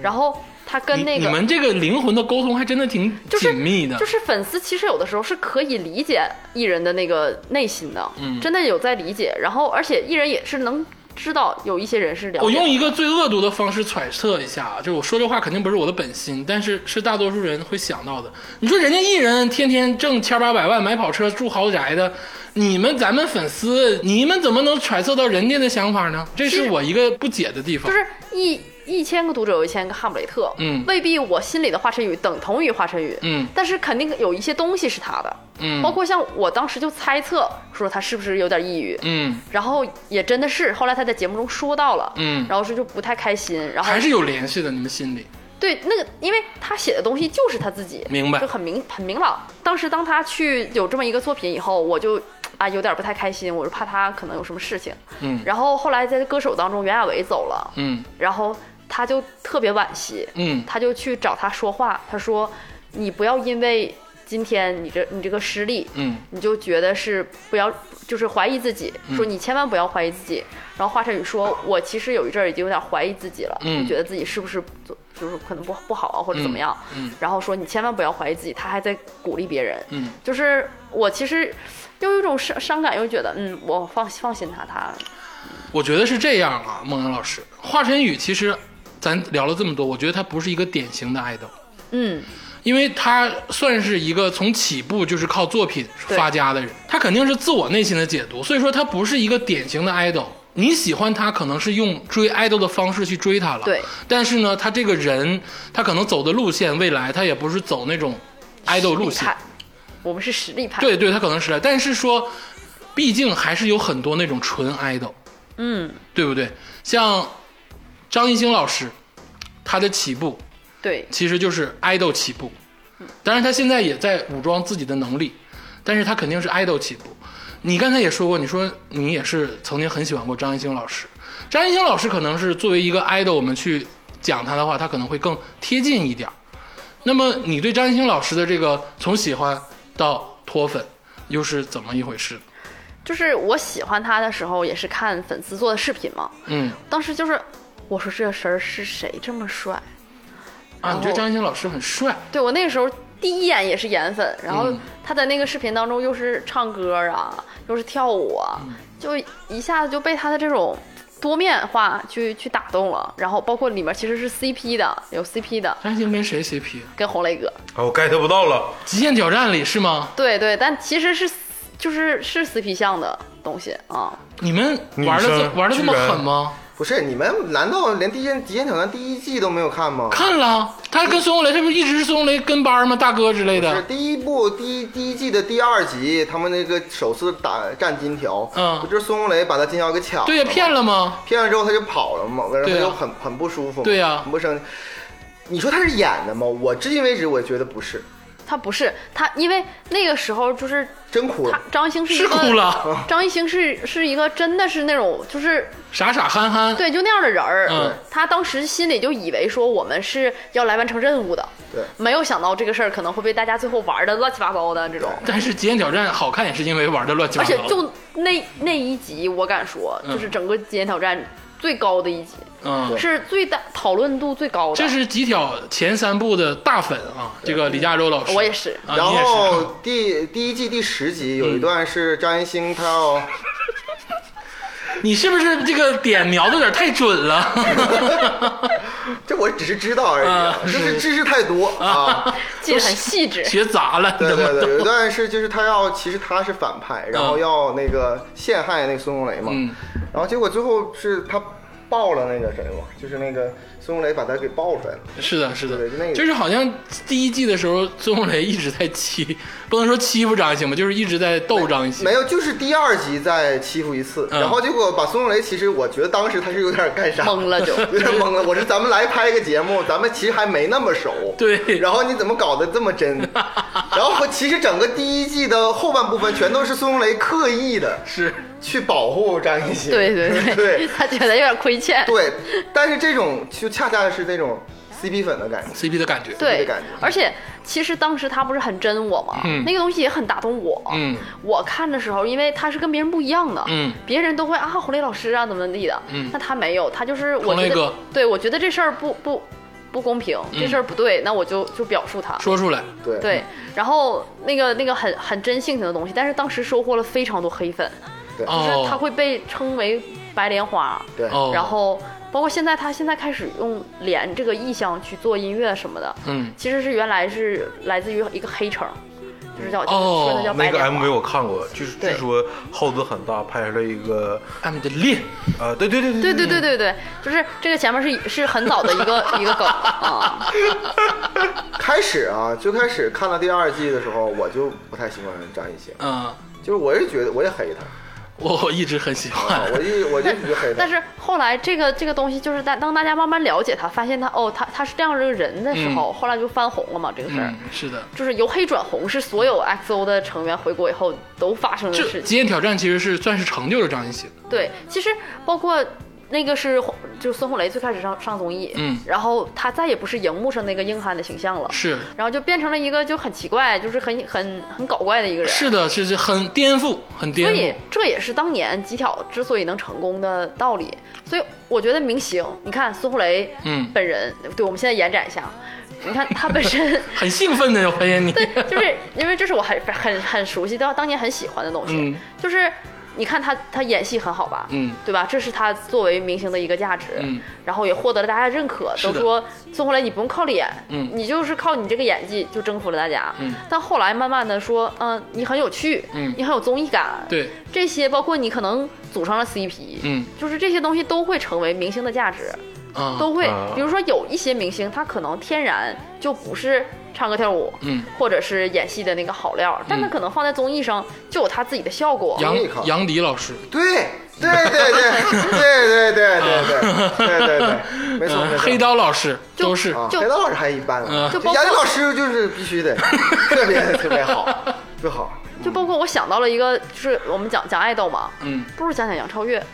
Speaker 5: 然后他跟那
Speaker 2: 你
Speaker 5: 个
Speaker 2: 你们这个灵魂的沟通还真的挺
Speaker 5: 就是
Speaker 2: 紧密的，
Speaker 5: 就是粉丝其实有的时候是可以理解艺人的那个内心的，
Speaker 2: 嗯
Speaker 5: 真的有在理解。然后而且艺人也是能知道有一些人是了解，
Speaker 2: 我用一个最恶毒的方式揣测一下，啊就是我说这话肯定不是我的本心，但是是大多数人会想到的。你说人家艺人天天挣千八百万，买跑车，住豪宅的，你们咱们粉丝，你们怎么能揣测到人家的想法呢？这是我一个不解的地方。
Speaker 5: 就是一一千个读者有一千个哈姆雷特，
Speaker 2: 嗯
Speaker 5: 未必我心里的华晨宇等同于华晨宇，
Speaker 2: 嗯
Speaker 5: 但是肯定有一些东西是他的，
Speaker 2: 嗯
Speaker 5: 包括像我当时就猜测说他是不是有点抑郁，
Speaker 2: 嗯，
Speaker 5: 然后也真的是，后来他在节目中说到了，
Speaker 2: 嗯
Speaker 5: 然后说就不太开心，然后
Speaker 2: 还是有联系的，你们心里
Speaker 5: 对，那个因为他写的东西就是他自己，
Speaker 2: 明白
Speaker 5: 就很明很明朗。当时当他去有这么一个作品以后，我就啊有点不太开心，我是怕他可能有什么事情。
Speaker 2: 嗯
Speaker 5: 然后后来在歌手当中，袁娅维走了，
Speaker 2: 嗯
Speaker 5: 然后他就特别惋惜，
Speaker 2: 嗯
Speaker 5: 他就去找他说话，他说：“你不要因为今天你这你这个失利，
Speaker 2: 嗯
Speaker 5: 你就觉得是不要，就是怀疑自己，说你千万不要怀疑自己。然后华晨宇说，我其实有一阵儿已经有点怀疑自己了，
Speaker 2: 嗯
Speaker 5: 就觉得自己是不是做就是可能不不好啊，或者怎么样。
Speaker 2: 嗯嗯
Speaker 5: 然后说你千万不要怀疑自己，他还在鼓励别人。
Speaker 2: 嗯，
Speaker 5: 就是我其实又有一种伤伤感，又觉得嗯，我放放心他，他
Speaker 2: 我觉得是这样啊，孟阳老师，华晨宇其实咱聊了这么多，我觉得他不是一个典型的 idol。
Speaker 5: 嗯
Speaker 2: 因为他算是一个从起步就是靠作品发家的人，他肯定是自我内心的解读，所以说他不是一个典型的 idol。你喜欢他，可能是用追 idol 的方式去追他了，
Speaker 5: 对。
Speaker 2: 但是呢，他这个人，他可能走的路线，未来他也不是走那种 idol 路
Speaker 5: 力
Speaker 2: 线
Speaker 5: 派，，我们是实力派，
Speaker 2: 对对，他可能是来，但是说，毕竟还是有很多那种纯 idol，
Speaker 5: 嗯
Speaker 2: 对不对？像张艺兴老师，他的起步
Speaker 5: 对，
Speaker 2: 其实就是爱豆起步。当然，他现在也在武装自己的能力，但是他肯定是爱豆起步。你刚才也说过，你说你也是曾经很喜欢过张艺兴老师。张艺兴老师可能是作为一个爱豆，我们去讲他的话，他可能会更贴近一点儿。那么，你对张艺兴老师的这个从喜欢到脱粉，又是怎么一回事？
Speaker 5: 就是我喜欢他的时候，也是看粉丝做的视频嘛。
Speaker 2: 嗯
Speaker 5: 当时就是我说这神儿是谁这么帅？
Speaker 2: 啊，你
Speaker 3: 哦
Speaker 2: 觉得张艺兴老师很帅？
Speaker 5: 对我那个时候第一眼也是颜粉，然后
Speaker 2: 嗯
Speaker 5: 他在那个视频当中又是唱歌啊，又是跳舞啊，
Speaker 2: 嗯
Speaker 5: 就一下子就被他的这种多面化去去打动了。然后包括里面其实是 CP 的，有 CP 的，
Speaker 2: 张艺兴跟谁 CP？
Speaker 5: 跟红雷哥，
Speaker 3: 啊，我 get 不到了。
Speaker 2: 极限挑战里是吗？
Speaker 5: 对对，但其实是就是是 CP 向的东西啊。
Speaker 2: 你们玩的这
Speaker 3: 女生
Speaker 2: 玩的这么
Speaker 3: 居然
Speaker 2: 狠吗？
Speaker 4: 不是你们难道连《极限极限挑战》第一季都没有看吗？
Speaker 2: 看了，啊他跟孙红雷，这不一直是孙红雷跟班吗？大哥之类
Speaker 4: 是
Speaker 2: 的。
Speaker 4: 第一部第一第一季的第二集，他们那个首次打战金条，
Speaker 2: 嗯
Speaker 4: 不就是孙红雷把他金条给抢了？
Speaker 2: 对呀、骗。了吗？
Speaker 4: 骗了之后他就跑了嘛，然后他
Speaker 2: 对啊
Speaker 4: 就很、很不舒服嘛，
Speaker 2: 对呀啊
Speaker 4: 很不生气。你说他是演的吗？我至今为止我觉得不是，
Speaker 5: 他不是他，因为那个时候就是
Speaker 4: 真哭
Speaker 5: 他
Speaker 4: 了。
Speaker 5: 张艺兴是一
Speaker 2: 是
Speaker 5: 个
Speaker 2: 哭了，
Speaker 5: 张艺兴是是一个真的是那种就是
Speaker 2: 傻傻憨憨，
Speaker 5: 对就那样的人儿、
Speaker 2: 嗯
Speaker 5: 他当时心里就以为说我们是要来完成任务的，
Speaker 4: 对，
Speaker 5: 没有想到这个事儿可能会被大家最后玩的乱七八糟的这种。
Speaker 2: 但是极限挑战好看也是因为玩的乱七
Speaker 5: 而
Speaker 2: 八糟，
Speaker 5: 且就那那一集，我敢说，
Speaker 2: 嗯
Speaker 5: 就是整个极限挑战最高的一集，
Speaker 2: 嗯，
Speaker 5: 是最大讨论度最高的。
Speaker 2: 这是极挑前三部的大粉啊，这个李佳洲老师，
Speaker 5: 我也是
Speaker 2: 啊，嗯
Speaker 4: 然
Speaker 2: 你也是
Speaker 4: 后第第一季第十集有一段是张艺兴 他要
Speaker 2: 你是不是这个点瞄的有点太准 了？
Speaker 4: 这我只是知道而已啊，
Speaker 2: 啊
Speaker 4: 就是知识太多 啊。
Speaker 5: 记得很细致。
Speaker 2: 学杂了，
Speaker 4: 对
Speaker 2: 你他妈
Speaker 4: 对对，有一段是就是他要，其实他是反派，然后要那个陷害那个孙红雷嘛，
Speaker 2: 嗯
Speaker 4: 然后结果最后是他爆了那个谁嘛，就是那个孙红雷把他给爆出来了。
Speaker 2: 是的，是
Speaker 4: 对就那
Speaker 2: 的，
Speaker 4: 个
Speaker 2: 就是好像第一季的时候，孙红雷一直在欺，不能说欺负张艺兴吧，就是一直在逗张艺兴
Speaker 4: 没。有，就是第二集再欺负一次，
Speaker 2: 嗯
Speaker 4: 然后结果把孙红雷，其实我觉得当时他是有点干啥，
Speaker 5: 懵了就
Speaker 4: 有点懵了。我说咱们来拍个节目，咱们其实还没那么熟，
Speaker 2: 对
Speaker 4: 然后你怎么搞得这 么真？然后其实整个第一季的后半部分全都是孙红雷刻意的
Speaker 2: 是，
Speaker 4: 去保护张艺兴，
Speaker 5: 对对对，
Speaker 4: 对
Speaker 5: 他觉得有点亏欠。
Speaker 4: 对，但是这种就恰恰是那种 CP 粉的感觉，
Speaker 2: CP 的感觉。
Speaker 5: 对
Speaker 4: 这个感觉
Speaker 5: 而且其实当时他不是很真我吗？
Speaker 2: 嗯
Speaker 5: 那个东西也很打动我。
Speaker 2: 嗯
Speaker 5: 我看的时候，因为他是跟别人不一样的，
Speaker 2: 嗯
Speaker 5: 别人都会啊，红雷老师啊，怎么怎么地的，
Speaker 2: 嗯
Speaker 5: 那他没有，他就是我
Speaker 2: 红雷
Speaker 5: 觉得
Speaker 2: 哥，嗯
Speaker 5: 对我觉得这事儿不不不公平，这事儿不对，那我就就表述他，
Speaker 2: 说出来，
Speaker 4: 对
Speaker 5: 对，然后那个那个很很真性情的东西，但是当时收获了非常多黑粉，就是他
Speaker 2: 哦
Speaker 5: 会被称为白莲花，
Speaker 4: 对
Speaker 2: 哦，
Speaker 5: 然后包括现在他现在开始用脸这个意象去做音乐什么的，
Speaker 2: 嗯，
Speaker 5: 其实是原来是来自于一个黑城，就是叫
Speaker 2: 哦
Speaker 5: 说他叫白
Speaker 3: 那个
Speaker 5: 莲花
Speaker 3: MV 我看过，据据
Speaker 5: 对
Speaker 3: 说耗资很大，拍出来一个，
Speaker 2: 俺们的练，
Speaker 3: 呃，对对对
Speaker 5: 对
Speaker 3: 对
Speaker 5: 对对对对，就是这个前面是是很早的一 个一个梗啊、
Speaker 4: 开始啊，最开始看到第二季的时候，我就不太喜欢张艺兴，
Speaker 2: 嗯，
Speaker 4: 就是我是觉得我也黑他，
Speaker 2: 我 哦我一直很喜
Speaker 4: 啊
Speaker 2: 欢，
Speaker 4: 我就我就 一直黑他。
Speaker 5: 但是后来这个这个东西就是大当大家慢慢了解他，发现他哦他他是这样的人的时候，后来就翻红了嘛这个事儿。
Speaker 2: 嗯，是的。
Speaker 5: 就是由黑转红是所有 XO 的成员回国以后都发生的
Speaker 2: 这
Speaker 5: 事
Speaker 2: 《
Speaker 5: 情。
Speaker 2: 极限挑战》其实是算是成就了张艺兴，
Speaker 5: 对，其实包括那个是红就孙红雷最开始上上综艺，
Speaker 2: 嗯
Speaker 5: 然后他再也不是荧幕上那个硬汉的形象了，
Speaker 2: 是
Speaker 5: 然后就变成了一个就很奇怪，就是很很很搞怪的一个人。
Speaker 2: 是的，是是很颠覆，很
Speaker 5: 所
Speaker 2: 颠
Speaker 5: 以
Speaker 2: 覆。
Speaker 5: 这也是当年极挑之所以能成功的道理。所以我觉得明星，你看孙红雷，
Speaker 2: 嗯
Speaker 5: 本人，对，我们现在延展一下，你看他本身。
Speaker 2: 很兴奋的，我发现你，
Speaker 5: 就是因为这是我很很很熟悉，到当年很喜欢的东西。
Speaker 2: 嗯
Speaker 5: 就是你看他他演戏很好吧，
Speaker 2: 嗯
Speaker 5: 对吧？这是他作为明星的一个价值，
Speaker 2: 嗯
Speaker 5: 然后也获得了大家的认可，
Speaker 2: 是
Speaker 5: 都
Speaker 2: 的
Speaker 5: 说孙红雷你不用靠脸，
Speaker 2: 嗯
Speaker 5: 你就是靠你这个演技就征服了大家。
Speaker 2: 嗯
Speaker 5: 但后来慢慢的说，嗯、你很有趣，
Speaker 2: 嗯
Speaker 5: 你很有综艺感，，
Speaker 2: 对，
Speaker 5: 这些包括你可能组成了 CP，、
Speaker 2: 嗯
Speaker 5: 就是这些东西都会成为明星的价值。
Speaker 2: 啊，
Speaker 5: 都会
Speaker 3: 啊，
Speaker 5: 比如说有一些明星，他可能天然就不是唱歌跳舞，
Speaker 2: 嗯，
Speaker 5: 或者是演戏的那个好料，但他可能放在综艺上就有他自己的效果。
Speaker 2: 杨
Speaker 4: 综艺靠
Speaker 2: 杨迪老师，
Speaker 4: 对对对对对对对对对对对对，没错
Speaker 2: 嗯
Speaker 4: 没错。
Speaker 2: 黑刀老师
Speaker 5: 就
Speaker 2: 都是
Speaker 4: 啊，
Speaker 5: 就
Speaker 4: 黑道老师还一般啊，
Speaker 5: 就
Speaker 4: 这
Speaker 5: 包括
Speaker 4: 杨迪老师就是必须 得特别特别好，最好。
Speaker 5: 就包括我想到了一个，就是我们讲讲爱豆嘛，
Speaker 2: 嗯，
Speaker 5: 不如讲讲杨超越。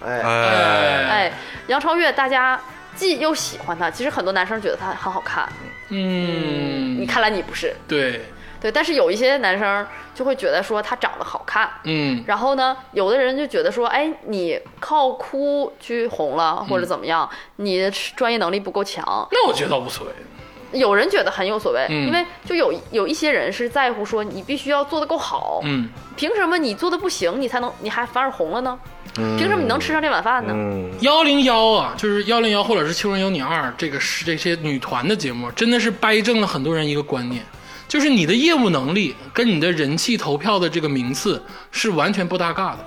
Speaker 4: 哎，
Speaker 3: 哎，
Speaker 5: 哎，杨超越，大家既又喜欢他，其实很多男生觉得他很好看，
Speaker 2: 嗯，
Speaker 5: 你，看来你不是
Speaker 2: 对，
Speaker 5: 对，但是有一些男生就会觉得说他长得好看，
Speaker 2: 嗯，
Speaker 5: 然后呢，有的人就觉得说，哎，你靠哭去红了，
Speaker 2: 嗯
Speaker 5: 或者怎么样，你的专业能力不够强。
Speaker 2: 那我觉得倒无所谓，
Speaker 5: 有人觉得很有所谓，
Speaker 2: 嗯
Speaker 5: 因为就有有一些人是在乎说，你必须要做得够好，
Speaker 2: 嗯，
Speaker 5: 凭什么你做的不行，你才能，你还反而红了呢？
Speaker 2: 嗯
Speaker 5: 凭什么你能吃上这碗饭呢？
Speaker 3: 嗯，
Speaker 2: 幺零幺啊，就是幺零幺或者是《青春有你二》，这个是这些女团的节目，真的是掰正了很多人一个观念，就是你的业务能力跟你的人气投票的这个名次是完全不搭嘎的。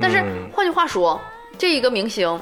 Speaker 5: 但是
Speaker 2: 嗯
Speaker 5: 换句话说，这一个明星。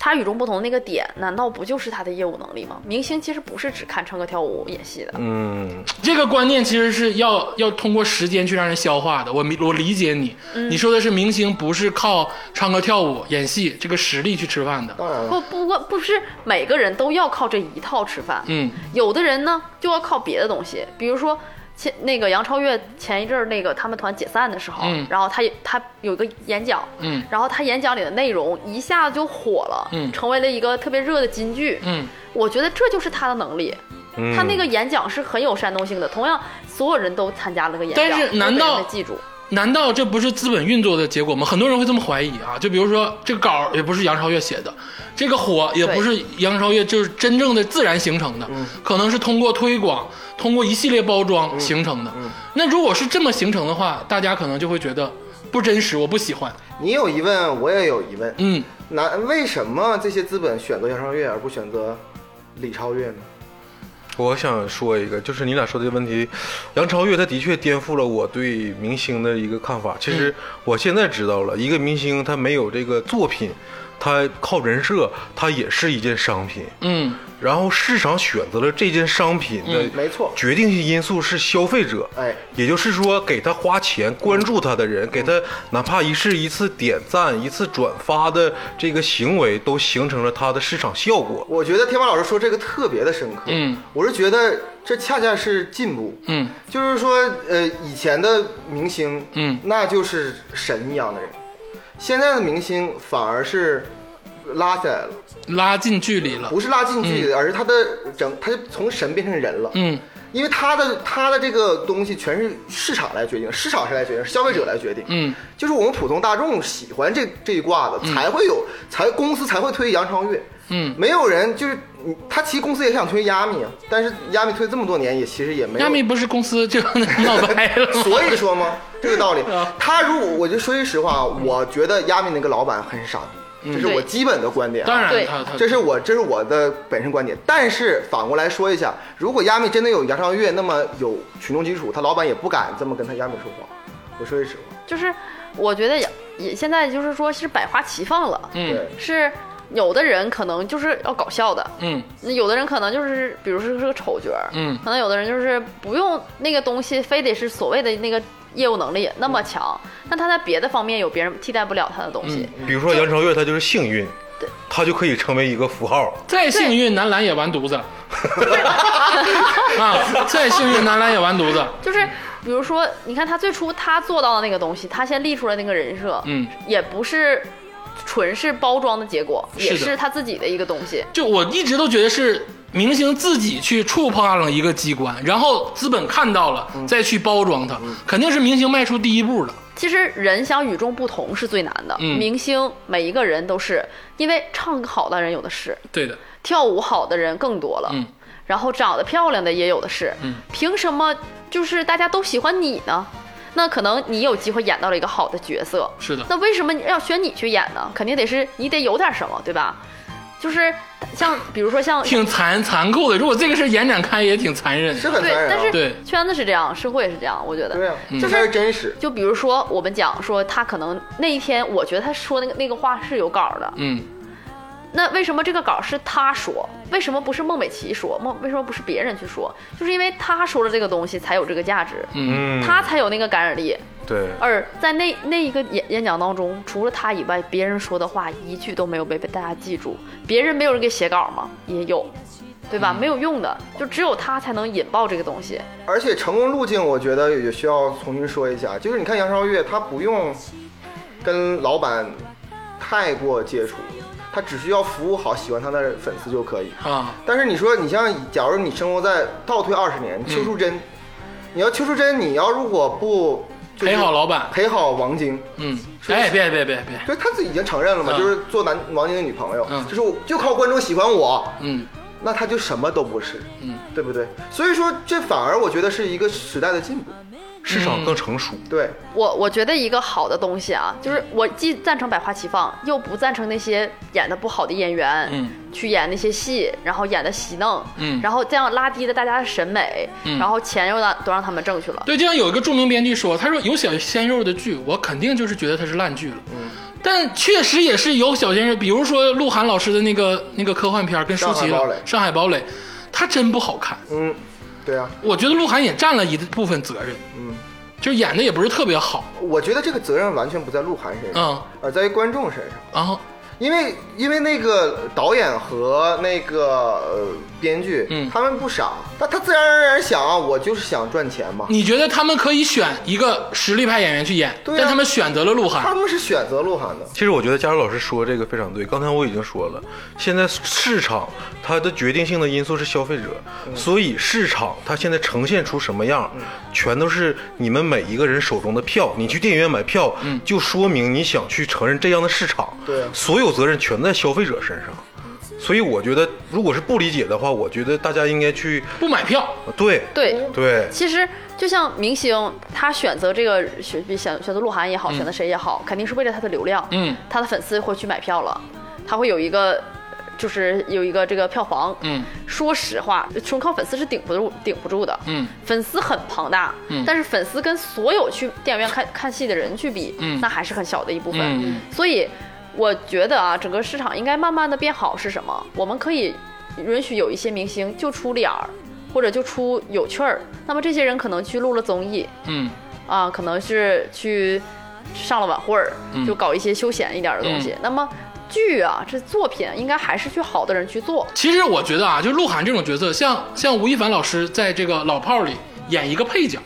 Speaker 5: 他与众不同的那个点，难道不就是他的业务能力吗？明星其实不是只看唱歌跳舞演戏的，
Speaker 3: 嗯，
Speaker 2: 这个观念其实是要要通过时间去让人消化的。我明我理解你，你说的是明星不是靠唱歌跳舞、演戏这个实力去吃饭的。
Speaker 4: 当然了，
Speaker 5: 不不过不是每个人都要靠这一套吃饭，
Speaker 2: 嗯
Speaker 5: 有的人呢就要靠别的东西，比如说前那个杨超越前一阵儿那个他们团解散的时候，
Speaker 2: 嗯
Speaker 5: 然后他也他有一个演讲，
Speaker 2: 嗯
Speaker 5: 然后他演讲里的内容一下就火了，
Speaker 2: 嗯
Speaker 5: 成为了一个特别热的金句。
Speaker 2: 嗯
Speaker 5: 我觉得这就是他的能力，
Speaker 3: 嗯
Speaker 5: 他那个演讲是很有煽动性的，同样所有人都参加了个演讲，
Speaker 2: 但是难道
Speaker 5: 都被人们记住？
Speaker 2: 难道这不是资本运作的结果吗？很多人会这么怀疑啊。就比如说，这个稿儿也不是杨超越写的，这个火也不是杨超越，就是真正的自然形成
Speaker 4: 嗯
Speaker 2: 的，可能是通过推广、通过一系列包装形成的。
Speaker 4: 嗯
Speaker 2: 那如果是这么形成的话，大家可能就会觉得不真实，我不喜欢。
Speaker 4: 你有疑问，我也有疑问。
Speaker 2: 嗯，
Speaker 4: 那为什么这些资本选择杨超越而不选择李超越呢？
Speaker 3: 我想说一个，就是你俩说的这个问题，杨超越他的确颠覆了我对明星的一个看法。其
Speaker 4: 嗯
Speaker 3: 实我现在知道了，一个明星他没有这个作品，他靠人设，他也是一件商品。
Speaker 2: 嗯
Speaker 3: 然后市场选择了这件商品的
Speaker 2: 嗯
Speaker 4: 没错
Speaker 3: 决定性因素是消费者，
Speaker 4: 哎嗯
Speaker 3: 也就是说给他花钱关注他的人，给他哪怕一次一次点赞、一次转发的这个行为，都形成了他的市场效果。
Speaker 4: 我觉得天霸老师说这个特别的深刻。
Speaker 2: 嗯，
Speaker 4: 我是觉得这恰恰是进步。
Speaker 2: 嗯，
Speaker 4: 就是说，呃，以前的明星，
Speaker 2: 嗯
Speaker 4: 那就是神一样的人，现在的明星反而是拉起来了，
Speaker 2: 拉近距离了。
Speaker 4: 不是拉近距离，而是他的整，他就从神变成人了。
Speaker 2: 嗯
Speaker 4: 因为他的他的这个东西全是市场来决定，市场是来决定，是消费者来决定。
Speaker 2: 嗯，
Speaker 4: 就是我们普通大众喜欢这这一挂的，才会有才公司才会推杨超越。
Speaker 2: 嗯，
Speaker 4: 没有人就是你他其实公司也想推亚米啊，但是亚米推这么多年也其实也没有。
Speaker 2: 亚米不是公司就闹掰了吗？
Speaker 4: 所以说嘛，这个 道理
Speaker 2: 啊。
Speaker 4: 他如果我就说句实话，我觉得亚米那个老板很傻
Speaker 2: 嗯
Speaker 4: 逼，这是我
Speaker 5: 对
Speaker 4: 基本的观点啊。
Speaker 2: 当然
Speaker 5: 对
Speaker 2: 他，他
Speaker 4: 这是我这是我的本身观点，但是反过来说一下，如果亚米真的有杨超越那么有群众基础，他老板也不敢这么跟他亚米说话。我说句实话，
Speaker 5: 就是我觉得也也现在就是说是百花齐放了，
Speaker 2: 嗯
Speaker 4: 对，
Speaker 5: 是有的人可能就是要搞笑的，
Speaker 2: 嗯
Speaker 5: 那有的人可能就是，比如说是个丑角，
Speaker 2: 嗯
Speaker 5: 可能有的人就是不用那个东西，非得是所谓的那个业务能力那么强，但他在别的方面有别人替代不了他的东西。
Speaker 2: 嗯
Speaker 3: 比如说杨超越，他就是幸运，他就可以成为一个符号。
Speaker 2: 再幸运男篮也完犊子。 啊，再幸运男篮也完犊子。
Speaker 5: 就是比如说，你看他最初他做到的那个东西，他先立出来那个人设，
Speaker 2: 嗯，
Speaker 5: 也不是纯是包装的结果，
Speaker 2: 是
Speaker 5: 也
Speaker 2: 的
Speaker 5: 是他自己的一个东西。
Speaker 2: 就我一直都觉得是明星自己去触碰了一个机关，然后资本看到了，
Speaker 4: 嗯
Speaker 2: 再去包装它，肯定是明星迈出第一步的。
Speaker 5: 其实人想与众不同是最难的，
Speaker 2: 嗯
Speaker 5: 明星每一个人都是，因为唱歌好的人有的是，
Speaker 2: 对的，
Speaker 5: 跳舞好的人更多了，
Speaker 2: 嗯
Speaker 5: 然后长得漂亮的也有的是，
Speaker 2: 嗯
Speaker 5: 凭什么就是大家都喜欢你呢？那可能你有机会演到了一个好的角色，
Speaker 2: 是的，
Speaker 5: 那为什么要选你去演呢？肯定得是你得有点什么，对吧？就是像比如说像
Speaker 2: 挺残残酷的。如果这个事延展开，也挺残忍
Speaker 4: 是
Speaker 2: 的。
Speaker 4: 很
Speaker 5: 对
Speaker 4: 残，忍
Speaker 5: 但
Speaker 4: 啊。
Speaker 2: 对
Speaker 5: 是圈子是这样，社会也是这样，我觉得
Speaker 4: 对啊，
Speaker 2: 嗯
Speaker 4: 这才是真实。
Speaker 5: 就比如说，我们讲说他可能那一天，我觉得他说那个那个话是有稿的，
Speaker 2: 嗯，
Speaker 5: 那为什么这个稿是他说？为什么不是孟美岐说？孟为什么不是别人去说？就是因为他说了这个东西才有这个价值，
Speaker 3: 嗯，
Speaker 5: 他才有那个感染力。
Speaker 3: 对，
Speaker 5: 而在那那一个演演讲当中，除了他以外，别人说的话一句都没有被被大家记住。别人没有人给写稿吗？也有，对吧？没有用的，就只有他才能引爆这个东西。
Speaker 4: 而且成功路径，我觉得也需要重新说一下，就是你看杨超越，他不用跟老板太过接触，他只需要服务好喜欢他的粉丝就可以。
Speaker 2: 啊，
Speaker 4: 但是你说，你像假如你生活在倒退二十年，邱淑
Speaker 2: 嗯
Speaker 4: 贞，你要邱淑贞，你要如果不、就是
Speaker 2: 陪好老板
Speaker 4: 陪好王晶，
Speaker 2: 嗯，
Speaker 4: 是
Speaker 2: 哎，别别别别，
Speaker 4: 就是他自己已经承认了嘛，
Speaker 2: 嗯
Speaker 4: 就是做男王晶的女朋友，
Speaker 2: 嗯
Speaker 4: 就是我就靠观众喜欢我，
Speaker 2: 嗯
Speaker 4: 那他就什么都不是，
Speaker 2: 嗯，
Speaker 4: 对不对？所以说，这反而我觉得是一个时代的进步，
Speaker 3: 市场更成熟。
Speaker 4: 对，
Speaker 5: 我我觉得一个好的东西啊，就是我既赞成百花齐放，又不赞成那些演的不好的演员，
Speaker 2: 嗯，
Speaker 5: 去演那些戏，然后演的洗弄，
Speaker 2: 嗯
Speaker 5: 然后这样拉低了大家的审美，
Speaker 2: 嗯
Speaker 5: 然后钱又让都让他们挣去了。
Speaker 2: 对，就像有一个著名编剧说，他说有小鲜肉的剧，我肯定就是觉得它是烂剧了。
Speaker 4: 嗯
Speaker 2: 但确实也是有小鲜肉，比如说鹿晗老师的那个那个科幻片儿跟舒淇
Speaker 4: 上海堡
Speaker 2: 了
Speaker 4: 垒
Speaker 2: 《上海堡垒》，他真不好看。
Speaker 4: 嗯，对啊，
Speaker 2: 我觉得鹿晗也占了一部分责任，
Speaker 4: 嗯，
Speaker 2: 就演的也不是特别好，
Speaker 4: 我觉得这个责任完全不在鹿晗身上，
Speaker 2: 嗯，
Speaker 4: 而在于观众身上。
Speaker 2: 然后
Speaker 4: 因为因为那个导演和那个呃编剧，
Speaker 2: 嗯
Speaker 4: 他们不傻，那他自然而然想啊，我就是想赚钱嘛。
Speaker 2: 你觉得他们可以选一个实力派演员去演，
Speaker 4: 对啊
Speaker 2: 但他们选择了鹿晗
Speaker 4: 他。们是选择鹿晗的，
Speaker 3: 其实我觉得佳茹老师说这个非常对，刚才我已经说了，现在市场它的决定性的因素是消费者，所以市场它现在呈现出什么样，全都是你们每一个人手中的票。你去电影院买票，就说明你想去承认这样的市场，
Speaker 4: 对啊
Speaker 3: 所有责任全在消费者身上。所以我觉得，如果是不理解的话，我觉得大家应该去呃
Speaker 2: 不买票，
Speaker 3: 对
Speaker 5: 对，
Speaker 3: 对
Speaker 5: 其实就像明星，他选择这个选选选择鹿晗也好，选择谁也好，肯定是为了他的流量，
Speaker 2: 嗯，
Speaker 5: 他的粉丝会去买票了，他会有一个。就是有一个这个票房，
Speaker 2: 嗯，
Speaker 5: 说实话，纯靠粉丝是顶不住、顶不住的，
Speaker 2: 嗯，
Speaker 5: 粉丝很庞大，
Speaker 2: 嗯
Speaker 5: 但是粉丝跟所有去电影院看看戏的人去比，
Speaker 2: 嗯
Speaker 5: 那还是很小的一部分，
Speaker 2: 嗯
Speaker 5: 所以我觉得啊，整个市场应该慢慢的变好是什么？我们可以允许有一些明星就出脸儿，或者就出有趣儿。那么这些人可能去录了综艺
Speaker 2: 嗯
Speaker 5: 啊，可能是去上了晚会儿，
Speaker 2: 嗯
Speaker 5: 就搞一些休闲一点的东西。那么剧啊，这作品应该还是去好的人去做。
Speaker 2: 其实我觉得啊，就鹿晗这种角色，像像吴亦凡老师在这个《老炮儿》里演一个配角，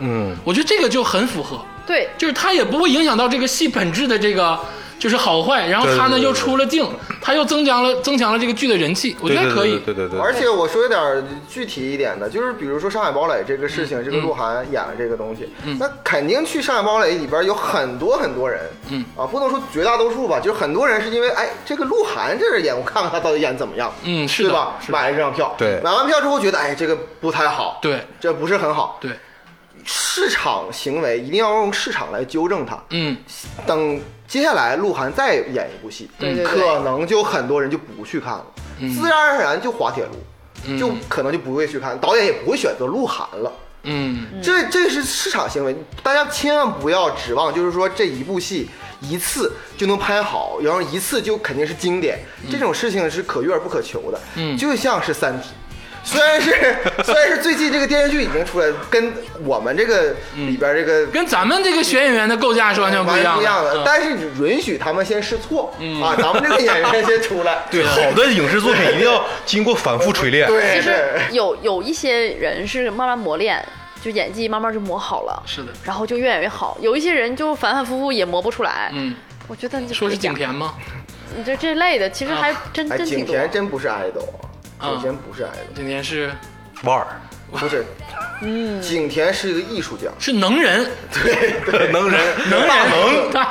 Speaker 3: 嗯，
Speaker 2: 我觉得这个就很符合，
Speaker 5: 对，
Speaker 2: 就是他也不会影响到这个戏本质的这个就是好坏，然后他呢
Speaker 3: 对对对对
Speaker 2: 又出了镜，他又增强了增强了这个剧的人气，我
Speaker 3: 对
Speaker 2: 觉得
Speaker 3: 对
Speaker 2: 可以。
Speaker 3: 对对对对，
Speaker 4: 而且我说一点儿具体一点的，就是比如说《上海堡垒》这个
Speaker 2: 嗯
Speaker 4: 事情，这个鹿晗演了这个东西，那肯定去《上海堡垒》里边有很多很多人，
Speaker 2: 嗯
Speaker 4: 啊，不能说绝大多数吧，就是很多人是因为哎，这个鹿晗这个演，我看看他到底演怎么样，
Speaker 2: 嗯是的
Speaker 4: 对吧？
Speaker 2: 是的
Speaker 4: 买了这张票，
Speaker 3: 对，
Speaker 4: 买完票之后觉得哎，这个不太好，，
Speaker 2: 对
Speaker 4: 这不是很好。
Speaker 2: 对，
Speaker 4: 市场行为一定要用市场来纠正它。
Speaker 2: 嗯，
Speaker 4: 等接下来鹿晗再演一部戏，
Speaker 5: 对嗯对对
Speaker 4: 可能就很多人就不去看了，自然而然就滑铁
Speaker 5: 嗯
Speaker 4: 卢，就可能就不会去看，导演也不会选择鹿晗了。
Speaker 2: 嗯
Speaker 4: 这这是市场行为，大家千万不要指望，就是说这一部戏一次就能拍好，然后一次就肯定是经典，
Speaker 5: 嗯
Speaker 4: 这种事情是可遇而不可求的。
Speaker 2: 嗯
Speaker 4: 就像是《三体》。虽然是 虽然是最近这个电视剧已经出来，跟我们这个
Speaker 5: 嗯
Speaker 4: 里边这个
Speaker 2: 跟咱们这个选演员的构架是完全不一
Speaker 4: 完全
Speaker 2: 样
Speaker 4: 不一样的
Speaker 2: 嗯，
Speaker 4: 但是你允许他们先试错啊，咱们这个演员先出 来
Speaker 3: 对好的影视作品一定要经过反复锤炼，
Speaker 4: 对，
Speaker 5: 其实
Speaker 4: 对
Speaker 5: 有有一些人是慢慢磨练，就演技慢慢就磨好了，
Speaker 2: 是的，
Speaker 5: 然后就越演越好。有一些人就反反复复也磨不出来。
Speaker 2: 嗯，
Speaker 5: 我觉得你就
Speaker 2: 说是
Speaker 5: 别
Speaker 2: 景
Speaker 5: 讲
Speaker 2: 甜吗？
Speaker 5: 你这这类的其实还
Speaker 2: 啊
Speaker 5: 真
Speaker 4: 哎，
Speaker 5: 真挺
Speaker 4: 景
Speaker 5: 多。
Speaker 4: 甜真不是 idol，
Speaker 2: 啊
Speaker 4: 景甜不是 idol，
Speaker 2: 景甜是
Speaker 3: 腕儿。
Speaker 4: 不是，嗯，景甜是一个艺术家，
Speaker 2: 是能人，
Speaker 3: 能人，
Speaker 2: 能
Speaker 3: 大
Speaker 2: 人
Speaker 3: 能，
Speaker 2: 大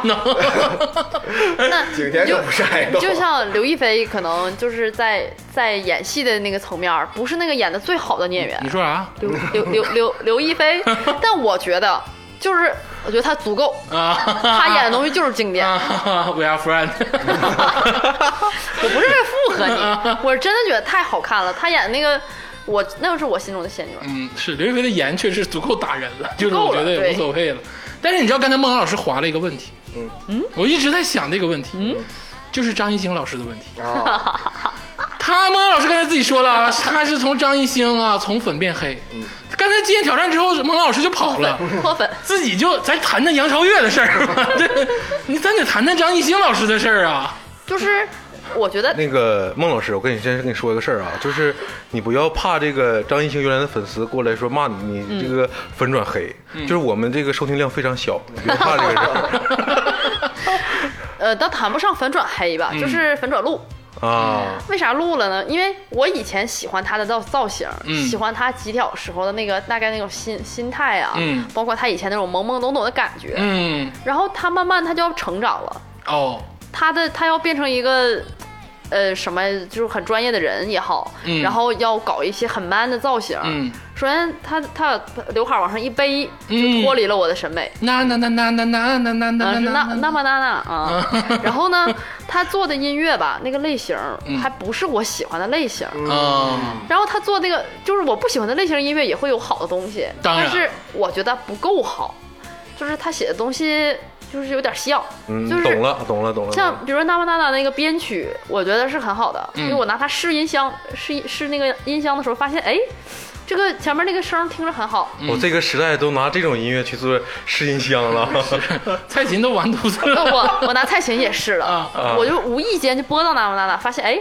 Speaker 2: 能，
Speaker 5: 那
Speaker 4: 景甜
Speaker 5: 你就
Speaker 4: 可不是 idol，
Speaker 5: 就像刘亦菲，可能就是在在演戏的那个层面儿，不是那个演的最好的女演员
Speaker 2: 你。说啥
Speaker 5: 刘刘刘刘刘亦菲，但我觉得就是，我觉得她足够，
Speaker 2: 啊？
Speaker 5: 她演的东西就是经典。
Speaker 2: 啊，We are friend，
Speaker 5: 我不是为了附和你，我是真的觉得太好看了。她演的那个，我那个是我心中的仙女。
Speaker 2: 嗯，是刘亦菲的颜确实足够打人了，就是
Speaker 5: 够
Speaker 2: 我
Speaker 5: 了
Speaker 2: 觉得也
Speaker 5: 对
Speaker 2: 无所谓了。但是你知道刚才孟阳老师划了一个问题，
Speaker 4: 嗯
Speaker 2: 嗯，我一直在想这个问题，嗯，就是张艺兴老师的问题。
Speaker 4: 啊，
Speaker 2: 他孟阳老师刚才自己说了啊，他是从张艺兴啊从粉变黑，
Speaker 4: 嗯
Speaker 2: 刚才极限挑战之后，孟阳老师就跑 了。
Speaker 5: 脱粉，
Speaker 2: 自己就咱谈谈杨超越的事儿吧， 对，你咱得谈谈张艺兴老师的事儿啊。
Speaker 5: 就是我觉得
Speaker 3: 那个孟老师，我跟你先跟你说一个事儿啊，就是你不要怕这个张艺兴原来的粉丝过来说骂你，
Speaker 5: 嗯
Speaker 3: 你这个粉转黑，就是我们这个收听量非常小，你别怕这个事儿
Speaker 5: 呃，倒谈不上粉转黑吧，
Speaker 2: 嗯
Speaker 5: 就是粉转路。
Speaker 3: 啊。
Speaker 5: 为啥录了呢？因为我以前喜欢他的造造型，
Speaker 2: 嗯
Speaker 5: 喜欢他几挑时候的那个大概那种心心态啊，
Speaker 2: 嗯
Speaker 5: 包括他以前那种懵懵懂懂的感觉。
Speaker 2: 嗯，
Speaker 5: 然后他慢慢他就要成长了，
Speaker 2: 哦，
Speaker 5: 他的他要变成一个。呃，什么就是很专业的人也好，
Speaker 2: 嗯
Speaker 5: 然后要搞一些很 man 的造型。
Speaker 2: 嗯，
Speaker 5: 首先他他刘海往上一背，
Speaker 2: 嗯
Speaker 5: 就脱离了我的审美。
Speaker 2: 那那那那那那那那
Speaker 5: 啊，
Speaker 2: 那
Speaker 5: 是那那么娜娜啊。 然后呢，他做的音乐吧，那个类型儿
Speaker 2: 嗯
Speaker 5: 还不是我喜欢的类型儿。
Speaker 2: 啊，
Speaker 5: 然后他做那个就是我不喜欢的类型音乐也会有好的东西，
Speaker 2: 当然
Speaker 5: 但是我觉得不够好，就是他写的东西就是有点像，
Speaker 3: 嗯，
Speaker 5: 就是
Speaker 3: 懂了，懂了，懂了。懂
Speaker 5: 像
Speaker 3: 了
Speaker 5: 比如说《娜娜娜娜》那个编曲，我觉得是很好的，
Speaker 2: 嗯
Speaker 5: 因为我拿它试音箱试试那个音箱的时候，发现哎，这个前面那个声儿听着很好，
Speaker 3: 我这个时代都拿这种音乐去做试音箱了，
Speaker 2: 蔡琴都完犊子
Speaker 5: 那
Speaker 2: 了。
Speaker 5: 我我拿蔡琴也试了，
Speaker 2: 啊嗯
Speaker 3: 啊
Speaker 5: 我就无意间就播到《娜娜娜娜》，发现哎，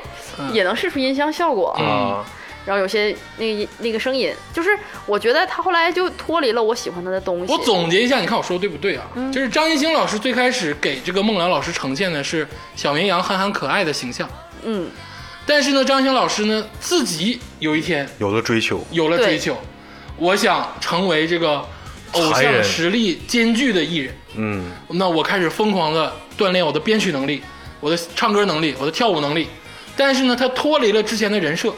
Speaker 5: 也能试出音箱效果，
Speaker 3: 啊，
Speaker 5: 然后有些那个音那个声音，就是我觉得他后来就脱离了我喜欢他的东西。
Speaker 2: 我总结一下，你看我说的对不对啊？
Speaker 5: 嗯
Speaker 2: 就是张艺兴老师最开始给这个孟良老师呈现的是小绵羊憨憨可爱的形象，
Speaker 5: 嗯，
Speaker 2: 但是呢，张艺兴老师呢自己有一天
Speaker 3: 有了追求，
Speaker 2: 有了
Speaker 5: 对
Speaker 2: 追求，我想成为这个偶
Speaker 3: 才
Speaker 2: 像
Speaker 3: 人
Speaker 2: 实力兼具的艺人，
Speaker 3: 嗯，
Speaker 2: 那我开始疯狂的锻炼我的编曲能力、我的唱歌能力、我的跳舞能力，但是呢，他脱离了之前的人设，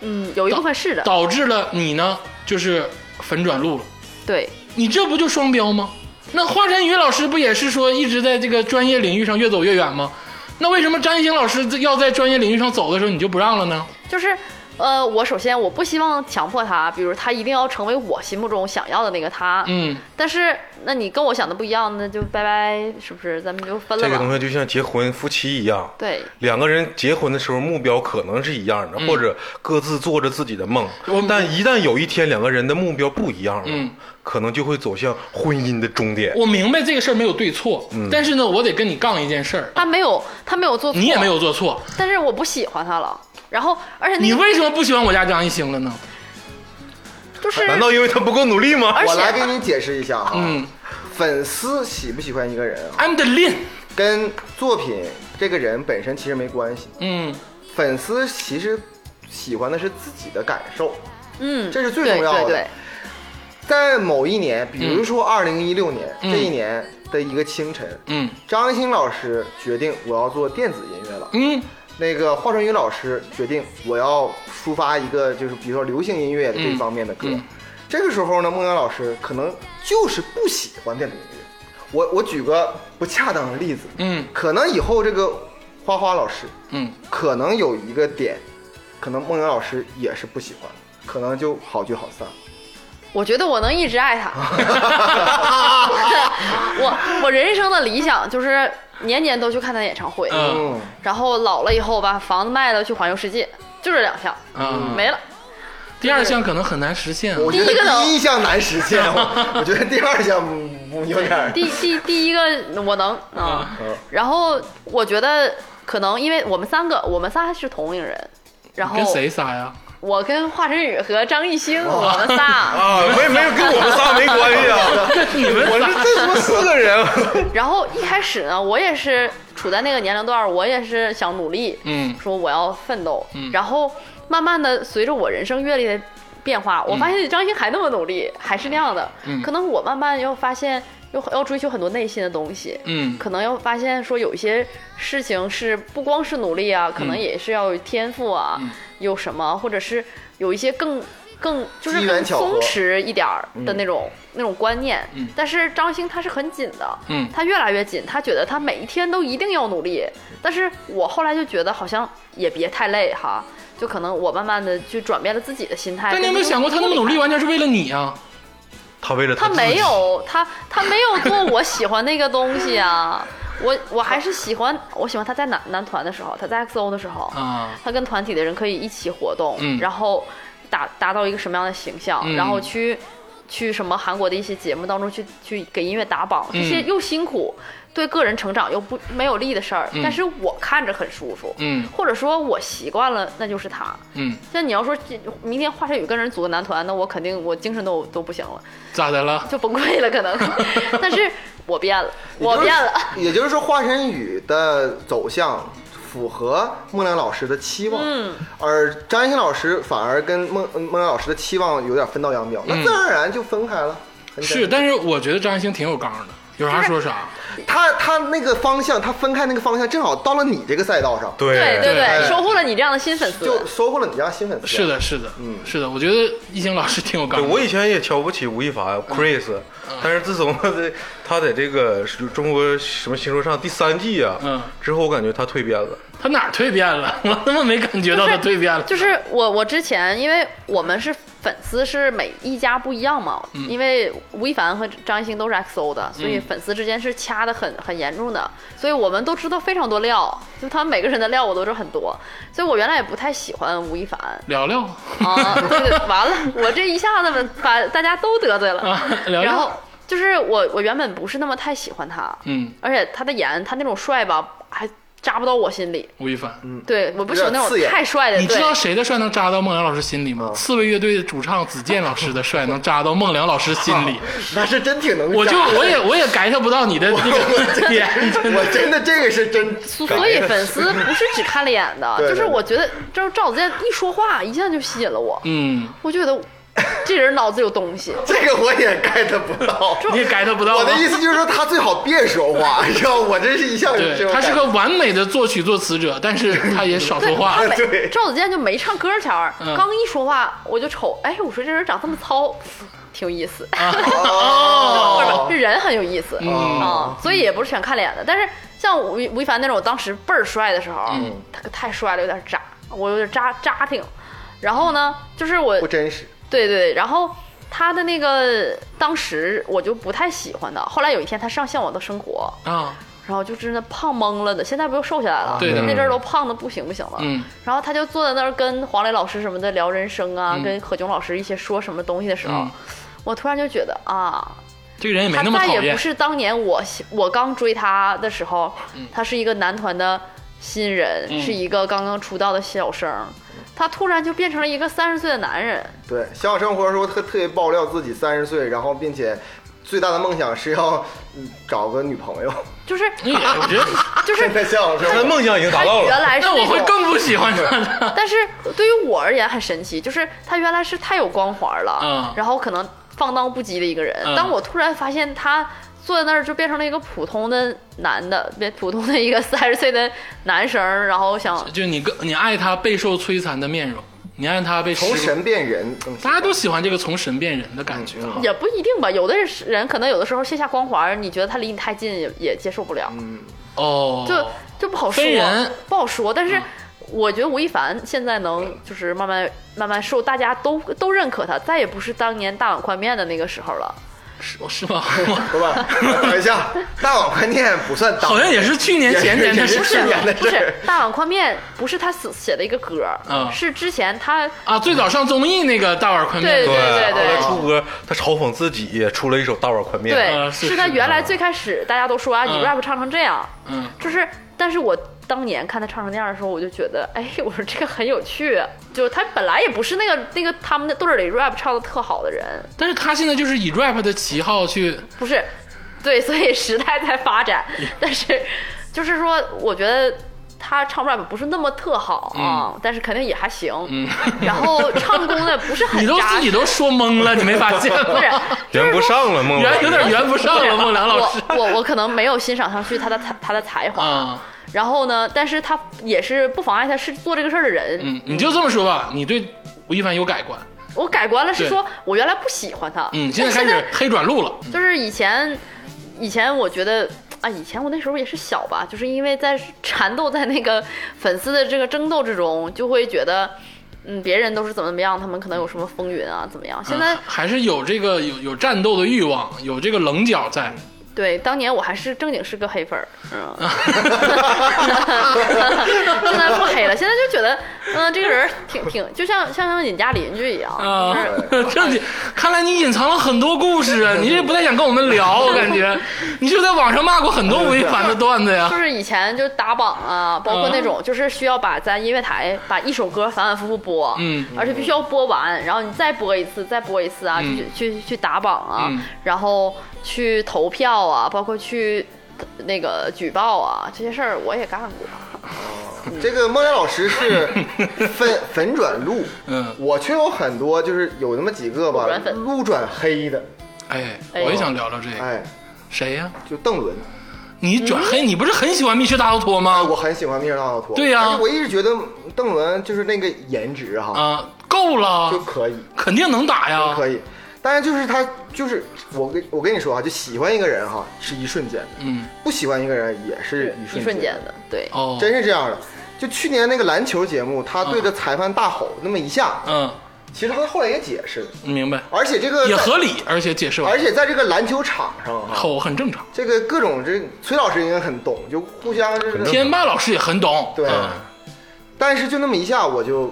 Speaker 5: 嗯，有一部分是的，
Speaker 2: 导致了你呢就是粉转路了。
Speaker 5: 对，
Speaker 2: 你这不就双标吗？那华晨宇老师不也是说一直在这个专业领域上越走越远吗？那为什么张艺兴老师要在专业领域上走的时候你就不让了呢？
Speaker 5: 就是呃，我首先我不希望强迫他，比如他一定要成为我心目中想要的那个他。
Speaker 2: 嗯，
Speaker 5: 但是，那你跟我想的不一样，那就拜拜，是不是？咱们就分了
Speaker 3: 这个
Speaker 5: 吧。
Speaker 3: 东西就像结婚夫妻一样，
Speaker 5: 对，
Speaker 3: 两个人结婚的时候目标可能是一样的，或者各自做着自己的梦
Speaker 2: 我，
Speaker 3: 但一旦有一天两个人的目标不一样了，
Speaker 2: 嗯
Speaker 3: 可能就会走向婚姻的终点。
Speaker 2: 我明白这个事儿没有对错，但是呢，我得跟你杠一件事儿，
Speaker 5: 他没有，他没有做错，
Speaker 2: 你也没，有做错，
Speaker 5: 但是我不喜欢他了。然后，而且那
Speaker 2: 你
Speaker 5: 个
Speaker 2: 为什么不喜欢我家张艺兴了呢？
Speaker 5: 就是，
Speaker 3: 难道因为他不够努力吗？
Speaker 5: 而
Speaker 4: 我来给
Speaker 5: 且
Speaker 4: 你解释一下哈，
Speaker 2: 嗯
Speaker 4: 粉丝喜不喜欢一个人啊，
Speaker 2: ，I'm the Lin，
Speaker 4: 跟作品这个人本身其实没关系。
Speaker 2: 嗯，
Speaker 4: 粉丝其实喜欢的是自己的感受，
Speaker 5: 嗯，
Speaker 4: 这是最重要的
Speaker 5: 对对对
Speaker 4: 在某一年，比如说二零一六年、
Speaker 2: 嗯
Speaker 4: 这一年的一个清晨，
Speaker 2: 嗯
Speaker 4: 张艺兴老师决定我要做电子音乐了。
Speaker 2: 嗯
Speaker 4: 那个华晨宇老师决定我要抒发一个就是比如说流行音乐的这方面的歌。
Speaker 2: 嗯嗯
Speaker 4: 这个时候呢，孟阳老师可能就是不喜欢电子音乐。我我举个不恰当的例子，
Speaker 2: 嗯
Speaker 4: 可能以后这个花花老师
Speaker 2: 嗯，
Speaker 4: 可能有一个点，可能孟阳老师也是不喜欢，可能就好聚好散。
Speaker 5: 我觉得我能一直爱 他。我我人生的理想就是年年都去看他的演唱会，
Speaker 2: 嗯
Speaker 4: 嗯，
Speaker 5: 然后老了以后把房子卖了去环游世界，就这两项
Speaker 2: 啊，
Speaker 5: 没了。
Speaker 2: 第二项可能很难实现啊
Speaker 4: 嗯我觉得
Speaker 5: 第一个能
Speaker 4: 第一项难实现，我 我觉得第二项嗯有点儿。
Speaker 5: 第第第一个我能啊，
Speaker 4: 嗯
Speaker 5: 然后我觉得可能因为我们三个，我们仨是同龄人，然后
Speaker 2: 跟谁撒呀？
Speaker 5: 我跟华晨宇和张艺兴，我们仨，
Speaker 3: 啊，没没有，跟我们仨没关系啊，
Speaker 2: 你们
Speaker 3: 我是这他妈四个人，
Speaker 5: 然后一开始呢，我也是处在那个年龄段儿，我也是想努力，
Speaker 2: 嗯
Speaker 5: 说我要奋斗，
Speaker 2: 嗯
Speaker 5: 然后慢慢的随着我人生阅历的变化，我发现张艺兴还那么努力，还是那样的，
Speaker 2: 嗯
Speaker 5: 可能我慢慢又发现又要追求很多内心的东西，
Speaker 2: 嗯
Speaker 5: 可能要发现说有一些事情是不光是努力
Speaker 2: 嗯
Speaker 5: 啊，可能也是要有天赋啊，有什么或者是有一些更更就是
Speaker 4: 机缘
Speaker 5: 更
Speaker 4: 巧合
Speaker 5: 松弛一点儿的那种、那种观念。
Speaker 2: 嗯
Speaker 5: 但是张艺兴他是很紧的，
Speaker 2: 嗯
Speaker 5: 他越来越紧，他觉得他每一天都一定要努力。但是我后来就觉得好像也别太累哈，就可能我慢慢的去转变了自己的心态。
Speaker 2: 但你有没有想过，他那么努力，完全是为了你啊？
Speaker 3: 他为了
Speaker 5: 他
Speaker 3: 自己
Speaker 5: 没 有，他他没有做我喜欢那个东西啊。 我我还是喜欢，我喜欢他在男男团的时候，他在 XO 的时候，
Speaker 2: 啊，
Speaker 5: 他跟团体的人可以一起活动，
Speaker 2: 嗯
Speaker 5: 然后达达到一个什么样的形象，
Speaker 2: 嗯
Speaker 5: 然后去去什么韩国的一些节目当中去去给音乐打榜，这些
Speaker 2: 嗯
Speaker 5: 又辛苦，对个人成长又不没有利的事儿，但是我看着很舒服，
Speaker 2: 嗯
Speaker 5: 或者说我习惯了，那就是他。
Speaker 2: 嗯，
Speaker 5: 像你要说这明天华晨宇跟人组个男团，那我肯定我精神都都不行了。
Speaker 2: 咋的了？
Speaker 5: 就崩溃了，可能。但是我变了，我变了。
Speaker 4: 也就是说，华晨宇的走向符合孟良老师的期望，
Speaker 5: 嗯，
Speaker 4: 而张艺兴老师反而跟孟呃孟良老师的期望有点分道扬镳，那自然而然就分开了。很
Speaker 2: 嗯
Speaker 4: 简
Speaker 2: 是，但是我觉得张艺兴挺有刚的，有啥说啥。
Speaker 4: 单，他他那个方向，他分开那个方向正好到了你这个赛道上，
Speaker 5: 对
Speaker 3: 对
Speaker 5: 对，
Speaker 4: 对
Speaker 5: 收获了你这样的新粉丝
Speaker 4: 就。收获了你家新粉丝。
Speaker 2: 是，的，是的，嗯，是的，我觉得艺兴老师挺有刚
Speaker 3: 对，
Speaker 2: 的。
Speaker 3: 我以前也瞧不起吴亦凡、Chris，、但是自从他在他在这个中国什么新说唱第三季啊，
Speaker 2: 嗯
Speaker 3: 之后我感觉他蜕变了。
Speaker 2: 他哪儿蜕变了？ 我他妈没感觉到他蜕变了。
Speaker 5: 就是我，我之前因为我们是粉丝，是每一家不一样嘛。因为吴亦凡和张艺兴都是 XO 的，所以粉丝之间是掐的很很严重的，所以我们都知道非常多料，就他们每个人的料我都知道很多，所以我原来也不太喜欢吴亦凡
Speaker 2: 聊聊，
Speaker 5: 啊。这个完了，我这一下子把大家都得罪了。
Speaker 2: 啊聊聊
Speaker 5: 然后就是我，我原本不是那么太喜欢他，
Speaker 2: 嗯
Speaker 5: 而且他的颜，他那种帅吧，还扎不到我心里。
Speaker 2: 吴亦凡。
Speaker 5: 对，我不喜欢那
Speaker 4: 有点刺
Speaker 5: 种
Speaker 4: 眼
Speaker 5: 太帅的。
Speaker 2: 你知
Speaker 5: 嗯对，
Speaker 2: 道谁的帅能扎到孟良老师心里吗？刺猬乐队主唱子健老师的帅能扎到孟良老师心里，
Speaker 4: 那是真挺能扎，
Speaker 2: 我就我也我也 get 不到你的那个点，真的
Speaker 4: 我真的这个是真
Speaker 5: 所所以粉丝不是只看脸 的，
Speaker 4: 对对
Speaker 5: 就是
Speaker 4: 对
Speaker 5: 我觉得就是赵子健一说话一下就吸引了我，
Speaker 2: 嗯，
Speaker 5: 我觉得这人脑子有东西。
Speaker 4: 这个我也 get 不到。
Speaker 2: 你也 get 不到啊
Speaker 4: 我
Speaker 2: 吗
Speaker 4: 的？意思就是说，他最好别说 话，你知道，我这是一向是这
Speaker 2: 对，
Speaker 4: 种
Speaker 2: 他是
Speaker 4: 感
Speaker 2: 个
Speaker 4: 觉
Speaker 2: 完美的作曲作词者，但是他也少 说
Speaker 5: 对，
Speaker 2: 话
Speaker 5: 他。没
Speaker 4: 对
Speaker 5: 赵子健就没唱歌前儿，
Speaker 2: 嗯
Speaker 5: 刚一说话我就瞅，哎，我说这人长这么糙，挺有意思，不是不
Speaker 4: 哦
Speaker 5: 是，这人很有意思
Speaker 2: 嗯
Speaker 5: 啊，所以也不是全看脸的。但是像吴亦吴亦凡那种，当时倍儿帅的时候，
Speaker 2: 嗯
Speaker 5: 他可太帅了，有点渣，我有点渣渣挺。然后呢，就是我
Speaker 4: 不真实。
Speaker 5: 对对，然后他的那个当时我就不太喜欢他。后来有一天他上《向往的生活
Speaker 2: 啊，》，
Speaker 5: 然后就真的胖懵了的，现在不又瘦下来了？
Speaker 2: 对的
Speaker 5: 那阵儿都胖的不行不行了。
Speaker 2: 嗯
Speaker 5: 然后他就坐在那儿跟黄磊老师什么的聊人生啊，
Speaker 2: 嗯
Speaker 5: 跟何炅老师一些说什么东西的时候，
Speaker 2: 嗯
Speaker 5: 我突然就觉得啊，
Speaker 2: 这个人也没
Speaker 5: 他
Speaker 2: 那么
Speaker 5: 再
Speaker 2: 讨
Speaker 5: 也
Speaker 2: 厌
Speaker 5: 不。是当年我喜我刚追他的时候，他是一个男团的新人，
Speaker 2: 嗯
Speaker 5: 是一个刚刚出道的小生，他突然就变成了一个三十岁的男人。
Speaker 4: 对，向往生活说特特别爆料自己三十岁，然后并且最大的梦想是要嗯找个女朋 友。
Speaker 5: 就是
Speaker 2: 你也我觉 得，
Speaker 5: 就是
Speaker 4: 现在向往生
Speaker 3: 他的
Speaker 4: 活，
Speaker 3: 梦想已经达
Speaker 5: 他
Speaker 3: 到
Speaker 5: 原
Speaker 3: 了，
Speaker 5: 来是
Speaker 2: 那我
Speaker 5: 那
Speaker 2: 会
Speaker 5: 种
Speaker 2: 更不喜欢他的。
Speaker 5: 但是对于我而言很神奇，就是他原来是太有光环了，
Speaker 2: 嗯
Speaker 5: 然后可能放荡不羁的一个人。
Speaker 2: 嗯
Speaker 5: 当我突然发现他坐在那儿就变成了一个普通的男的，变普通的一个三十岁的男生，然后想
Speaker 2: 就你更你爱他备受摧残的面容，你爱他被
Speaker 4: 从
Speaker 2: 时
Speaker 4: 神变人嗯更喜
Speaker 2: 大
Speaker 4: 欢
Speaker 2: 家都喜欢这个从神变人的感觉哈。
Speaker 5: 也不一定吧，有的人可能有的时候卸下光环，你觉得他离你太近也也接受不了，
Speaker 2: 哦，嗯
Speaker 5: 就就不好说
Speaker 2: 分人，
Speaker 5: 不好说。但是我觉得吴亦凡现在能就是慢慢慢慢受大家都都认可他，再也不是当年大碗宽面的那个时候 了。
Speaker 2: 是是吗？
Speaker 4: 说吧，等一下，大碗宽面不算大，
Speaker 2: 好像也是去年前年的事
Speaker 4: 也是去
Speaker 2: 儿
Speaker 4: 年的
Speaker 5: 不
Speaker 4: 事
Speaker 5: 是
Speaker 4: 儿。
Speaker 5: 大碗宽面，不是他写写的一个歌儿，
Speaker 2: 嗯
Speaker 5: 是之前他
Speaker 2: 啊！最早上综艺那个大碗宽面，
Speaker 5: 对对对
Speaker 3: 后
Speaker 5: 对
Speaker 3: 来出歌，他嘲讽自己也出了一首大碗宽面，
Speaker 5: 对、
Speaker 2: 啊是
Speaker 5: 是他
Speaker 2: 是
Speaker 5: 原来最开始大家都说啊，你
Speaker 2: 嗯
Speaker 5: rap 唱成这样，
Speaker 2: 嗯，
Speaker 5: 就是，但是我当年看他唱成那样的时候，我就觉得，哎，我说这个很有趣，就是他本来也不是那个那个他们的队儿里 rap 唱的特好的人，
Speaker 2: 但是他现在就是以 rap 的旗号去，
Speaker 5: 不是，对，所以时代在发展，
Speaker 2: 嗯
Speaker 5: 但是就是说，我觉得他唱 rap 不是那么特好啊，
Speaker 2: 嗯
Speaker 5: 但是肯定也还行，然后唱功呢不是 很
Speaker 2: 你都
Speaker 5: 扎
Speaker 2: 自己
Speaker 5: 实，
Speaker 2: 都说懵了，你没发现
Speaker 5: 不
Speaker 2: 吗？
Speaker 5: 是。
Speaker 3: 圆不上了梦。
Speaker 2: 圆有点圆不上了，孟良老师
Speaker 5: 我我我可能没有欣赏上去他的才他的才 华，
Speaker 2: 啊，
Speaker 5: 然后呢，但是他也是不妨碍他是做这个事儿的人，
Speaker 2: 嗯，你就这么说吧，你对吴亦凡有改观，
Speaker 5: 我改观了，是
Speaker 2: 对
Speaker 5: 说我原来不喜欢他，
Speaker 2: 嗯，现
Speaker 5: 但
Speaker 2: 在开始黑转路了，
Speaker 5: 就是以前，以前我觉得啊，以前我那时候也是小吧，就是因为在缠斗在那个粉丝的这个争斗之中，就会觉得，嗯，别人都是怎么怎么样，他们可能有什么风云啊，怎么样？现在、
Speaker 2: 嗯还是有这个有有战斗的欲望，有这个棱角在，
Speaker 5: 对，当年我还是正经是个黑粉儿， 嗯， 现在不黑了，现在就觉得，嗯、这个人儿挺挺，就像像像你家邻居一样，
Speaker 2: 啊
Speaker 5: 就 是，
Speaker 2: 正经，看来你隐藏了很多故事啊，你这不太想跟我们 聊，我感觉，你就在网上骂过很多吴亦凡的段子呀
Speaker 5: 就，是以前就是打榜啊，包
Speaker 2: 嗯
Speaker 5: 括那种就是需要把咱音乐台把一首歌反反复复播，
Speaker 2: 嗯，
Speaker 5: 而且必须要播完，然后你再播一次，再播一次啊，去去去打榜啊，
Speaker 2: 嗯
Speaker 5: 然后去投票啊，包括去那个举报啊，这些事儿我也干过。
Speaker 4: 这个孟良老师是 粉粉转路，
Speaker 2: 嗯，
Speaker 4: 我却有很多就是有那么几个吧
Speaker 5: 路转，粉
Speaker 4: 路转黑的，
Speaker 2: 哎，
Speaker 5: 哎
Speaker 2: 我也想聊聊这个，
Speaker 4: 哎，
Speaker 2: 谁呀？
Speaker 4: 就邓伦，
Speaker 2: 啊
Speaker 4: 啊
Speaker 2: 你
Speaker 5: 嗯
Speaker 2: 转黑，你不是很喜欢蜜雪大逃脱吗？
Speaker 4: 我很喜欢密尔大逃脱，
Speaker 2: 对呀
Speaker 4: 而且我一直觉得邓伦就是那个颜值哈、
Speaker 2: 啊，够了
Speaker 4: 嗯就，可以，
Speaker 2: 肯定能打呀，
Speaker 4: 可以。但是就是他，就是我跟我跟你说啊，就喜欢一个人哈、是一瞬间的，
Speaker 2: 嗯，
Speaker 4: 不喜欢一个人也是一
Speaker 5: 一
Speaker 4: 瞬
Speaker 5: 瞬
Speaker 4: 间
Speaker 5: 间
Speaker 4: 的，
Speaker 5: 的，对，
Speaker 2: 哦，
Speaker 4: 真是这样的。就去年那个篮球节目，他对着裁判大吼那么一下，
Speaker 2: 嗯，
Speaker 4: 其实他后来也解释了，
Speaker 2: 明白，
Speaker 4: 而且这个
Speaker 2: 也
Speaker 4: 在
Speaker 2: 合理，而且解释完
Speaker 4: 而，且在这个篮球场上哈、
Speaker 2: 吼很正常。
Speaker 4: 这个各种这崔老师应该很懂，就互相这个
Speaker 2: 天霸老师也很懂，
Speaker 4: 对啊
Speaker 2: 嗯
Speaker 4: 但是就那么一下，我就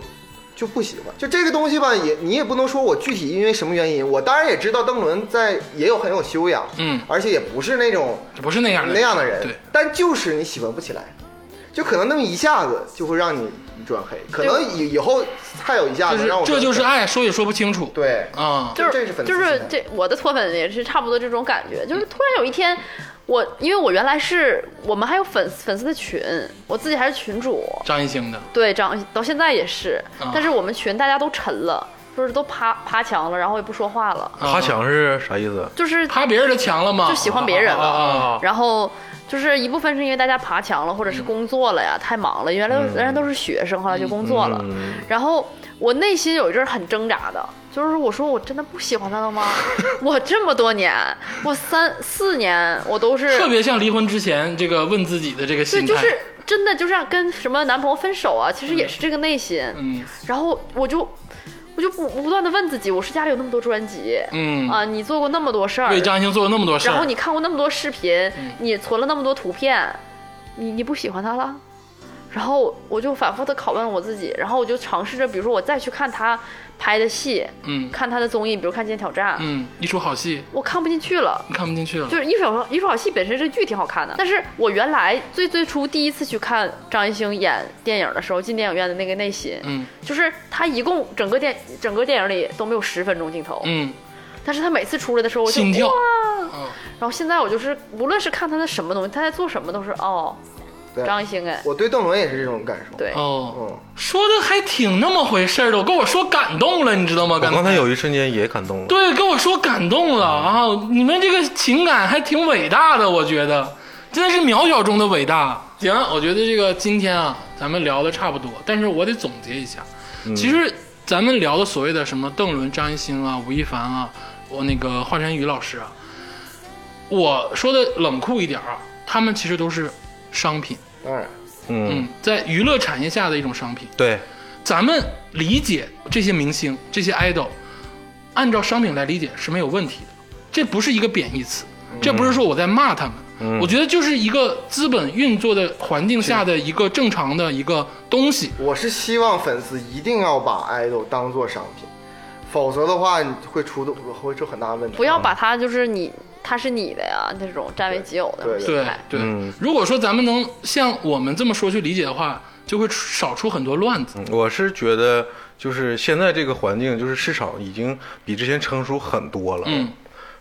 Speaker 4: 就不喜欢。就这个东西吧，也你也不能说我具体因为什么原因。我当然也知道邓伦在也有很有修养，
Speaker 2: 嗯
Speaker 4: 而且也不是那种
Speaker 2: 不是那样的
Speaker 4: 那样的人，
Speaker 2: 对，
Speaker 4: 但就是你喜欢不起来。就可能那么一下子就会让你转黑，可能以以后还有一下
Speaker 2: 就
Speaker 4: 子
Speaker 2: 是
Speaker 4: 让我
Speaker 2: 这就是哎
Speaker 4: 转
Speaker 2: 爱，说也说不清楚。
Speaker 4: 对
Speaker 2: 啊，
Speaker 5: 就是
Speaker 4: 这是粉丝
Speaker 5: 就是
Speaker 4: 心态
Speaker 5: 这我的脱粉也是差不多这种感觉，
Speaker 2: 嗯
Speaker 5: 就是突然有一天，我因为我原来是我们还有粉丝粉丝的群，我自己还是群主，
Speaker 2: 张艺兴的，
Speaker 5: 对，长到现在也是
Speaker 2: 啊，
Speaker 5: 但是我们群大家都沉了，就是都爬爬墙了，然后也不说话了，
Speaker 2: 啊
Speaker 3: 爬墙是啥意思？
Speaker 5: 就是
Speaker 2: 爬别人的墙了吗？
Speaker 5: 就喜欢别人了
Speaker 2: 啊啊啊啊
Speaker 5: 然后就是一部分是因为大家爬墙了，或者
Speaker 2: 嗯
Speaker 5: 是工作了呀，太忙了。原来原来都是学生，后来就工作了。
Speaker 3: 嗯
Speaker 5: 然后我内心有一阵儿很挣扎的，就是我说我真的不喜欢他了吗？ 我这么多年，我三四年我都是
Speaker 2: 特别像离婚之前这个问自己的这个
Speaker 5: 对，
Speaker 2: 心态，
Speaker 5: 就是真的就像跟什么男朋友分手啊，其实也是这个内心。
Speaker 2: 嗯
Speaker 5: 然后我就我就不不断的问自己，我是家里有那么多专辑。
Speaker 2: 嗯，
Speaker 5: 啊，你做过那么多事儿，
Speaker 2: 为张艺兴做了那么多事儿，嗯
Speaker 5: 然后你看过那么多视频，你存了那么多图片，你你不喜欢他了？然后我就反复的拷问我自己，然后我就尝试着，比如说我再去看他拍的戏，
Speaker 2: 嗯
Speaker 5: 看他的综艺，比如看《极限挑战》
Speaker 2: 嗯，一出好戏
Speaker 5: 我看不进去了。
Speaker 2: 你看不进去了
Speaker 5: 就，是一首一首好戏本身这个剧挺好看的，但是我原来最最初第一次去看张艺兴演电影的时候，进电影院的那个内心，
Speaker 2: 嗯
Speaker 5: 就是他一共整个电整个电影里都没有十分钟镜头，
Speaker 2: 嗯，
Speaker 5: 但是他每次出来的时候我就
Speaker 2: 心跳
Speaker 5: 哇，
Speaker 2: 嗯
Speaker 5: 然后现在我就是，无论是看他的什么东西，他在做什么都是哦，
Speaker 4: 对
Speaker 5: 张艺兴哎，
Speaker 4: 我对邓伦也是这种感受。
Speaker 5: 对，
Speaker 2: 哦，
Speaker 4: 嗯，
Speaker 2: 说的还挺那么回事儿的，我跟我说感动了，你知道吗？
Speaker 3: 我刚才有一瞬间也感动了。
Speaker 2: 对，跟我说感动了啊！你们这个情感还挺伟大的，我觉得真的是渺小中的伟大。行，我觉得这个今天啊，咱们聊的差不多，但是我得总结一下，其实咱们聊的所谓的什么邓伦、张艺兴啊、吴亦凡啊，我那个华晨宇老师啊，我说的冷酷一点啊，他们其实都是商品，
Speaker 4: 当然，
Speaker 3: 嗯
Speaker 2: 嗯，，在娱乐产业下的一种商品。
Speaker 3: 对，
Speaker 2: 咱们理解这些明星、这些 idol，按照商品来理解是没有问题的。这不是一个贬义词，这不是说我在骂他们，
Speaker 3: 嗯
Speaker 2: 我觉得就是一个资本运作的环境下的一个正常的一个东西。
Speaker 4: 我是希望粉丝一定要把 idol 当做商品，否则的话你会出的会出很大的问题。
Speaker 5: 不要把他就是你，他是你的呀那种占为己有的
Speaker 4: 对
Speaker 5: 心
Speaker 2: 对
Speaker 5: 态。
Speaker 2: 对、
Speaker 3: 嗯
Speaker 2: 如果说咱们能像我们这么说去理解的话，就会出少出很多乱子。
Speaker 3: 嗯我是觉得就是现在这个环境，就是市场已经比之前成熟很多了。
Speaker 2: 嗯，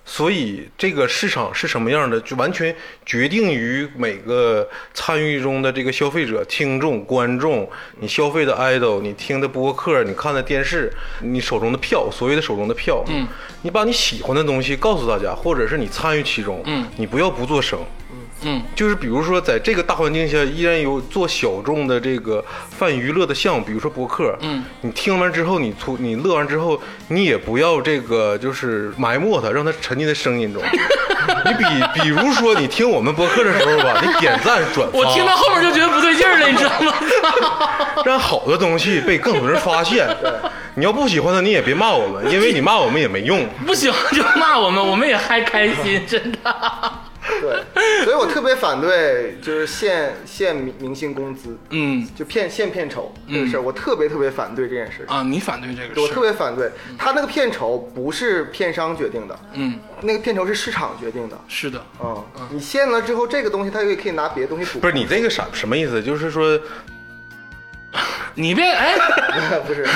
Speaker 3: 所以这个市场是什么样的，就完全决定于每个参与中的这个消费者、听众、观众，你消费的 idol，你听的播客，你看的电视，你手中的票，所谓的手中的票，
Speaker 2: 嗯，
Speaker 3: 你把你喜欢的东西告诉大家，或者是你参与其中，
Speaker 2: 嗯
Speaker 3: 你不要不做声，
Speaker 2: 嗯，
Speaker 3: 就是比如说，在这个大环境下，依然有做小众的这个泛娱乐的项目，比如说博客。
Speaker 2: 嗯，
Speaker 3: 你听完之后，你出你乐完之后，你也不要这个就是埋没它，让它沉浸在 声音中。你比比如说，你听我们播客的时候吧，你点赞转发，
Speaker 2: 我听到后面就觉得不对劲儿了，你知道 吗？
Speaker 3: 让好的东西被更多人 发现。你要不喜欢它，你也别骂我们，因为你骂我们也没用。
Speaker 2: 不行就骂我们，我们也嗨开心，真的。
Speaker 4: 对， 所以我特别反对就是限限明明星工资，
Speaker 2: 嗯
Speaker 4: 就骗限片酬这个事儿，我特别特别反对这件事。
Speaker 2: 啊，你反对这个事儿？
Speaker 4: 我特别反对，他那个片酬不是片商决定的，
Speaker 2: 嗯，
Speaker 4: 那个片酬是市场决定的。
Speaker 2: 是的，
Speaker 4: 嗯，你限了之后，这个东西他也可以拿别的东西补。
Speaker 3: 不是你这个啥什么意思？就是说，
Speaker 2: 你别哎，
Speaker 4: 不是，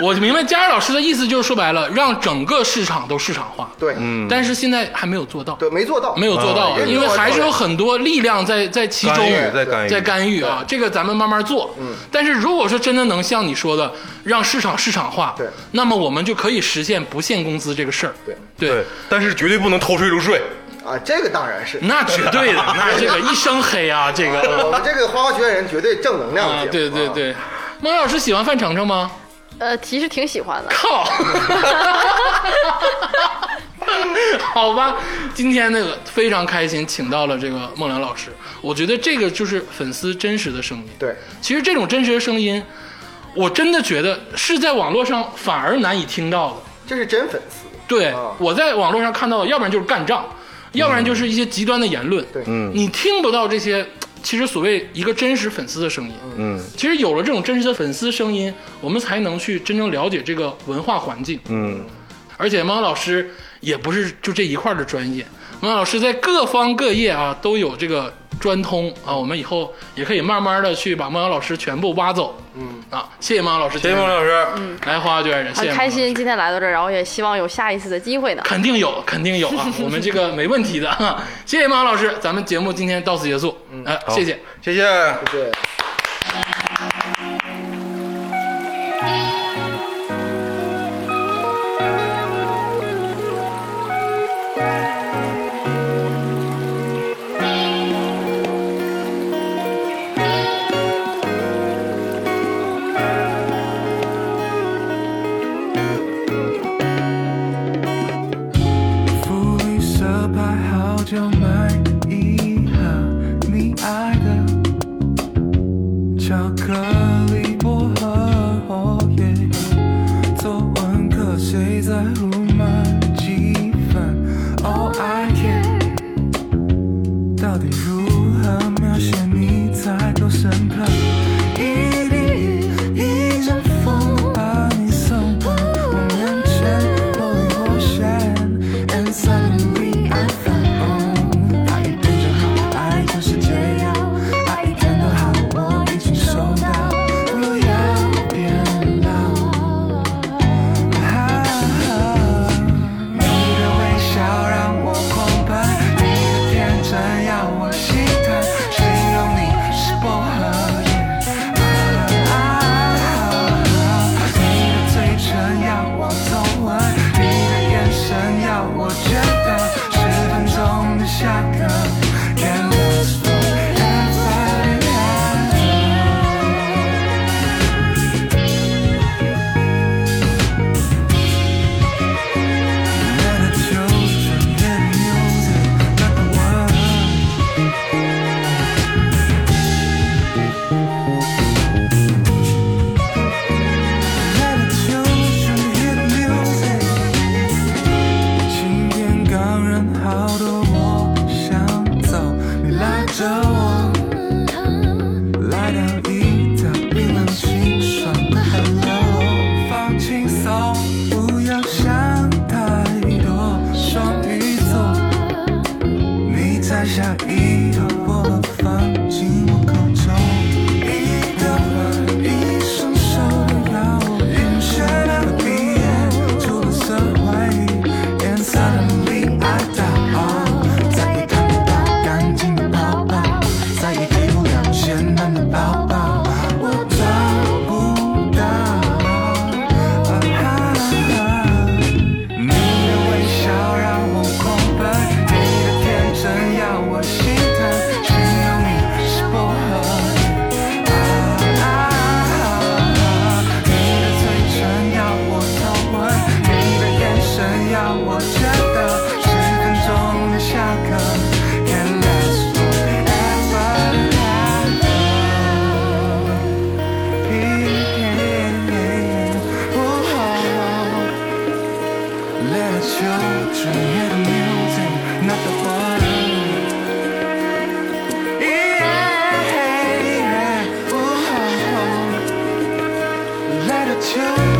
Speaker 2: 我就明白佳儿老师的意思，就是说白了，让整个市场都市场化。
Speaker 4: 对，
Speaker 3: 嗯，
Speaker 2: 但是现在还没有做到，
Speaker 4: 对，没做到，
Speaker 2: 没有做到，
Speaker 4: 啊
Speaker 2: 因为还是有很多力量在在其中
Speaker 3: 干预在干预
Speaker 2: 在干预啊，这个咱们慢慢做。
Speaker 4: 嗯
Speaker 2: 但是如果说真的能像你说的，让市场市场化，
Speaker 4: 对
Speaker 2: 那么我们就可以实现不限工资这个事儿。
Speaker 4: 对
Speaker 2: 对
Speaker 3: 对，，但是绝对不能偷税漏税。
Speaker 4: 啊，这个当然是。
Speaker 2: 那绝对 的，那这个一生黑啊，这
Speaker 4: 我
Speaker 2: 个
Speaker 4: 们这个花花学院人绝对正能量
Speaker 2: 啊
Speaker 4: 节，目
Speaker 2: 对对，对。孟老师喜欢范丞丞吗？
Speaker 5: 呃，其实挺喜欢的。
Speaker 2: 靠！好吧，今天那个非常开心，请到了这个孟良老师。我觉得这个就是粉丝真实的声音。
Speaker 4: 对，
Speaker 2: 其实这种真实的声音，我真的觉得是在网络上反而难以听到的。
Speaker 4: 这是真粉丝。
Speaker 2: 对，
Speaker 4: 啊嗯
Speaker 2: 我在网络上看到的，要不然就是干仗，要不然就是一些极端的言论。
Speaker 4: 对
Speaker 2: 嗯，你听不到这些，其实所谓一个真实粉丝的声音。
Speaker 3: 嗯
Speaker 2: 其实有了这种真实的粉丝声音，我们才能去真正了解这个文化环境。
Speaker 3: 嗯。
Speaker 2: 而且猫老师也不是就这一块儿的专业，猫老师在各方各业啊都有这个专通啊，我们以后也可以慢慢的去把孟瑶老师全部挖走。嗯啊，谢谢孟瑶老师，
Speaker 3: 谢谢孟老师，嗯，
Speaker 2: 来花花绝爱人，谢谢
Speaker 5: 很
Speaker 2: 孟
Speaker 5: 开
Speaker 2: 老师
Speaker 5: 心今天来到这儿，然后也希望有下一次的机会呢。
Speaker 2: 肯定有，肯定有啊，我们这个没问题的啊。谢谢孟瑶老师，咱们节目今天到此结束，嗯，哎，谢谢。
Speaker 3: 谢谢。
Speaker 4: 对。
Speaker 6: 福利社牌号角买一盒你爱的巧克力薄荷，耶！作文课谁在乎买几份？Oh I care，到底如何描写你才够深刻？一滴一阵风把你送回我面前，或隐或现，And suddenly I found，爱一遍就好，爱就是解药，爱一天都好，我已经收到，不要变老。你的微笑让我澎湃，你的天真要我心疼，形容你是薄荷叶，你的嘴唇要我偷吻，你的眼神要我觉得十分钟的下课，Can last forever. 今天刚人好多，我想走，你拉着我。来到一道冰冷清爽的 hello，放轻松，不要想太多。双鱼座，你摘下一朵薄荷，放进我口中。一个吻，一双手的摇舞，晕眩的闭眼，出了社会，and suddenly I die。再也看不到干净的泡泡。再也给不了简单的抱抱，我找不到。啊哈你的微笑让我空白，你的天真要我心疼，只有你是薄荷。啊你的嘴唇要我偷吻，你的眼神要我觉得十分钟的下课。Can last forever. Let our children hear the music, not the water. Yeah, yeah, ooh. Let our children.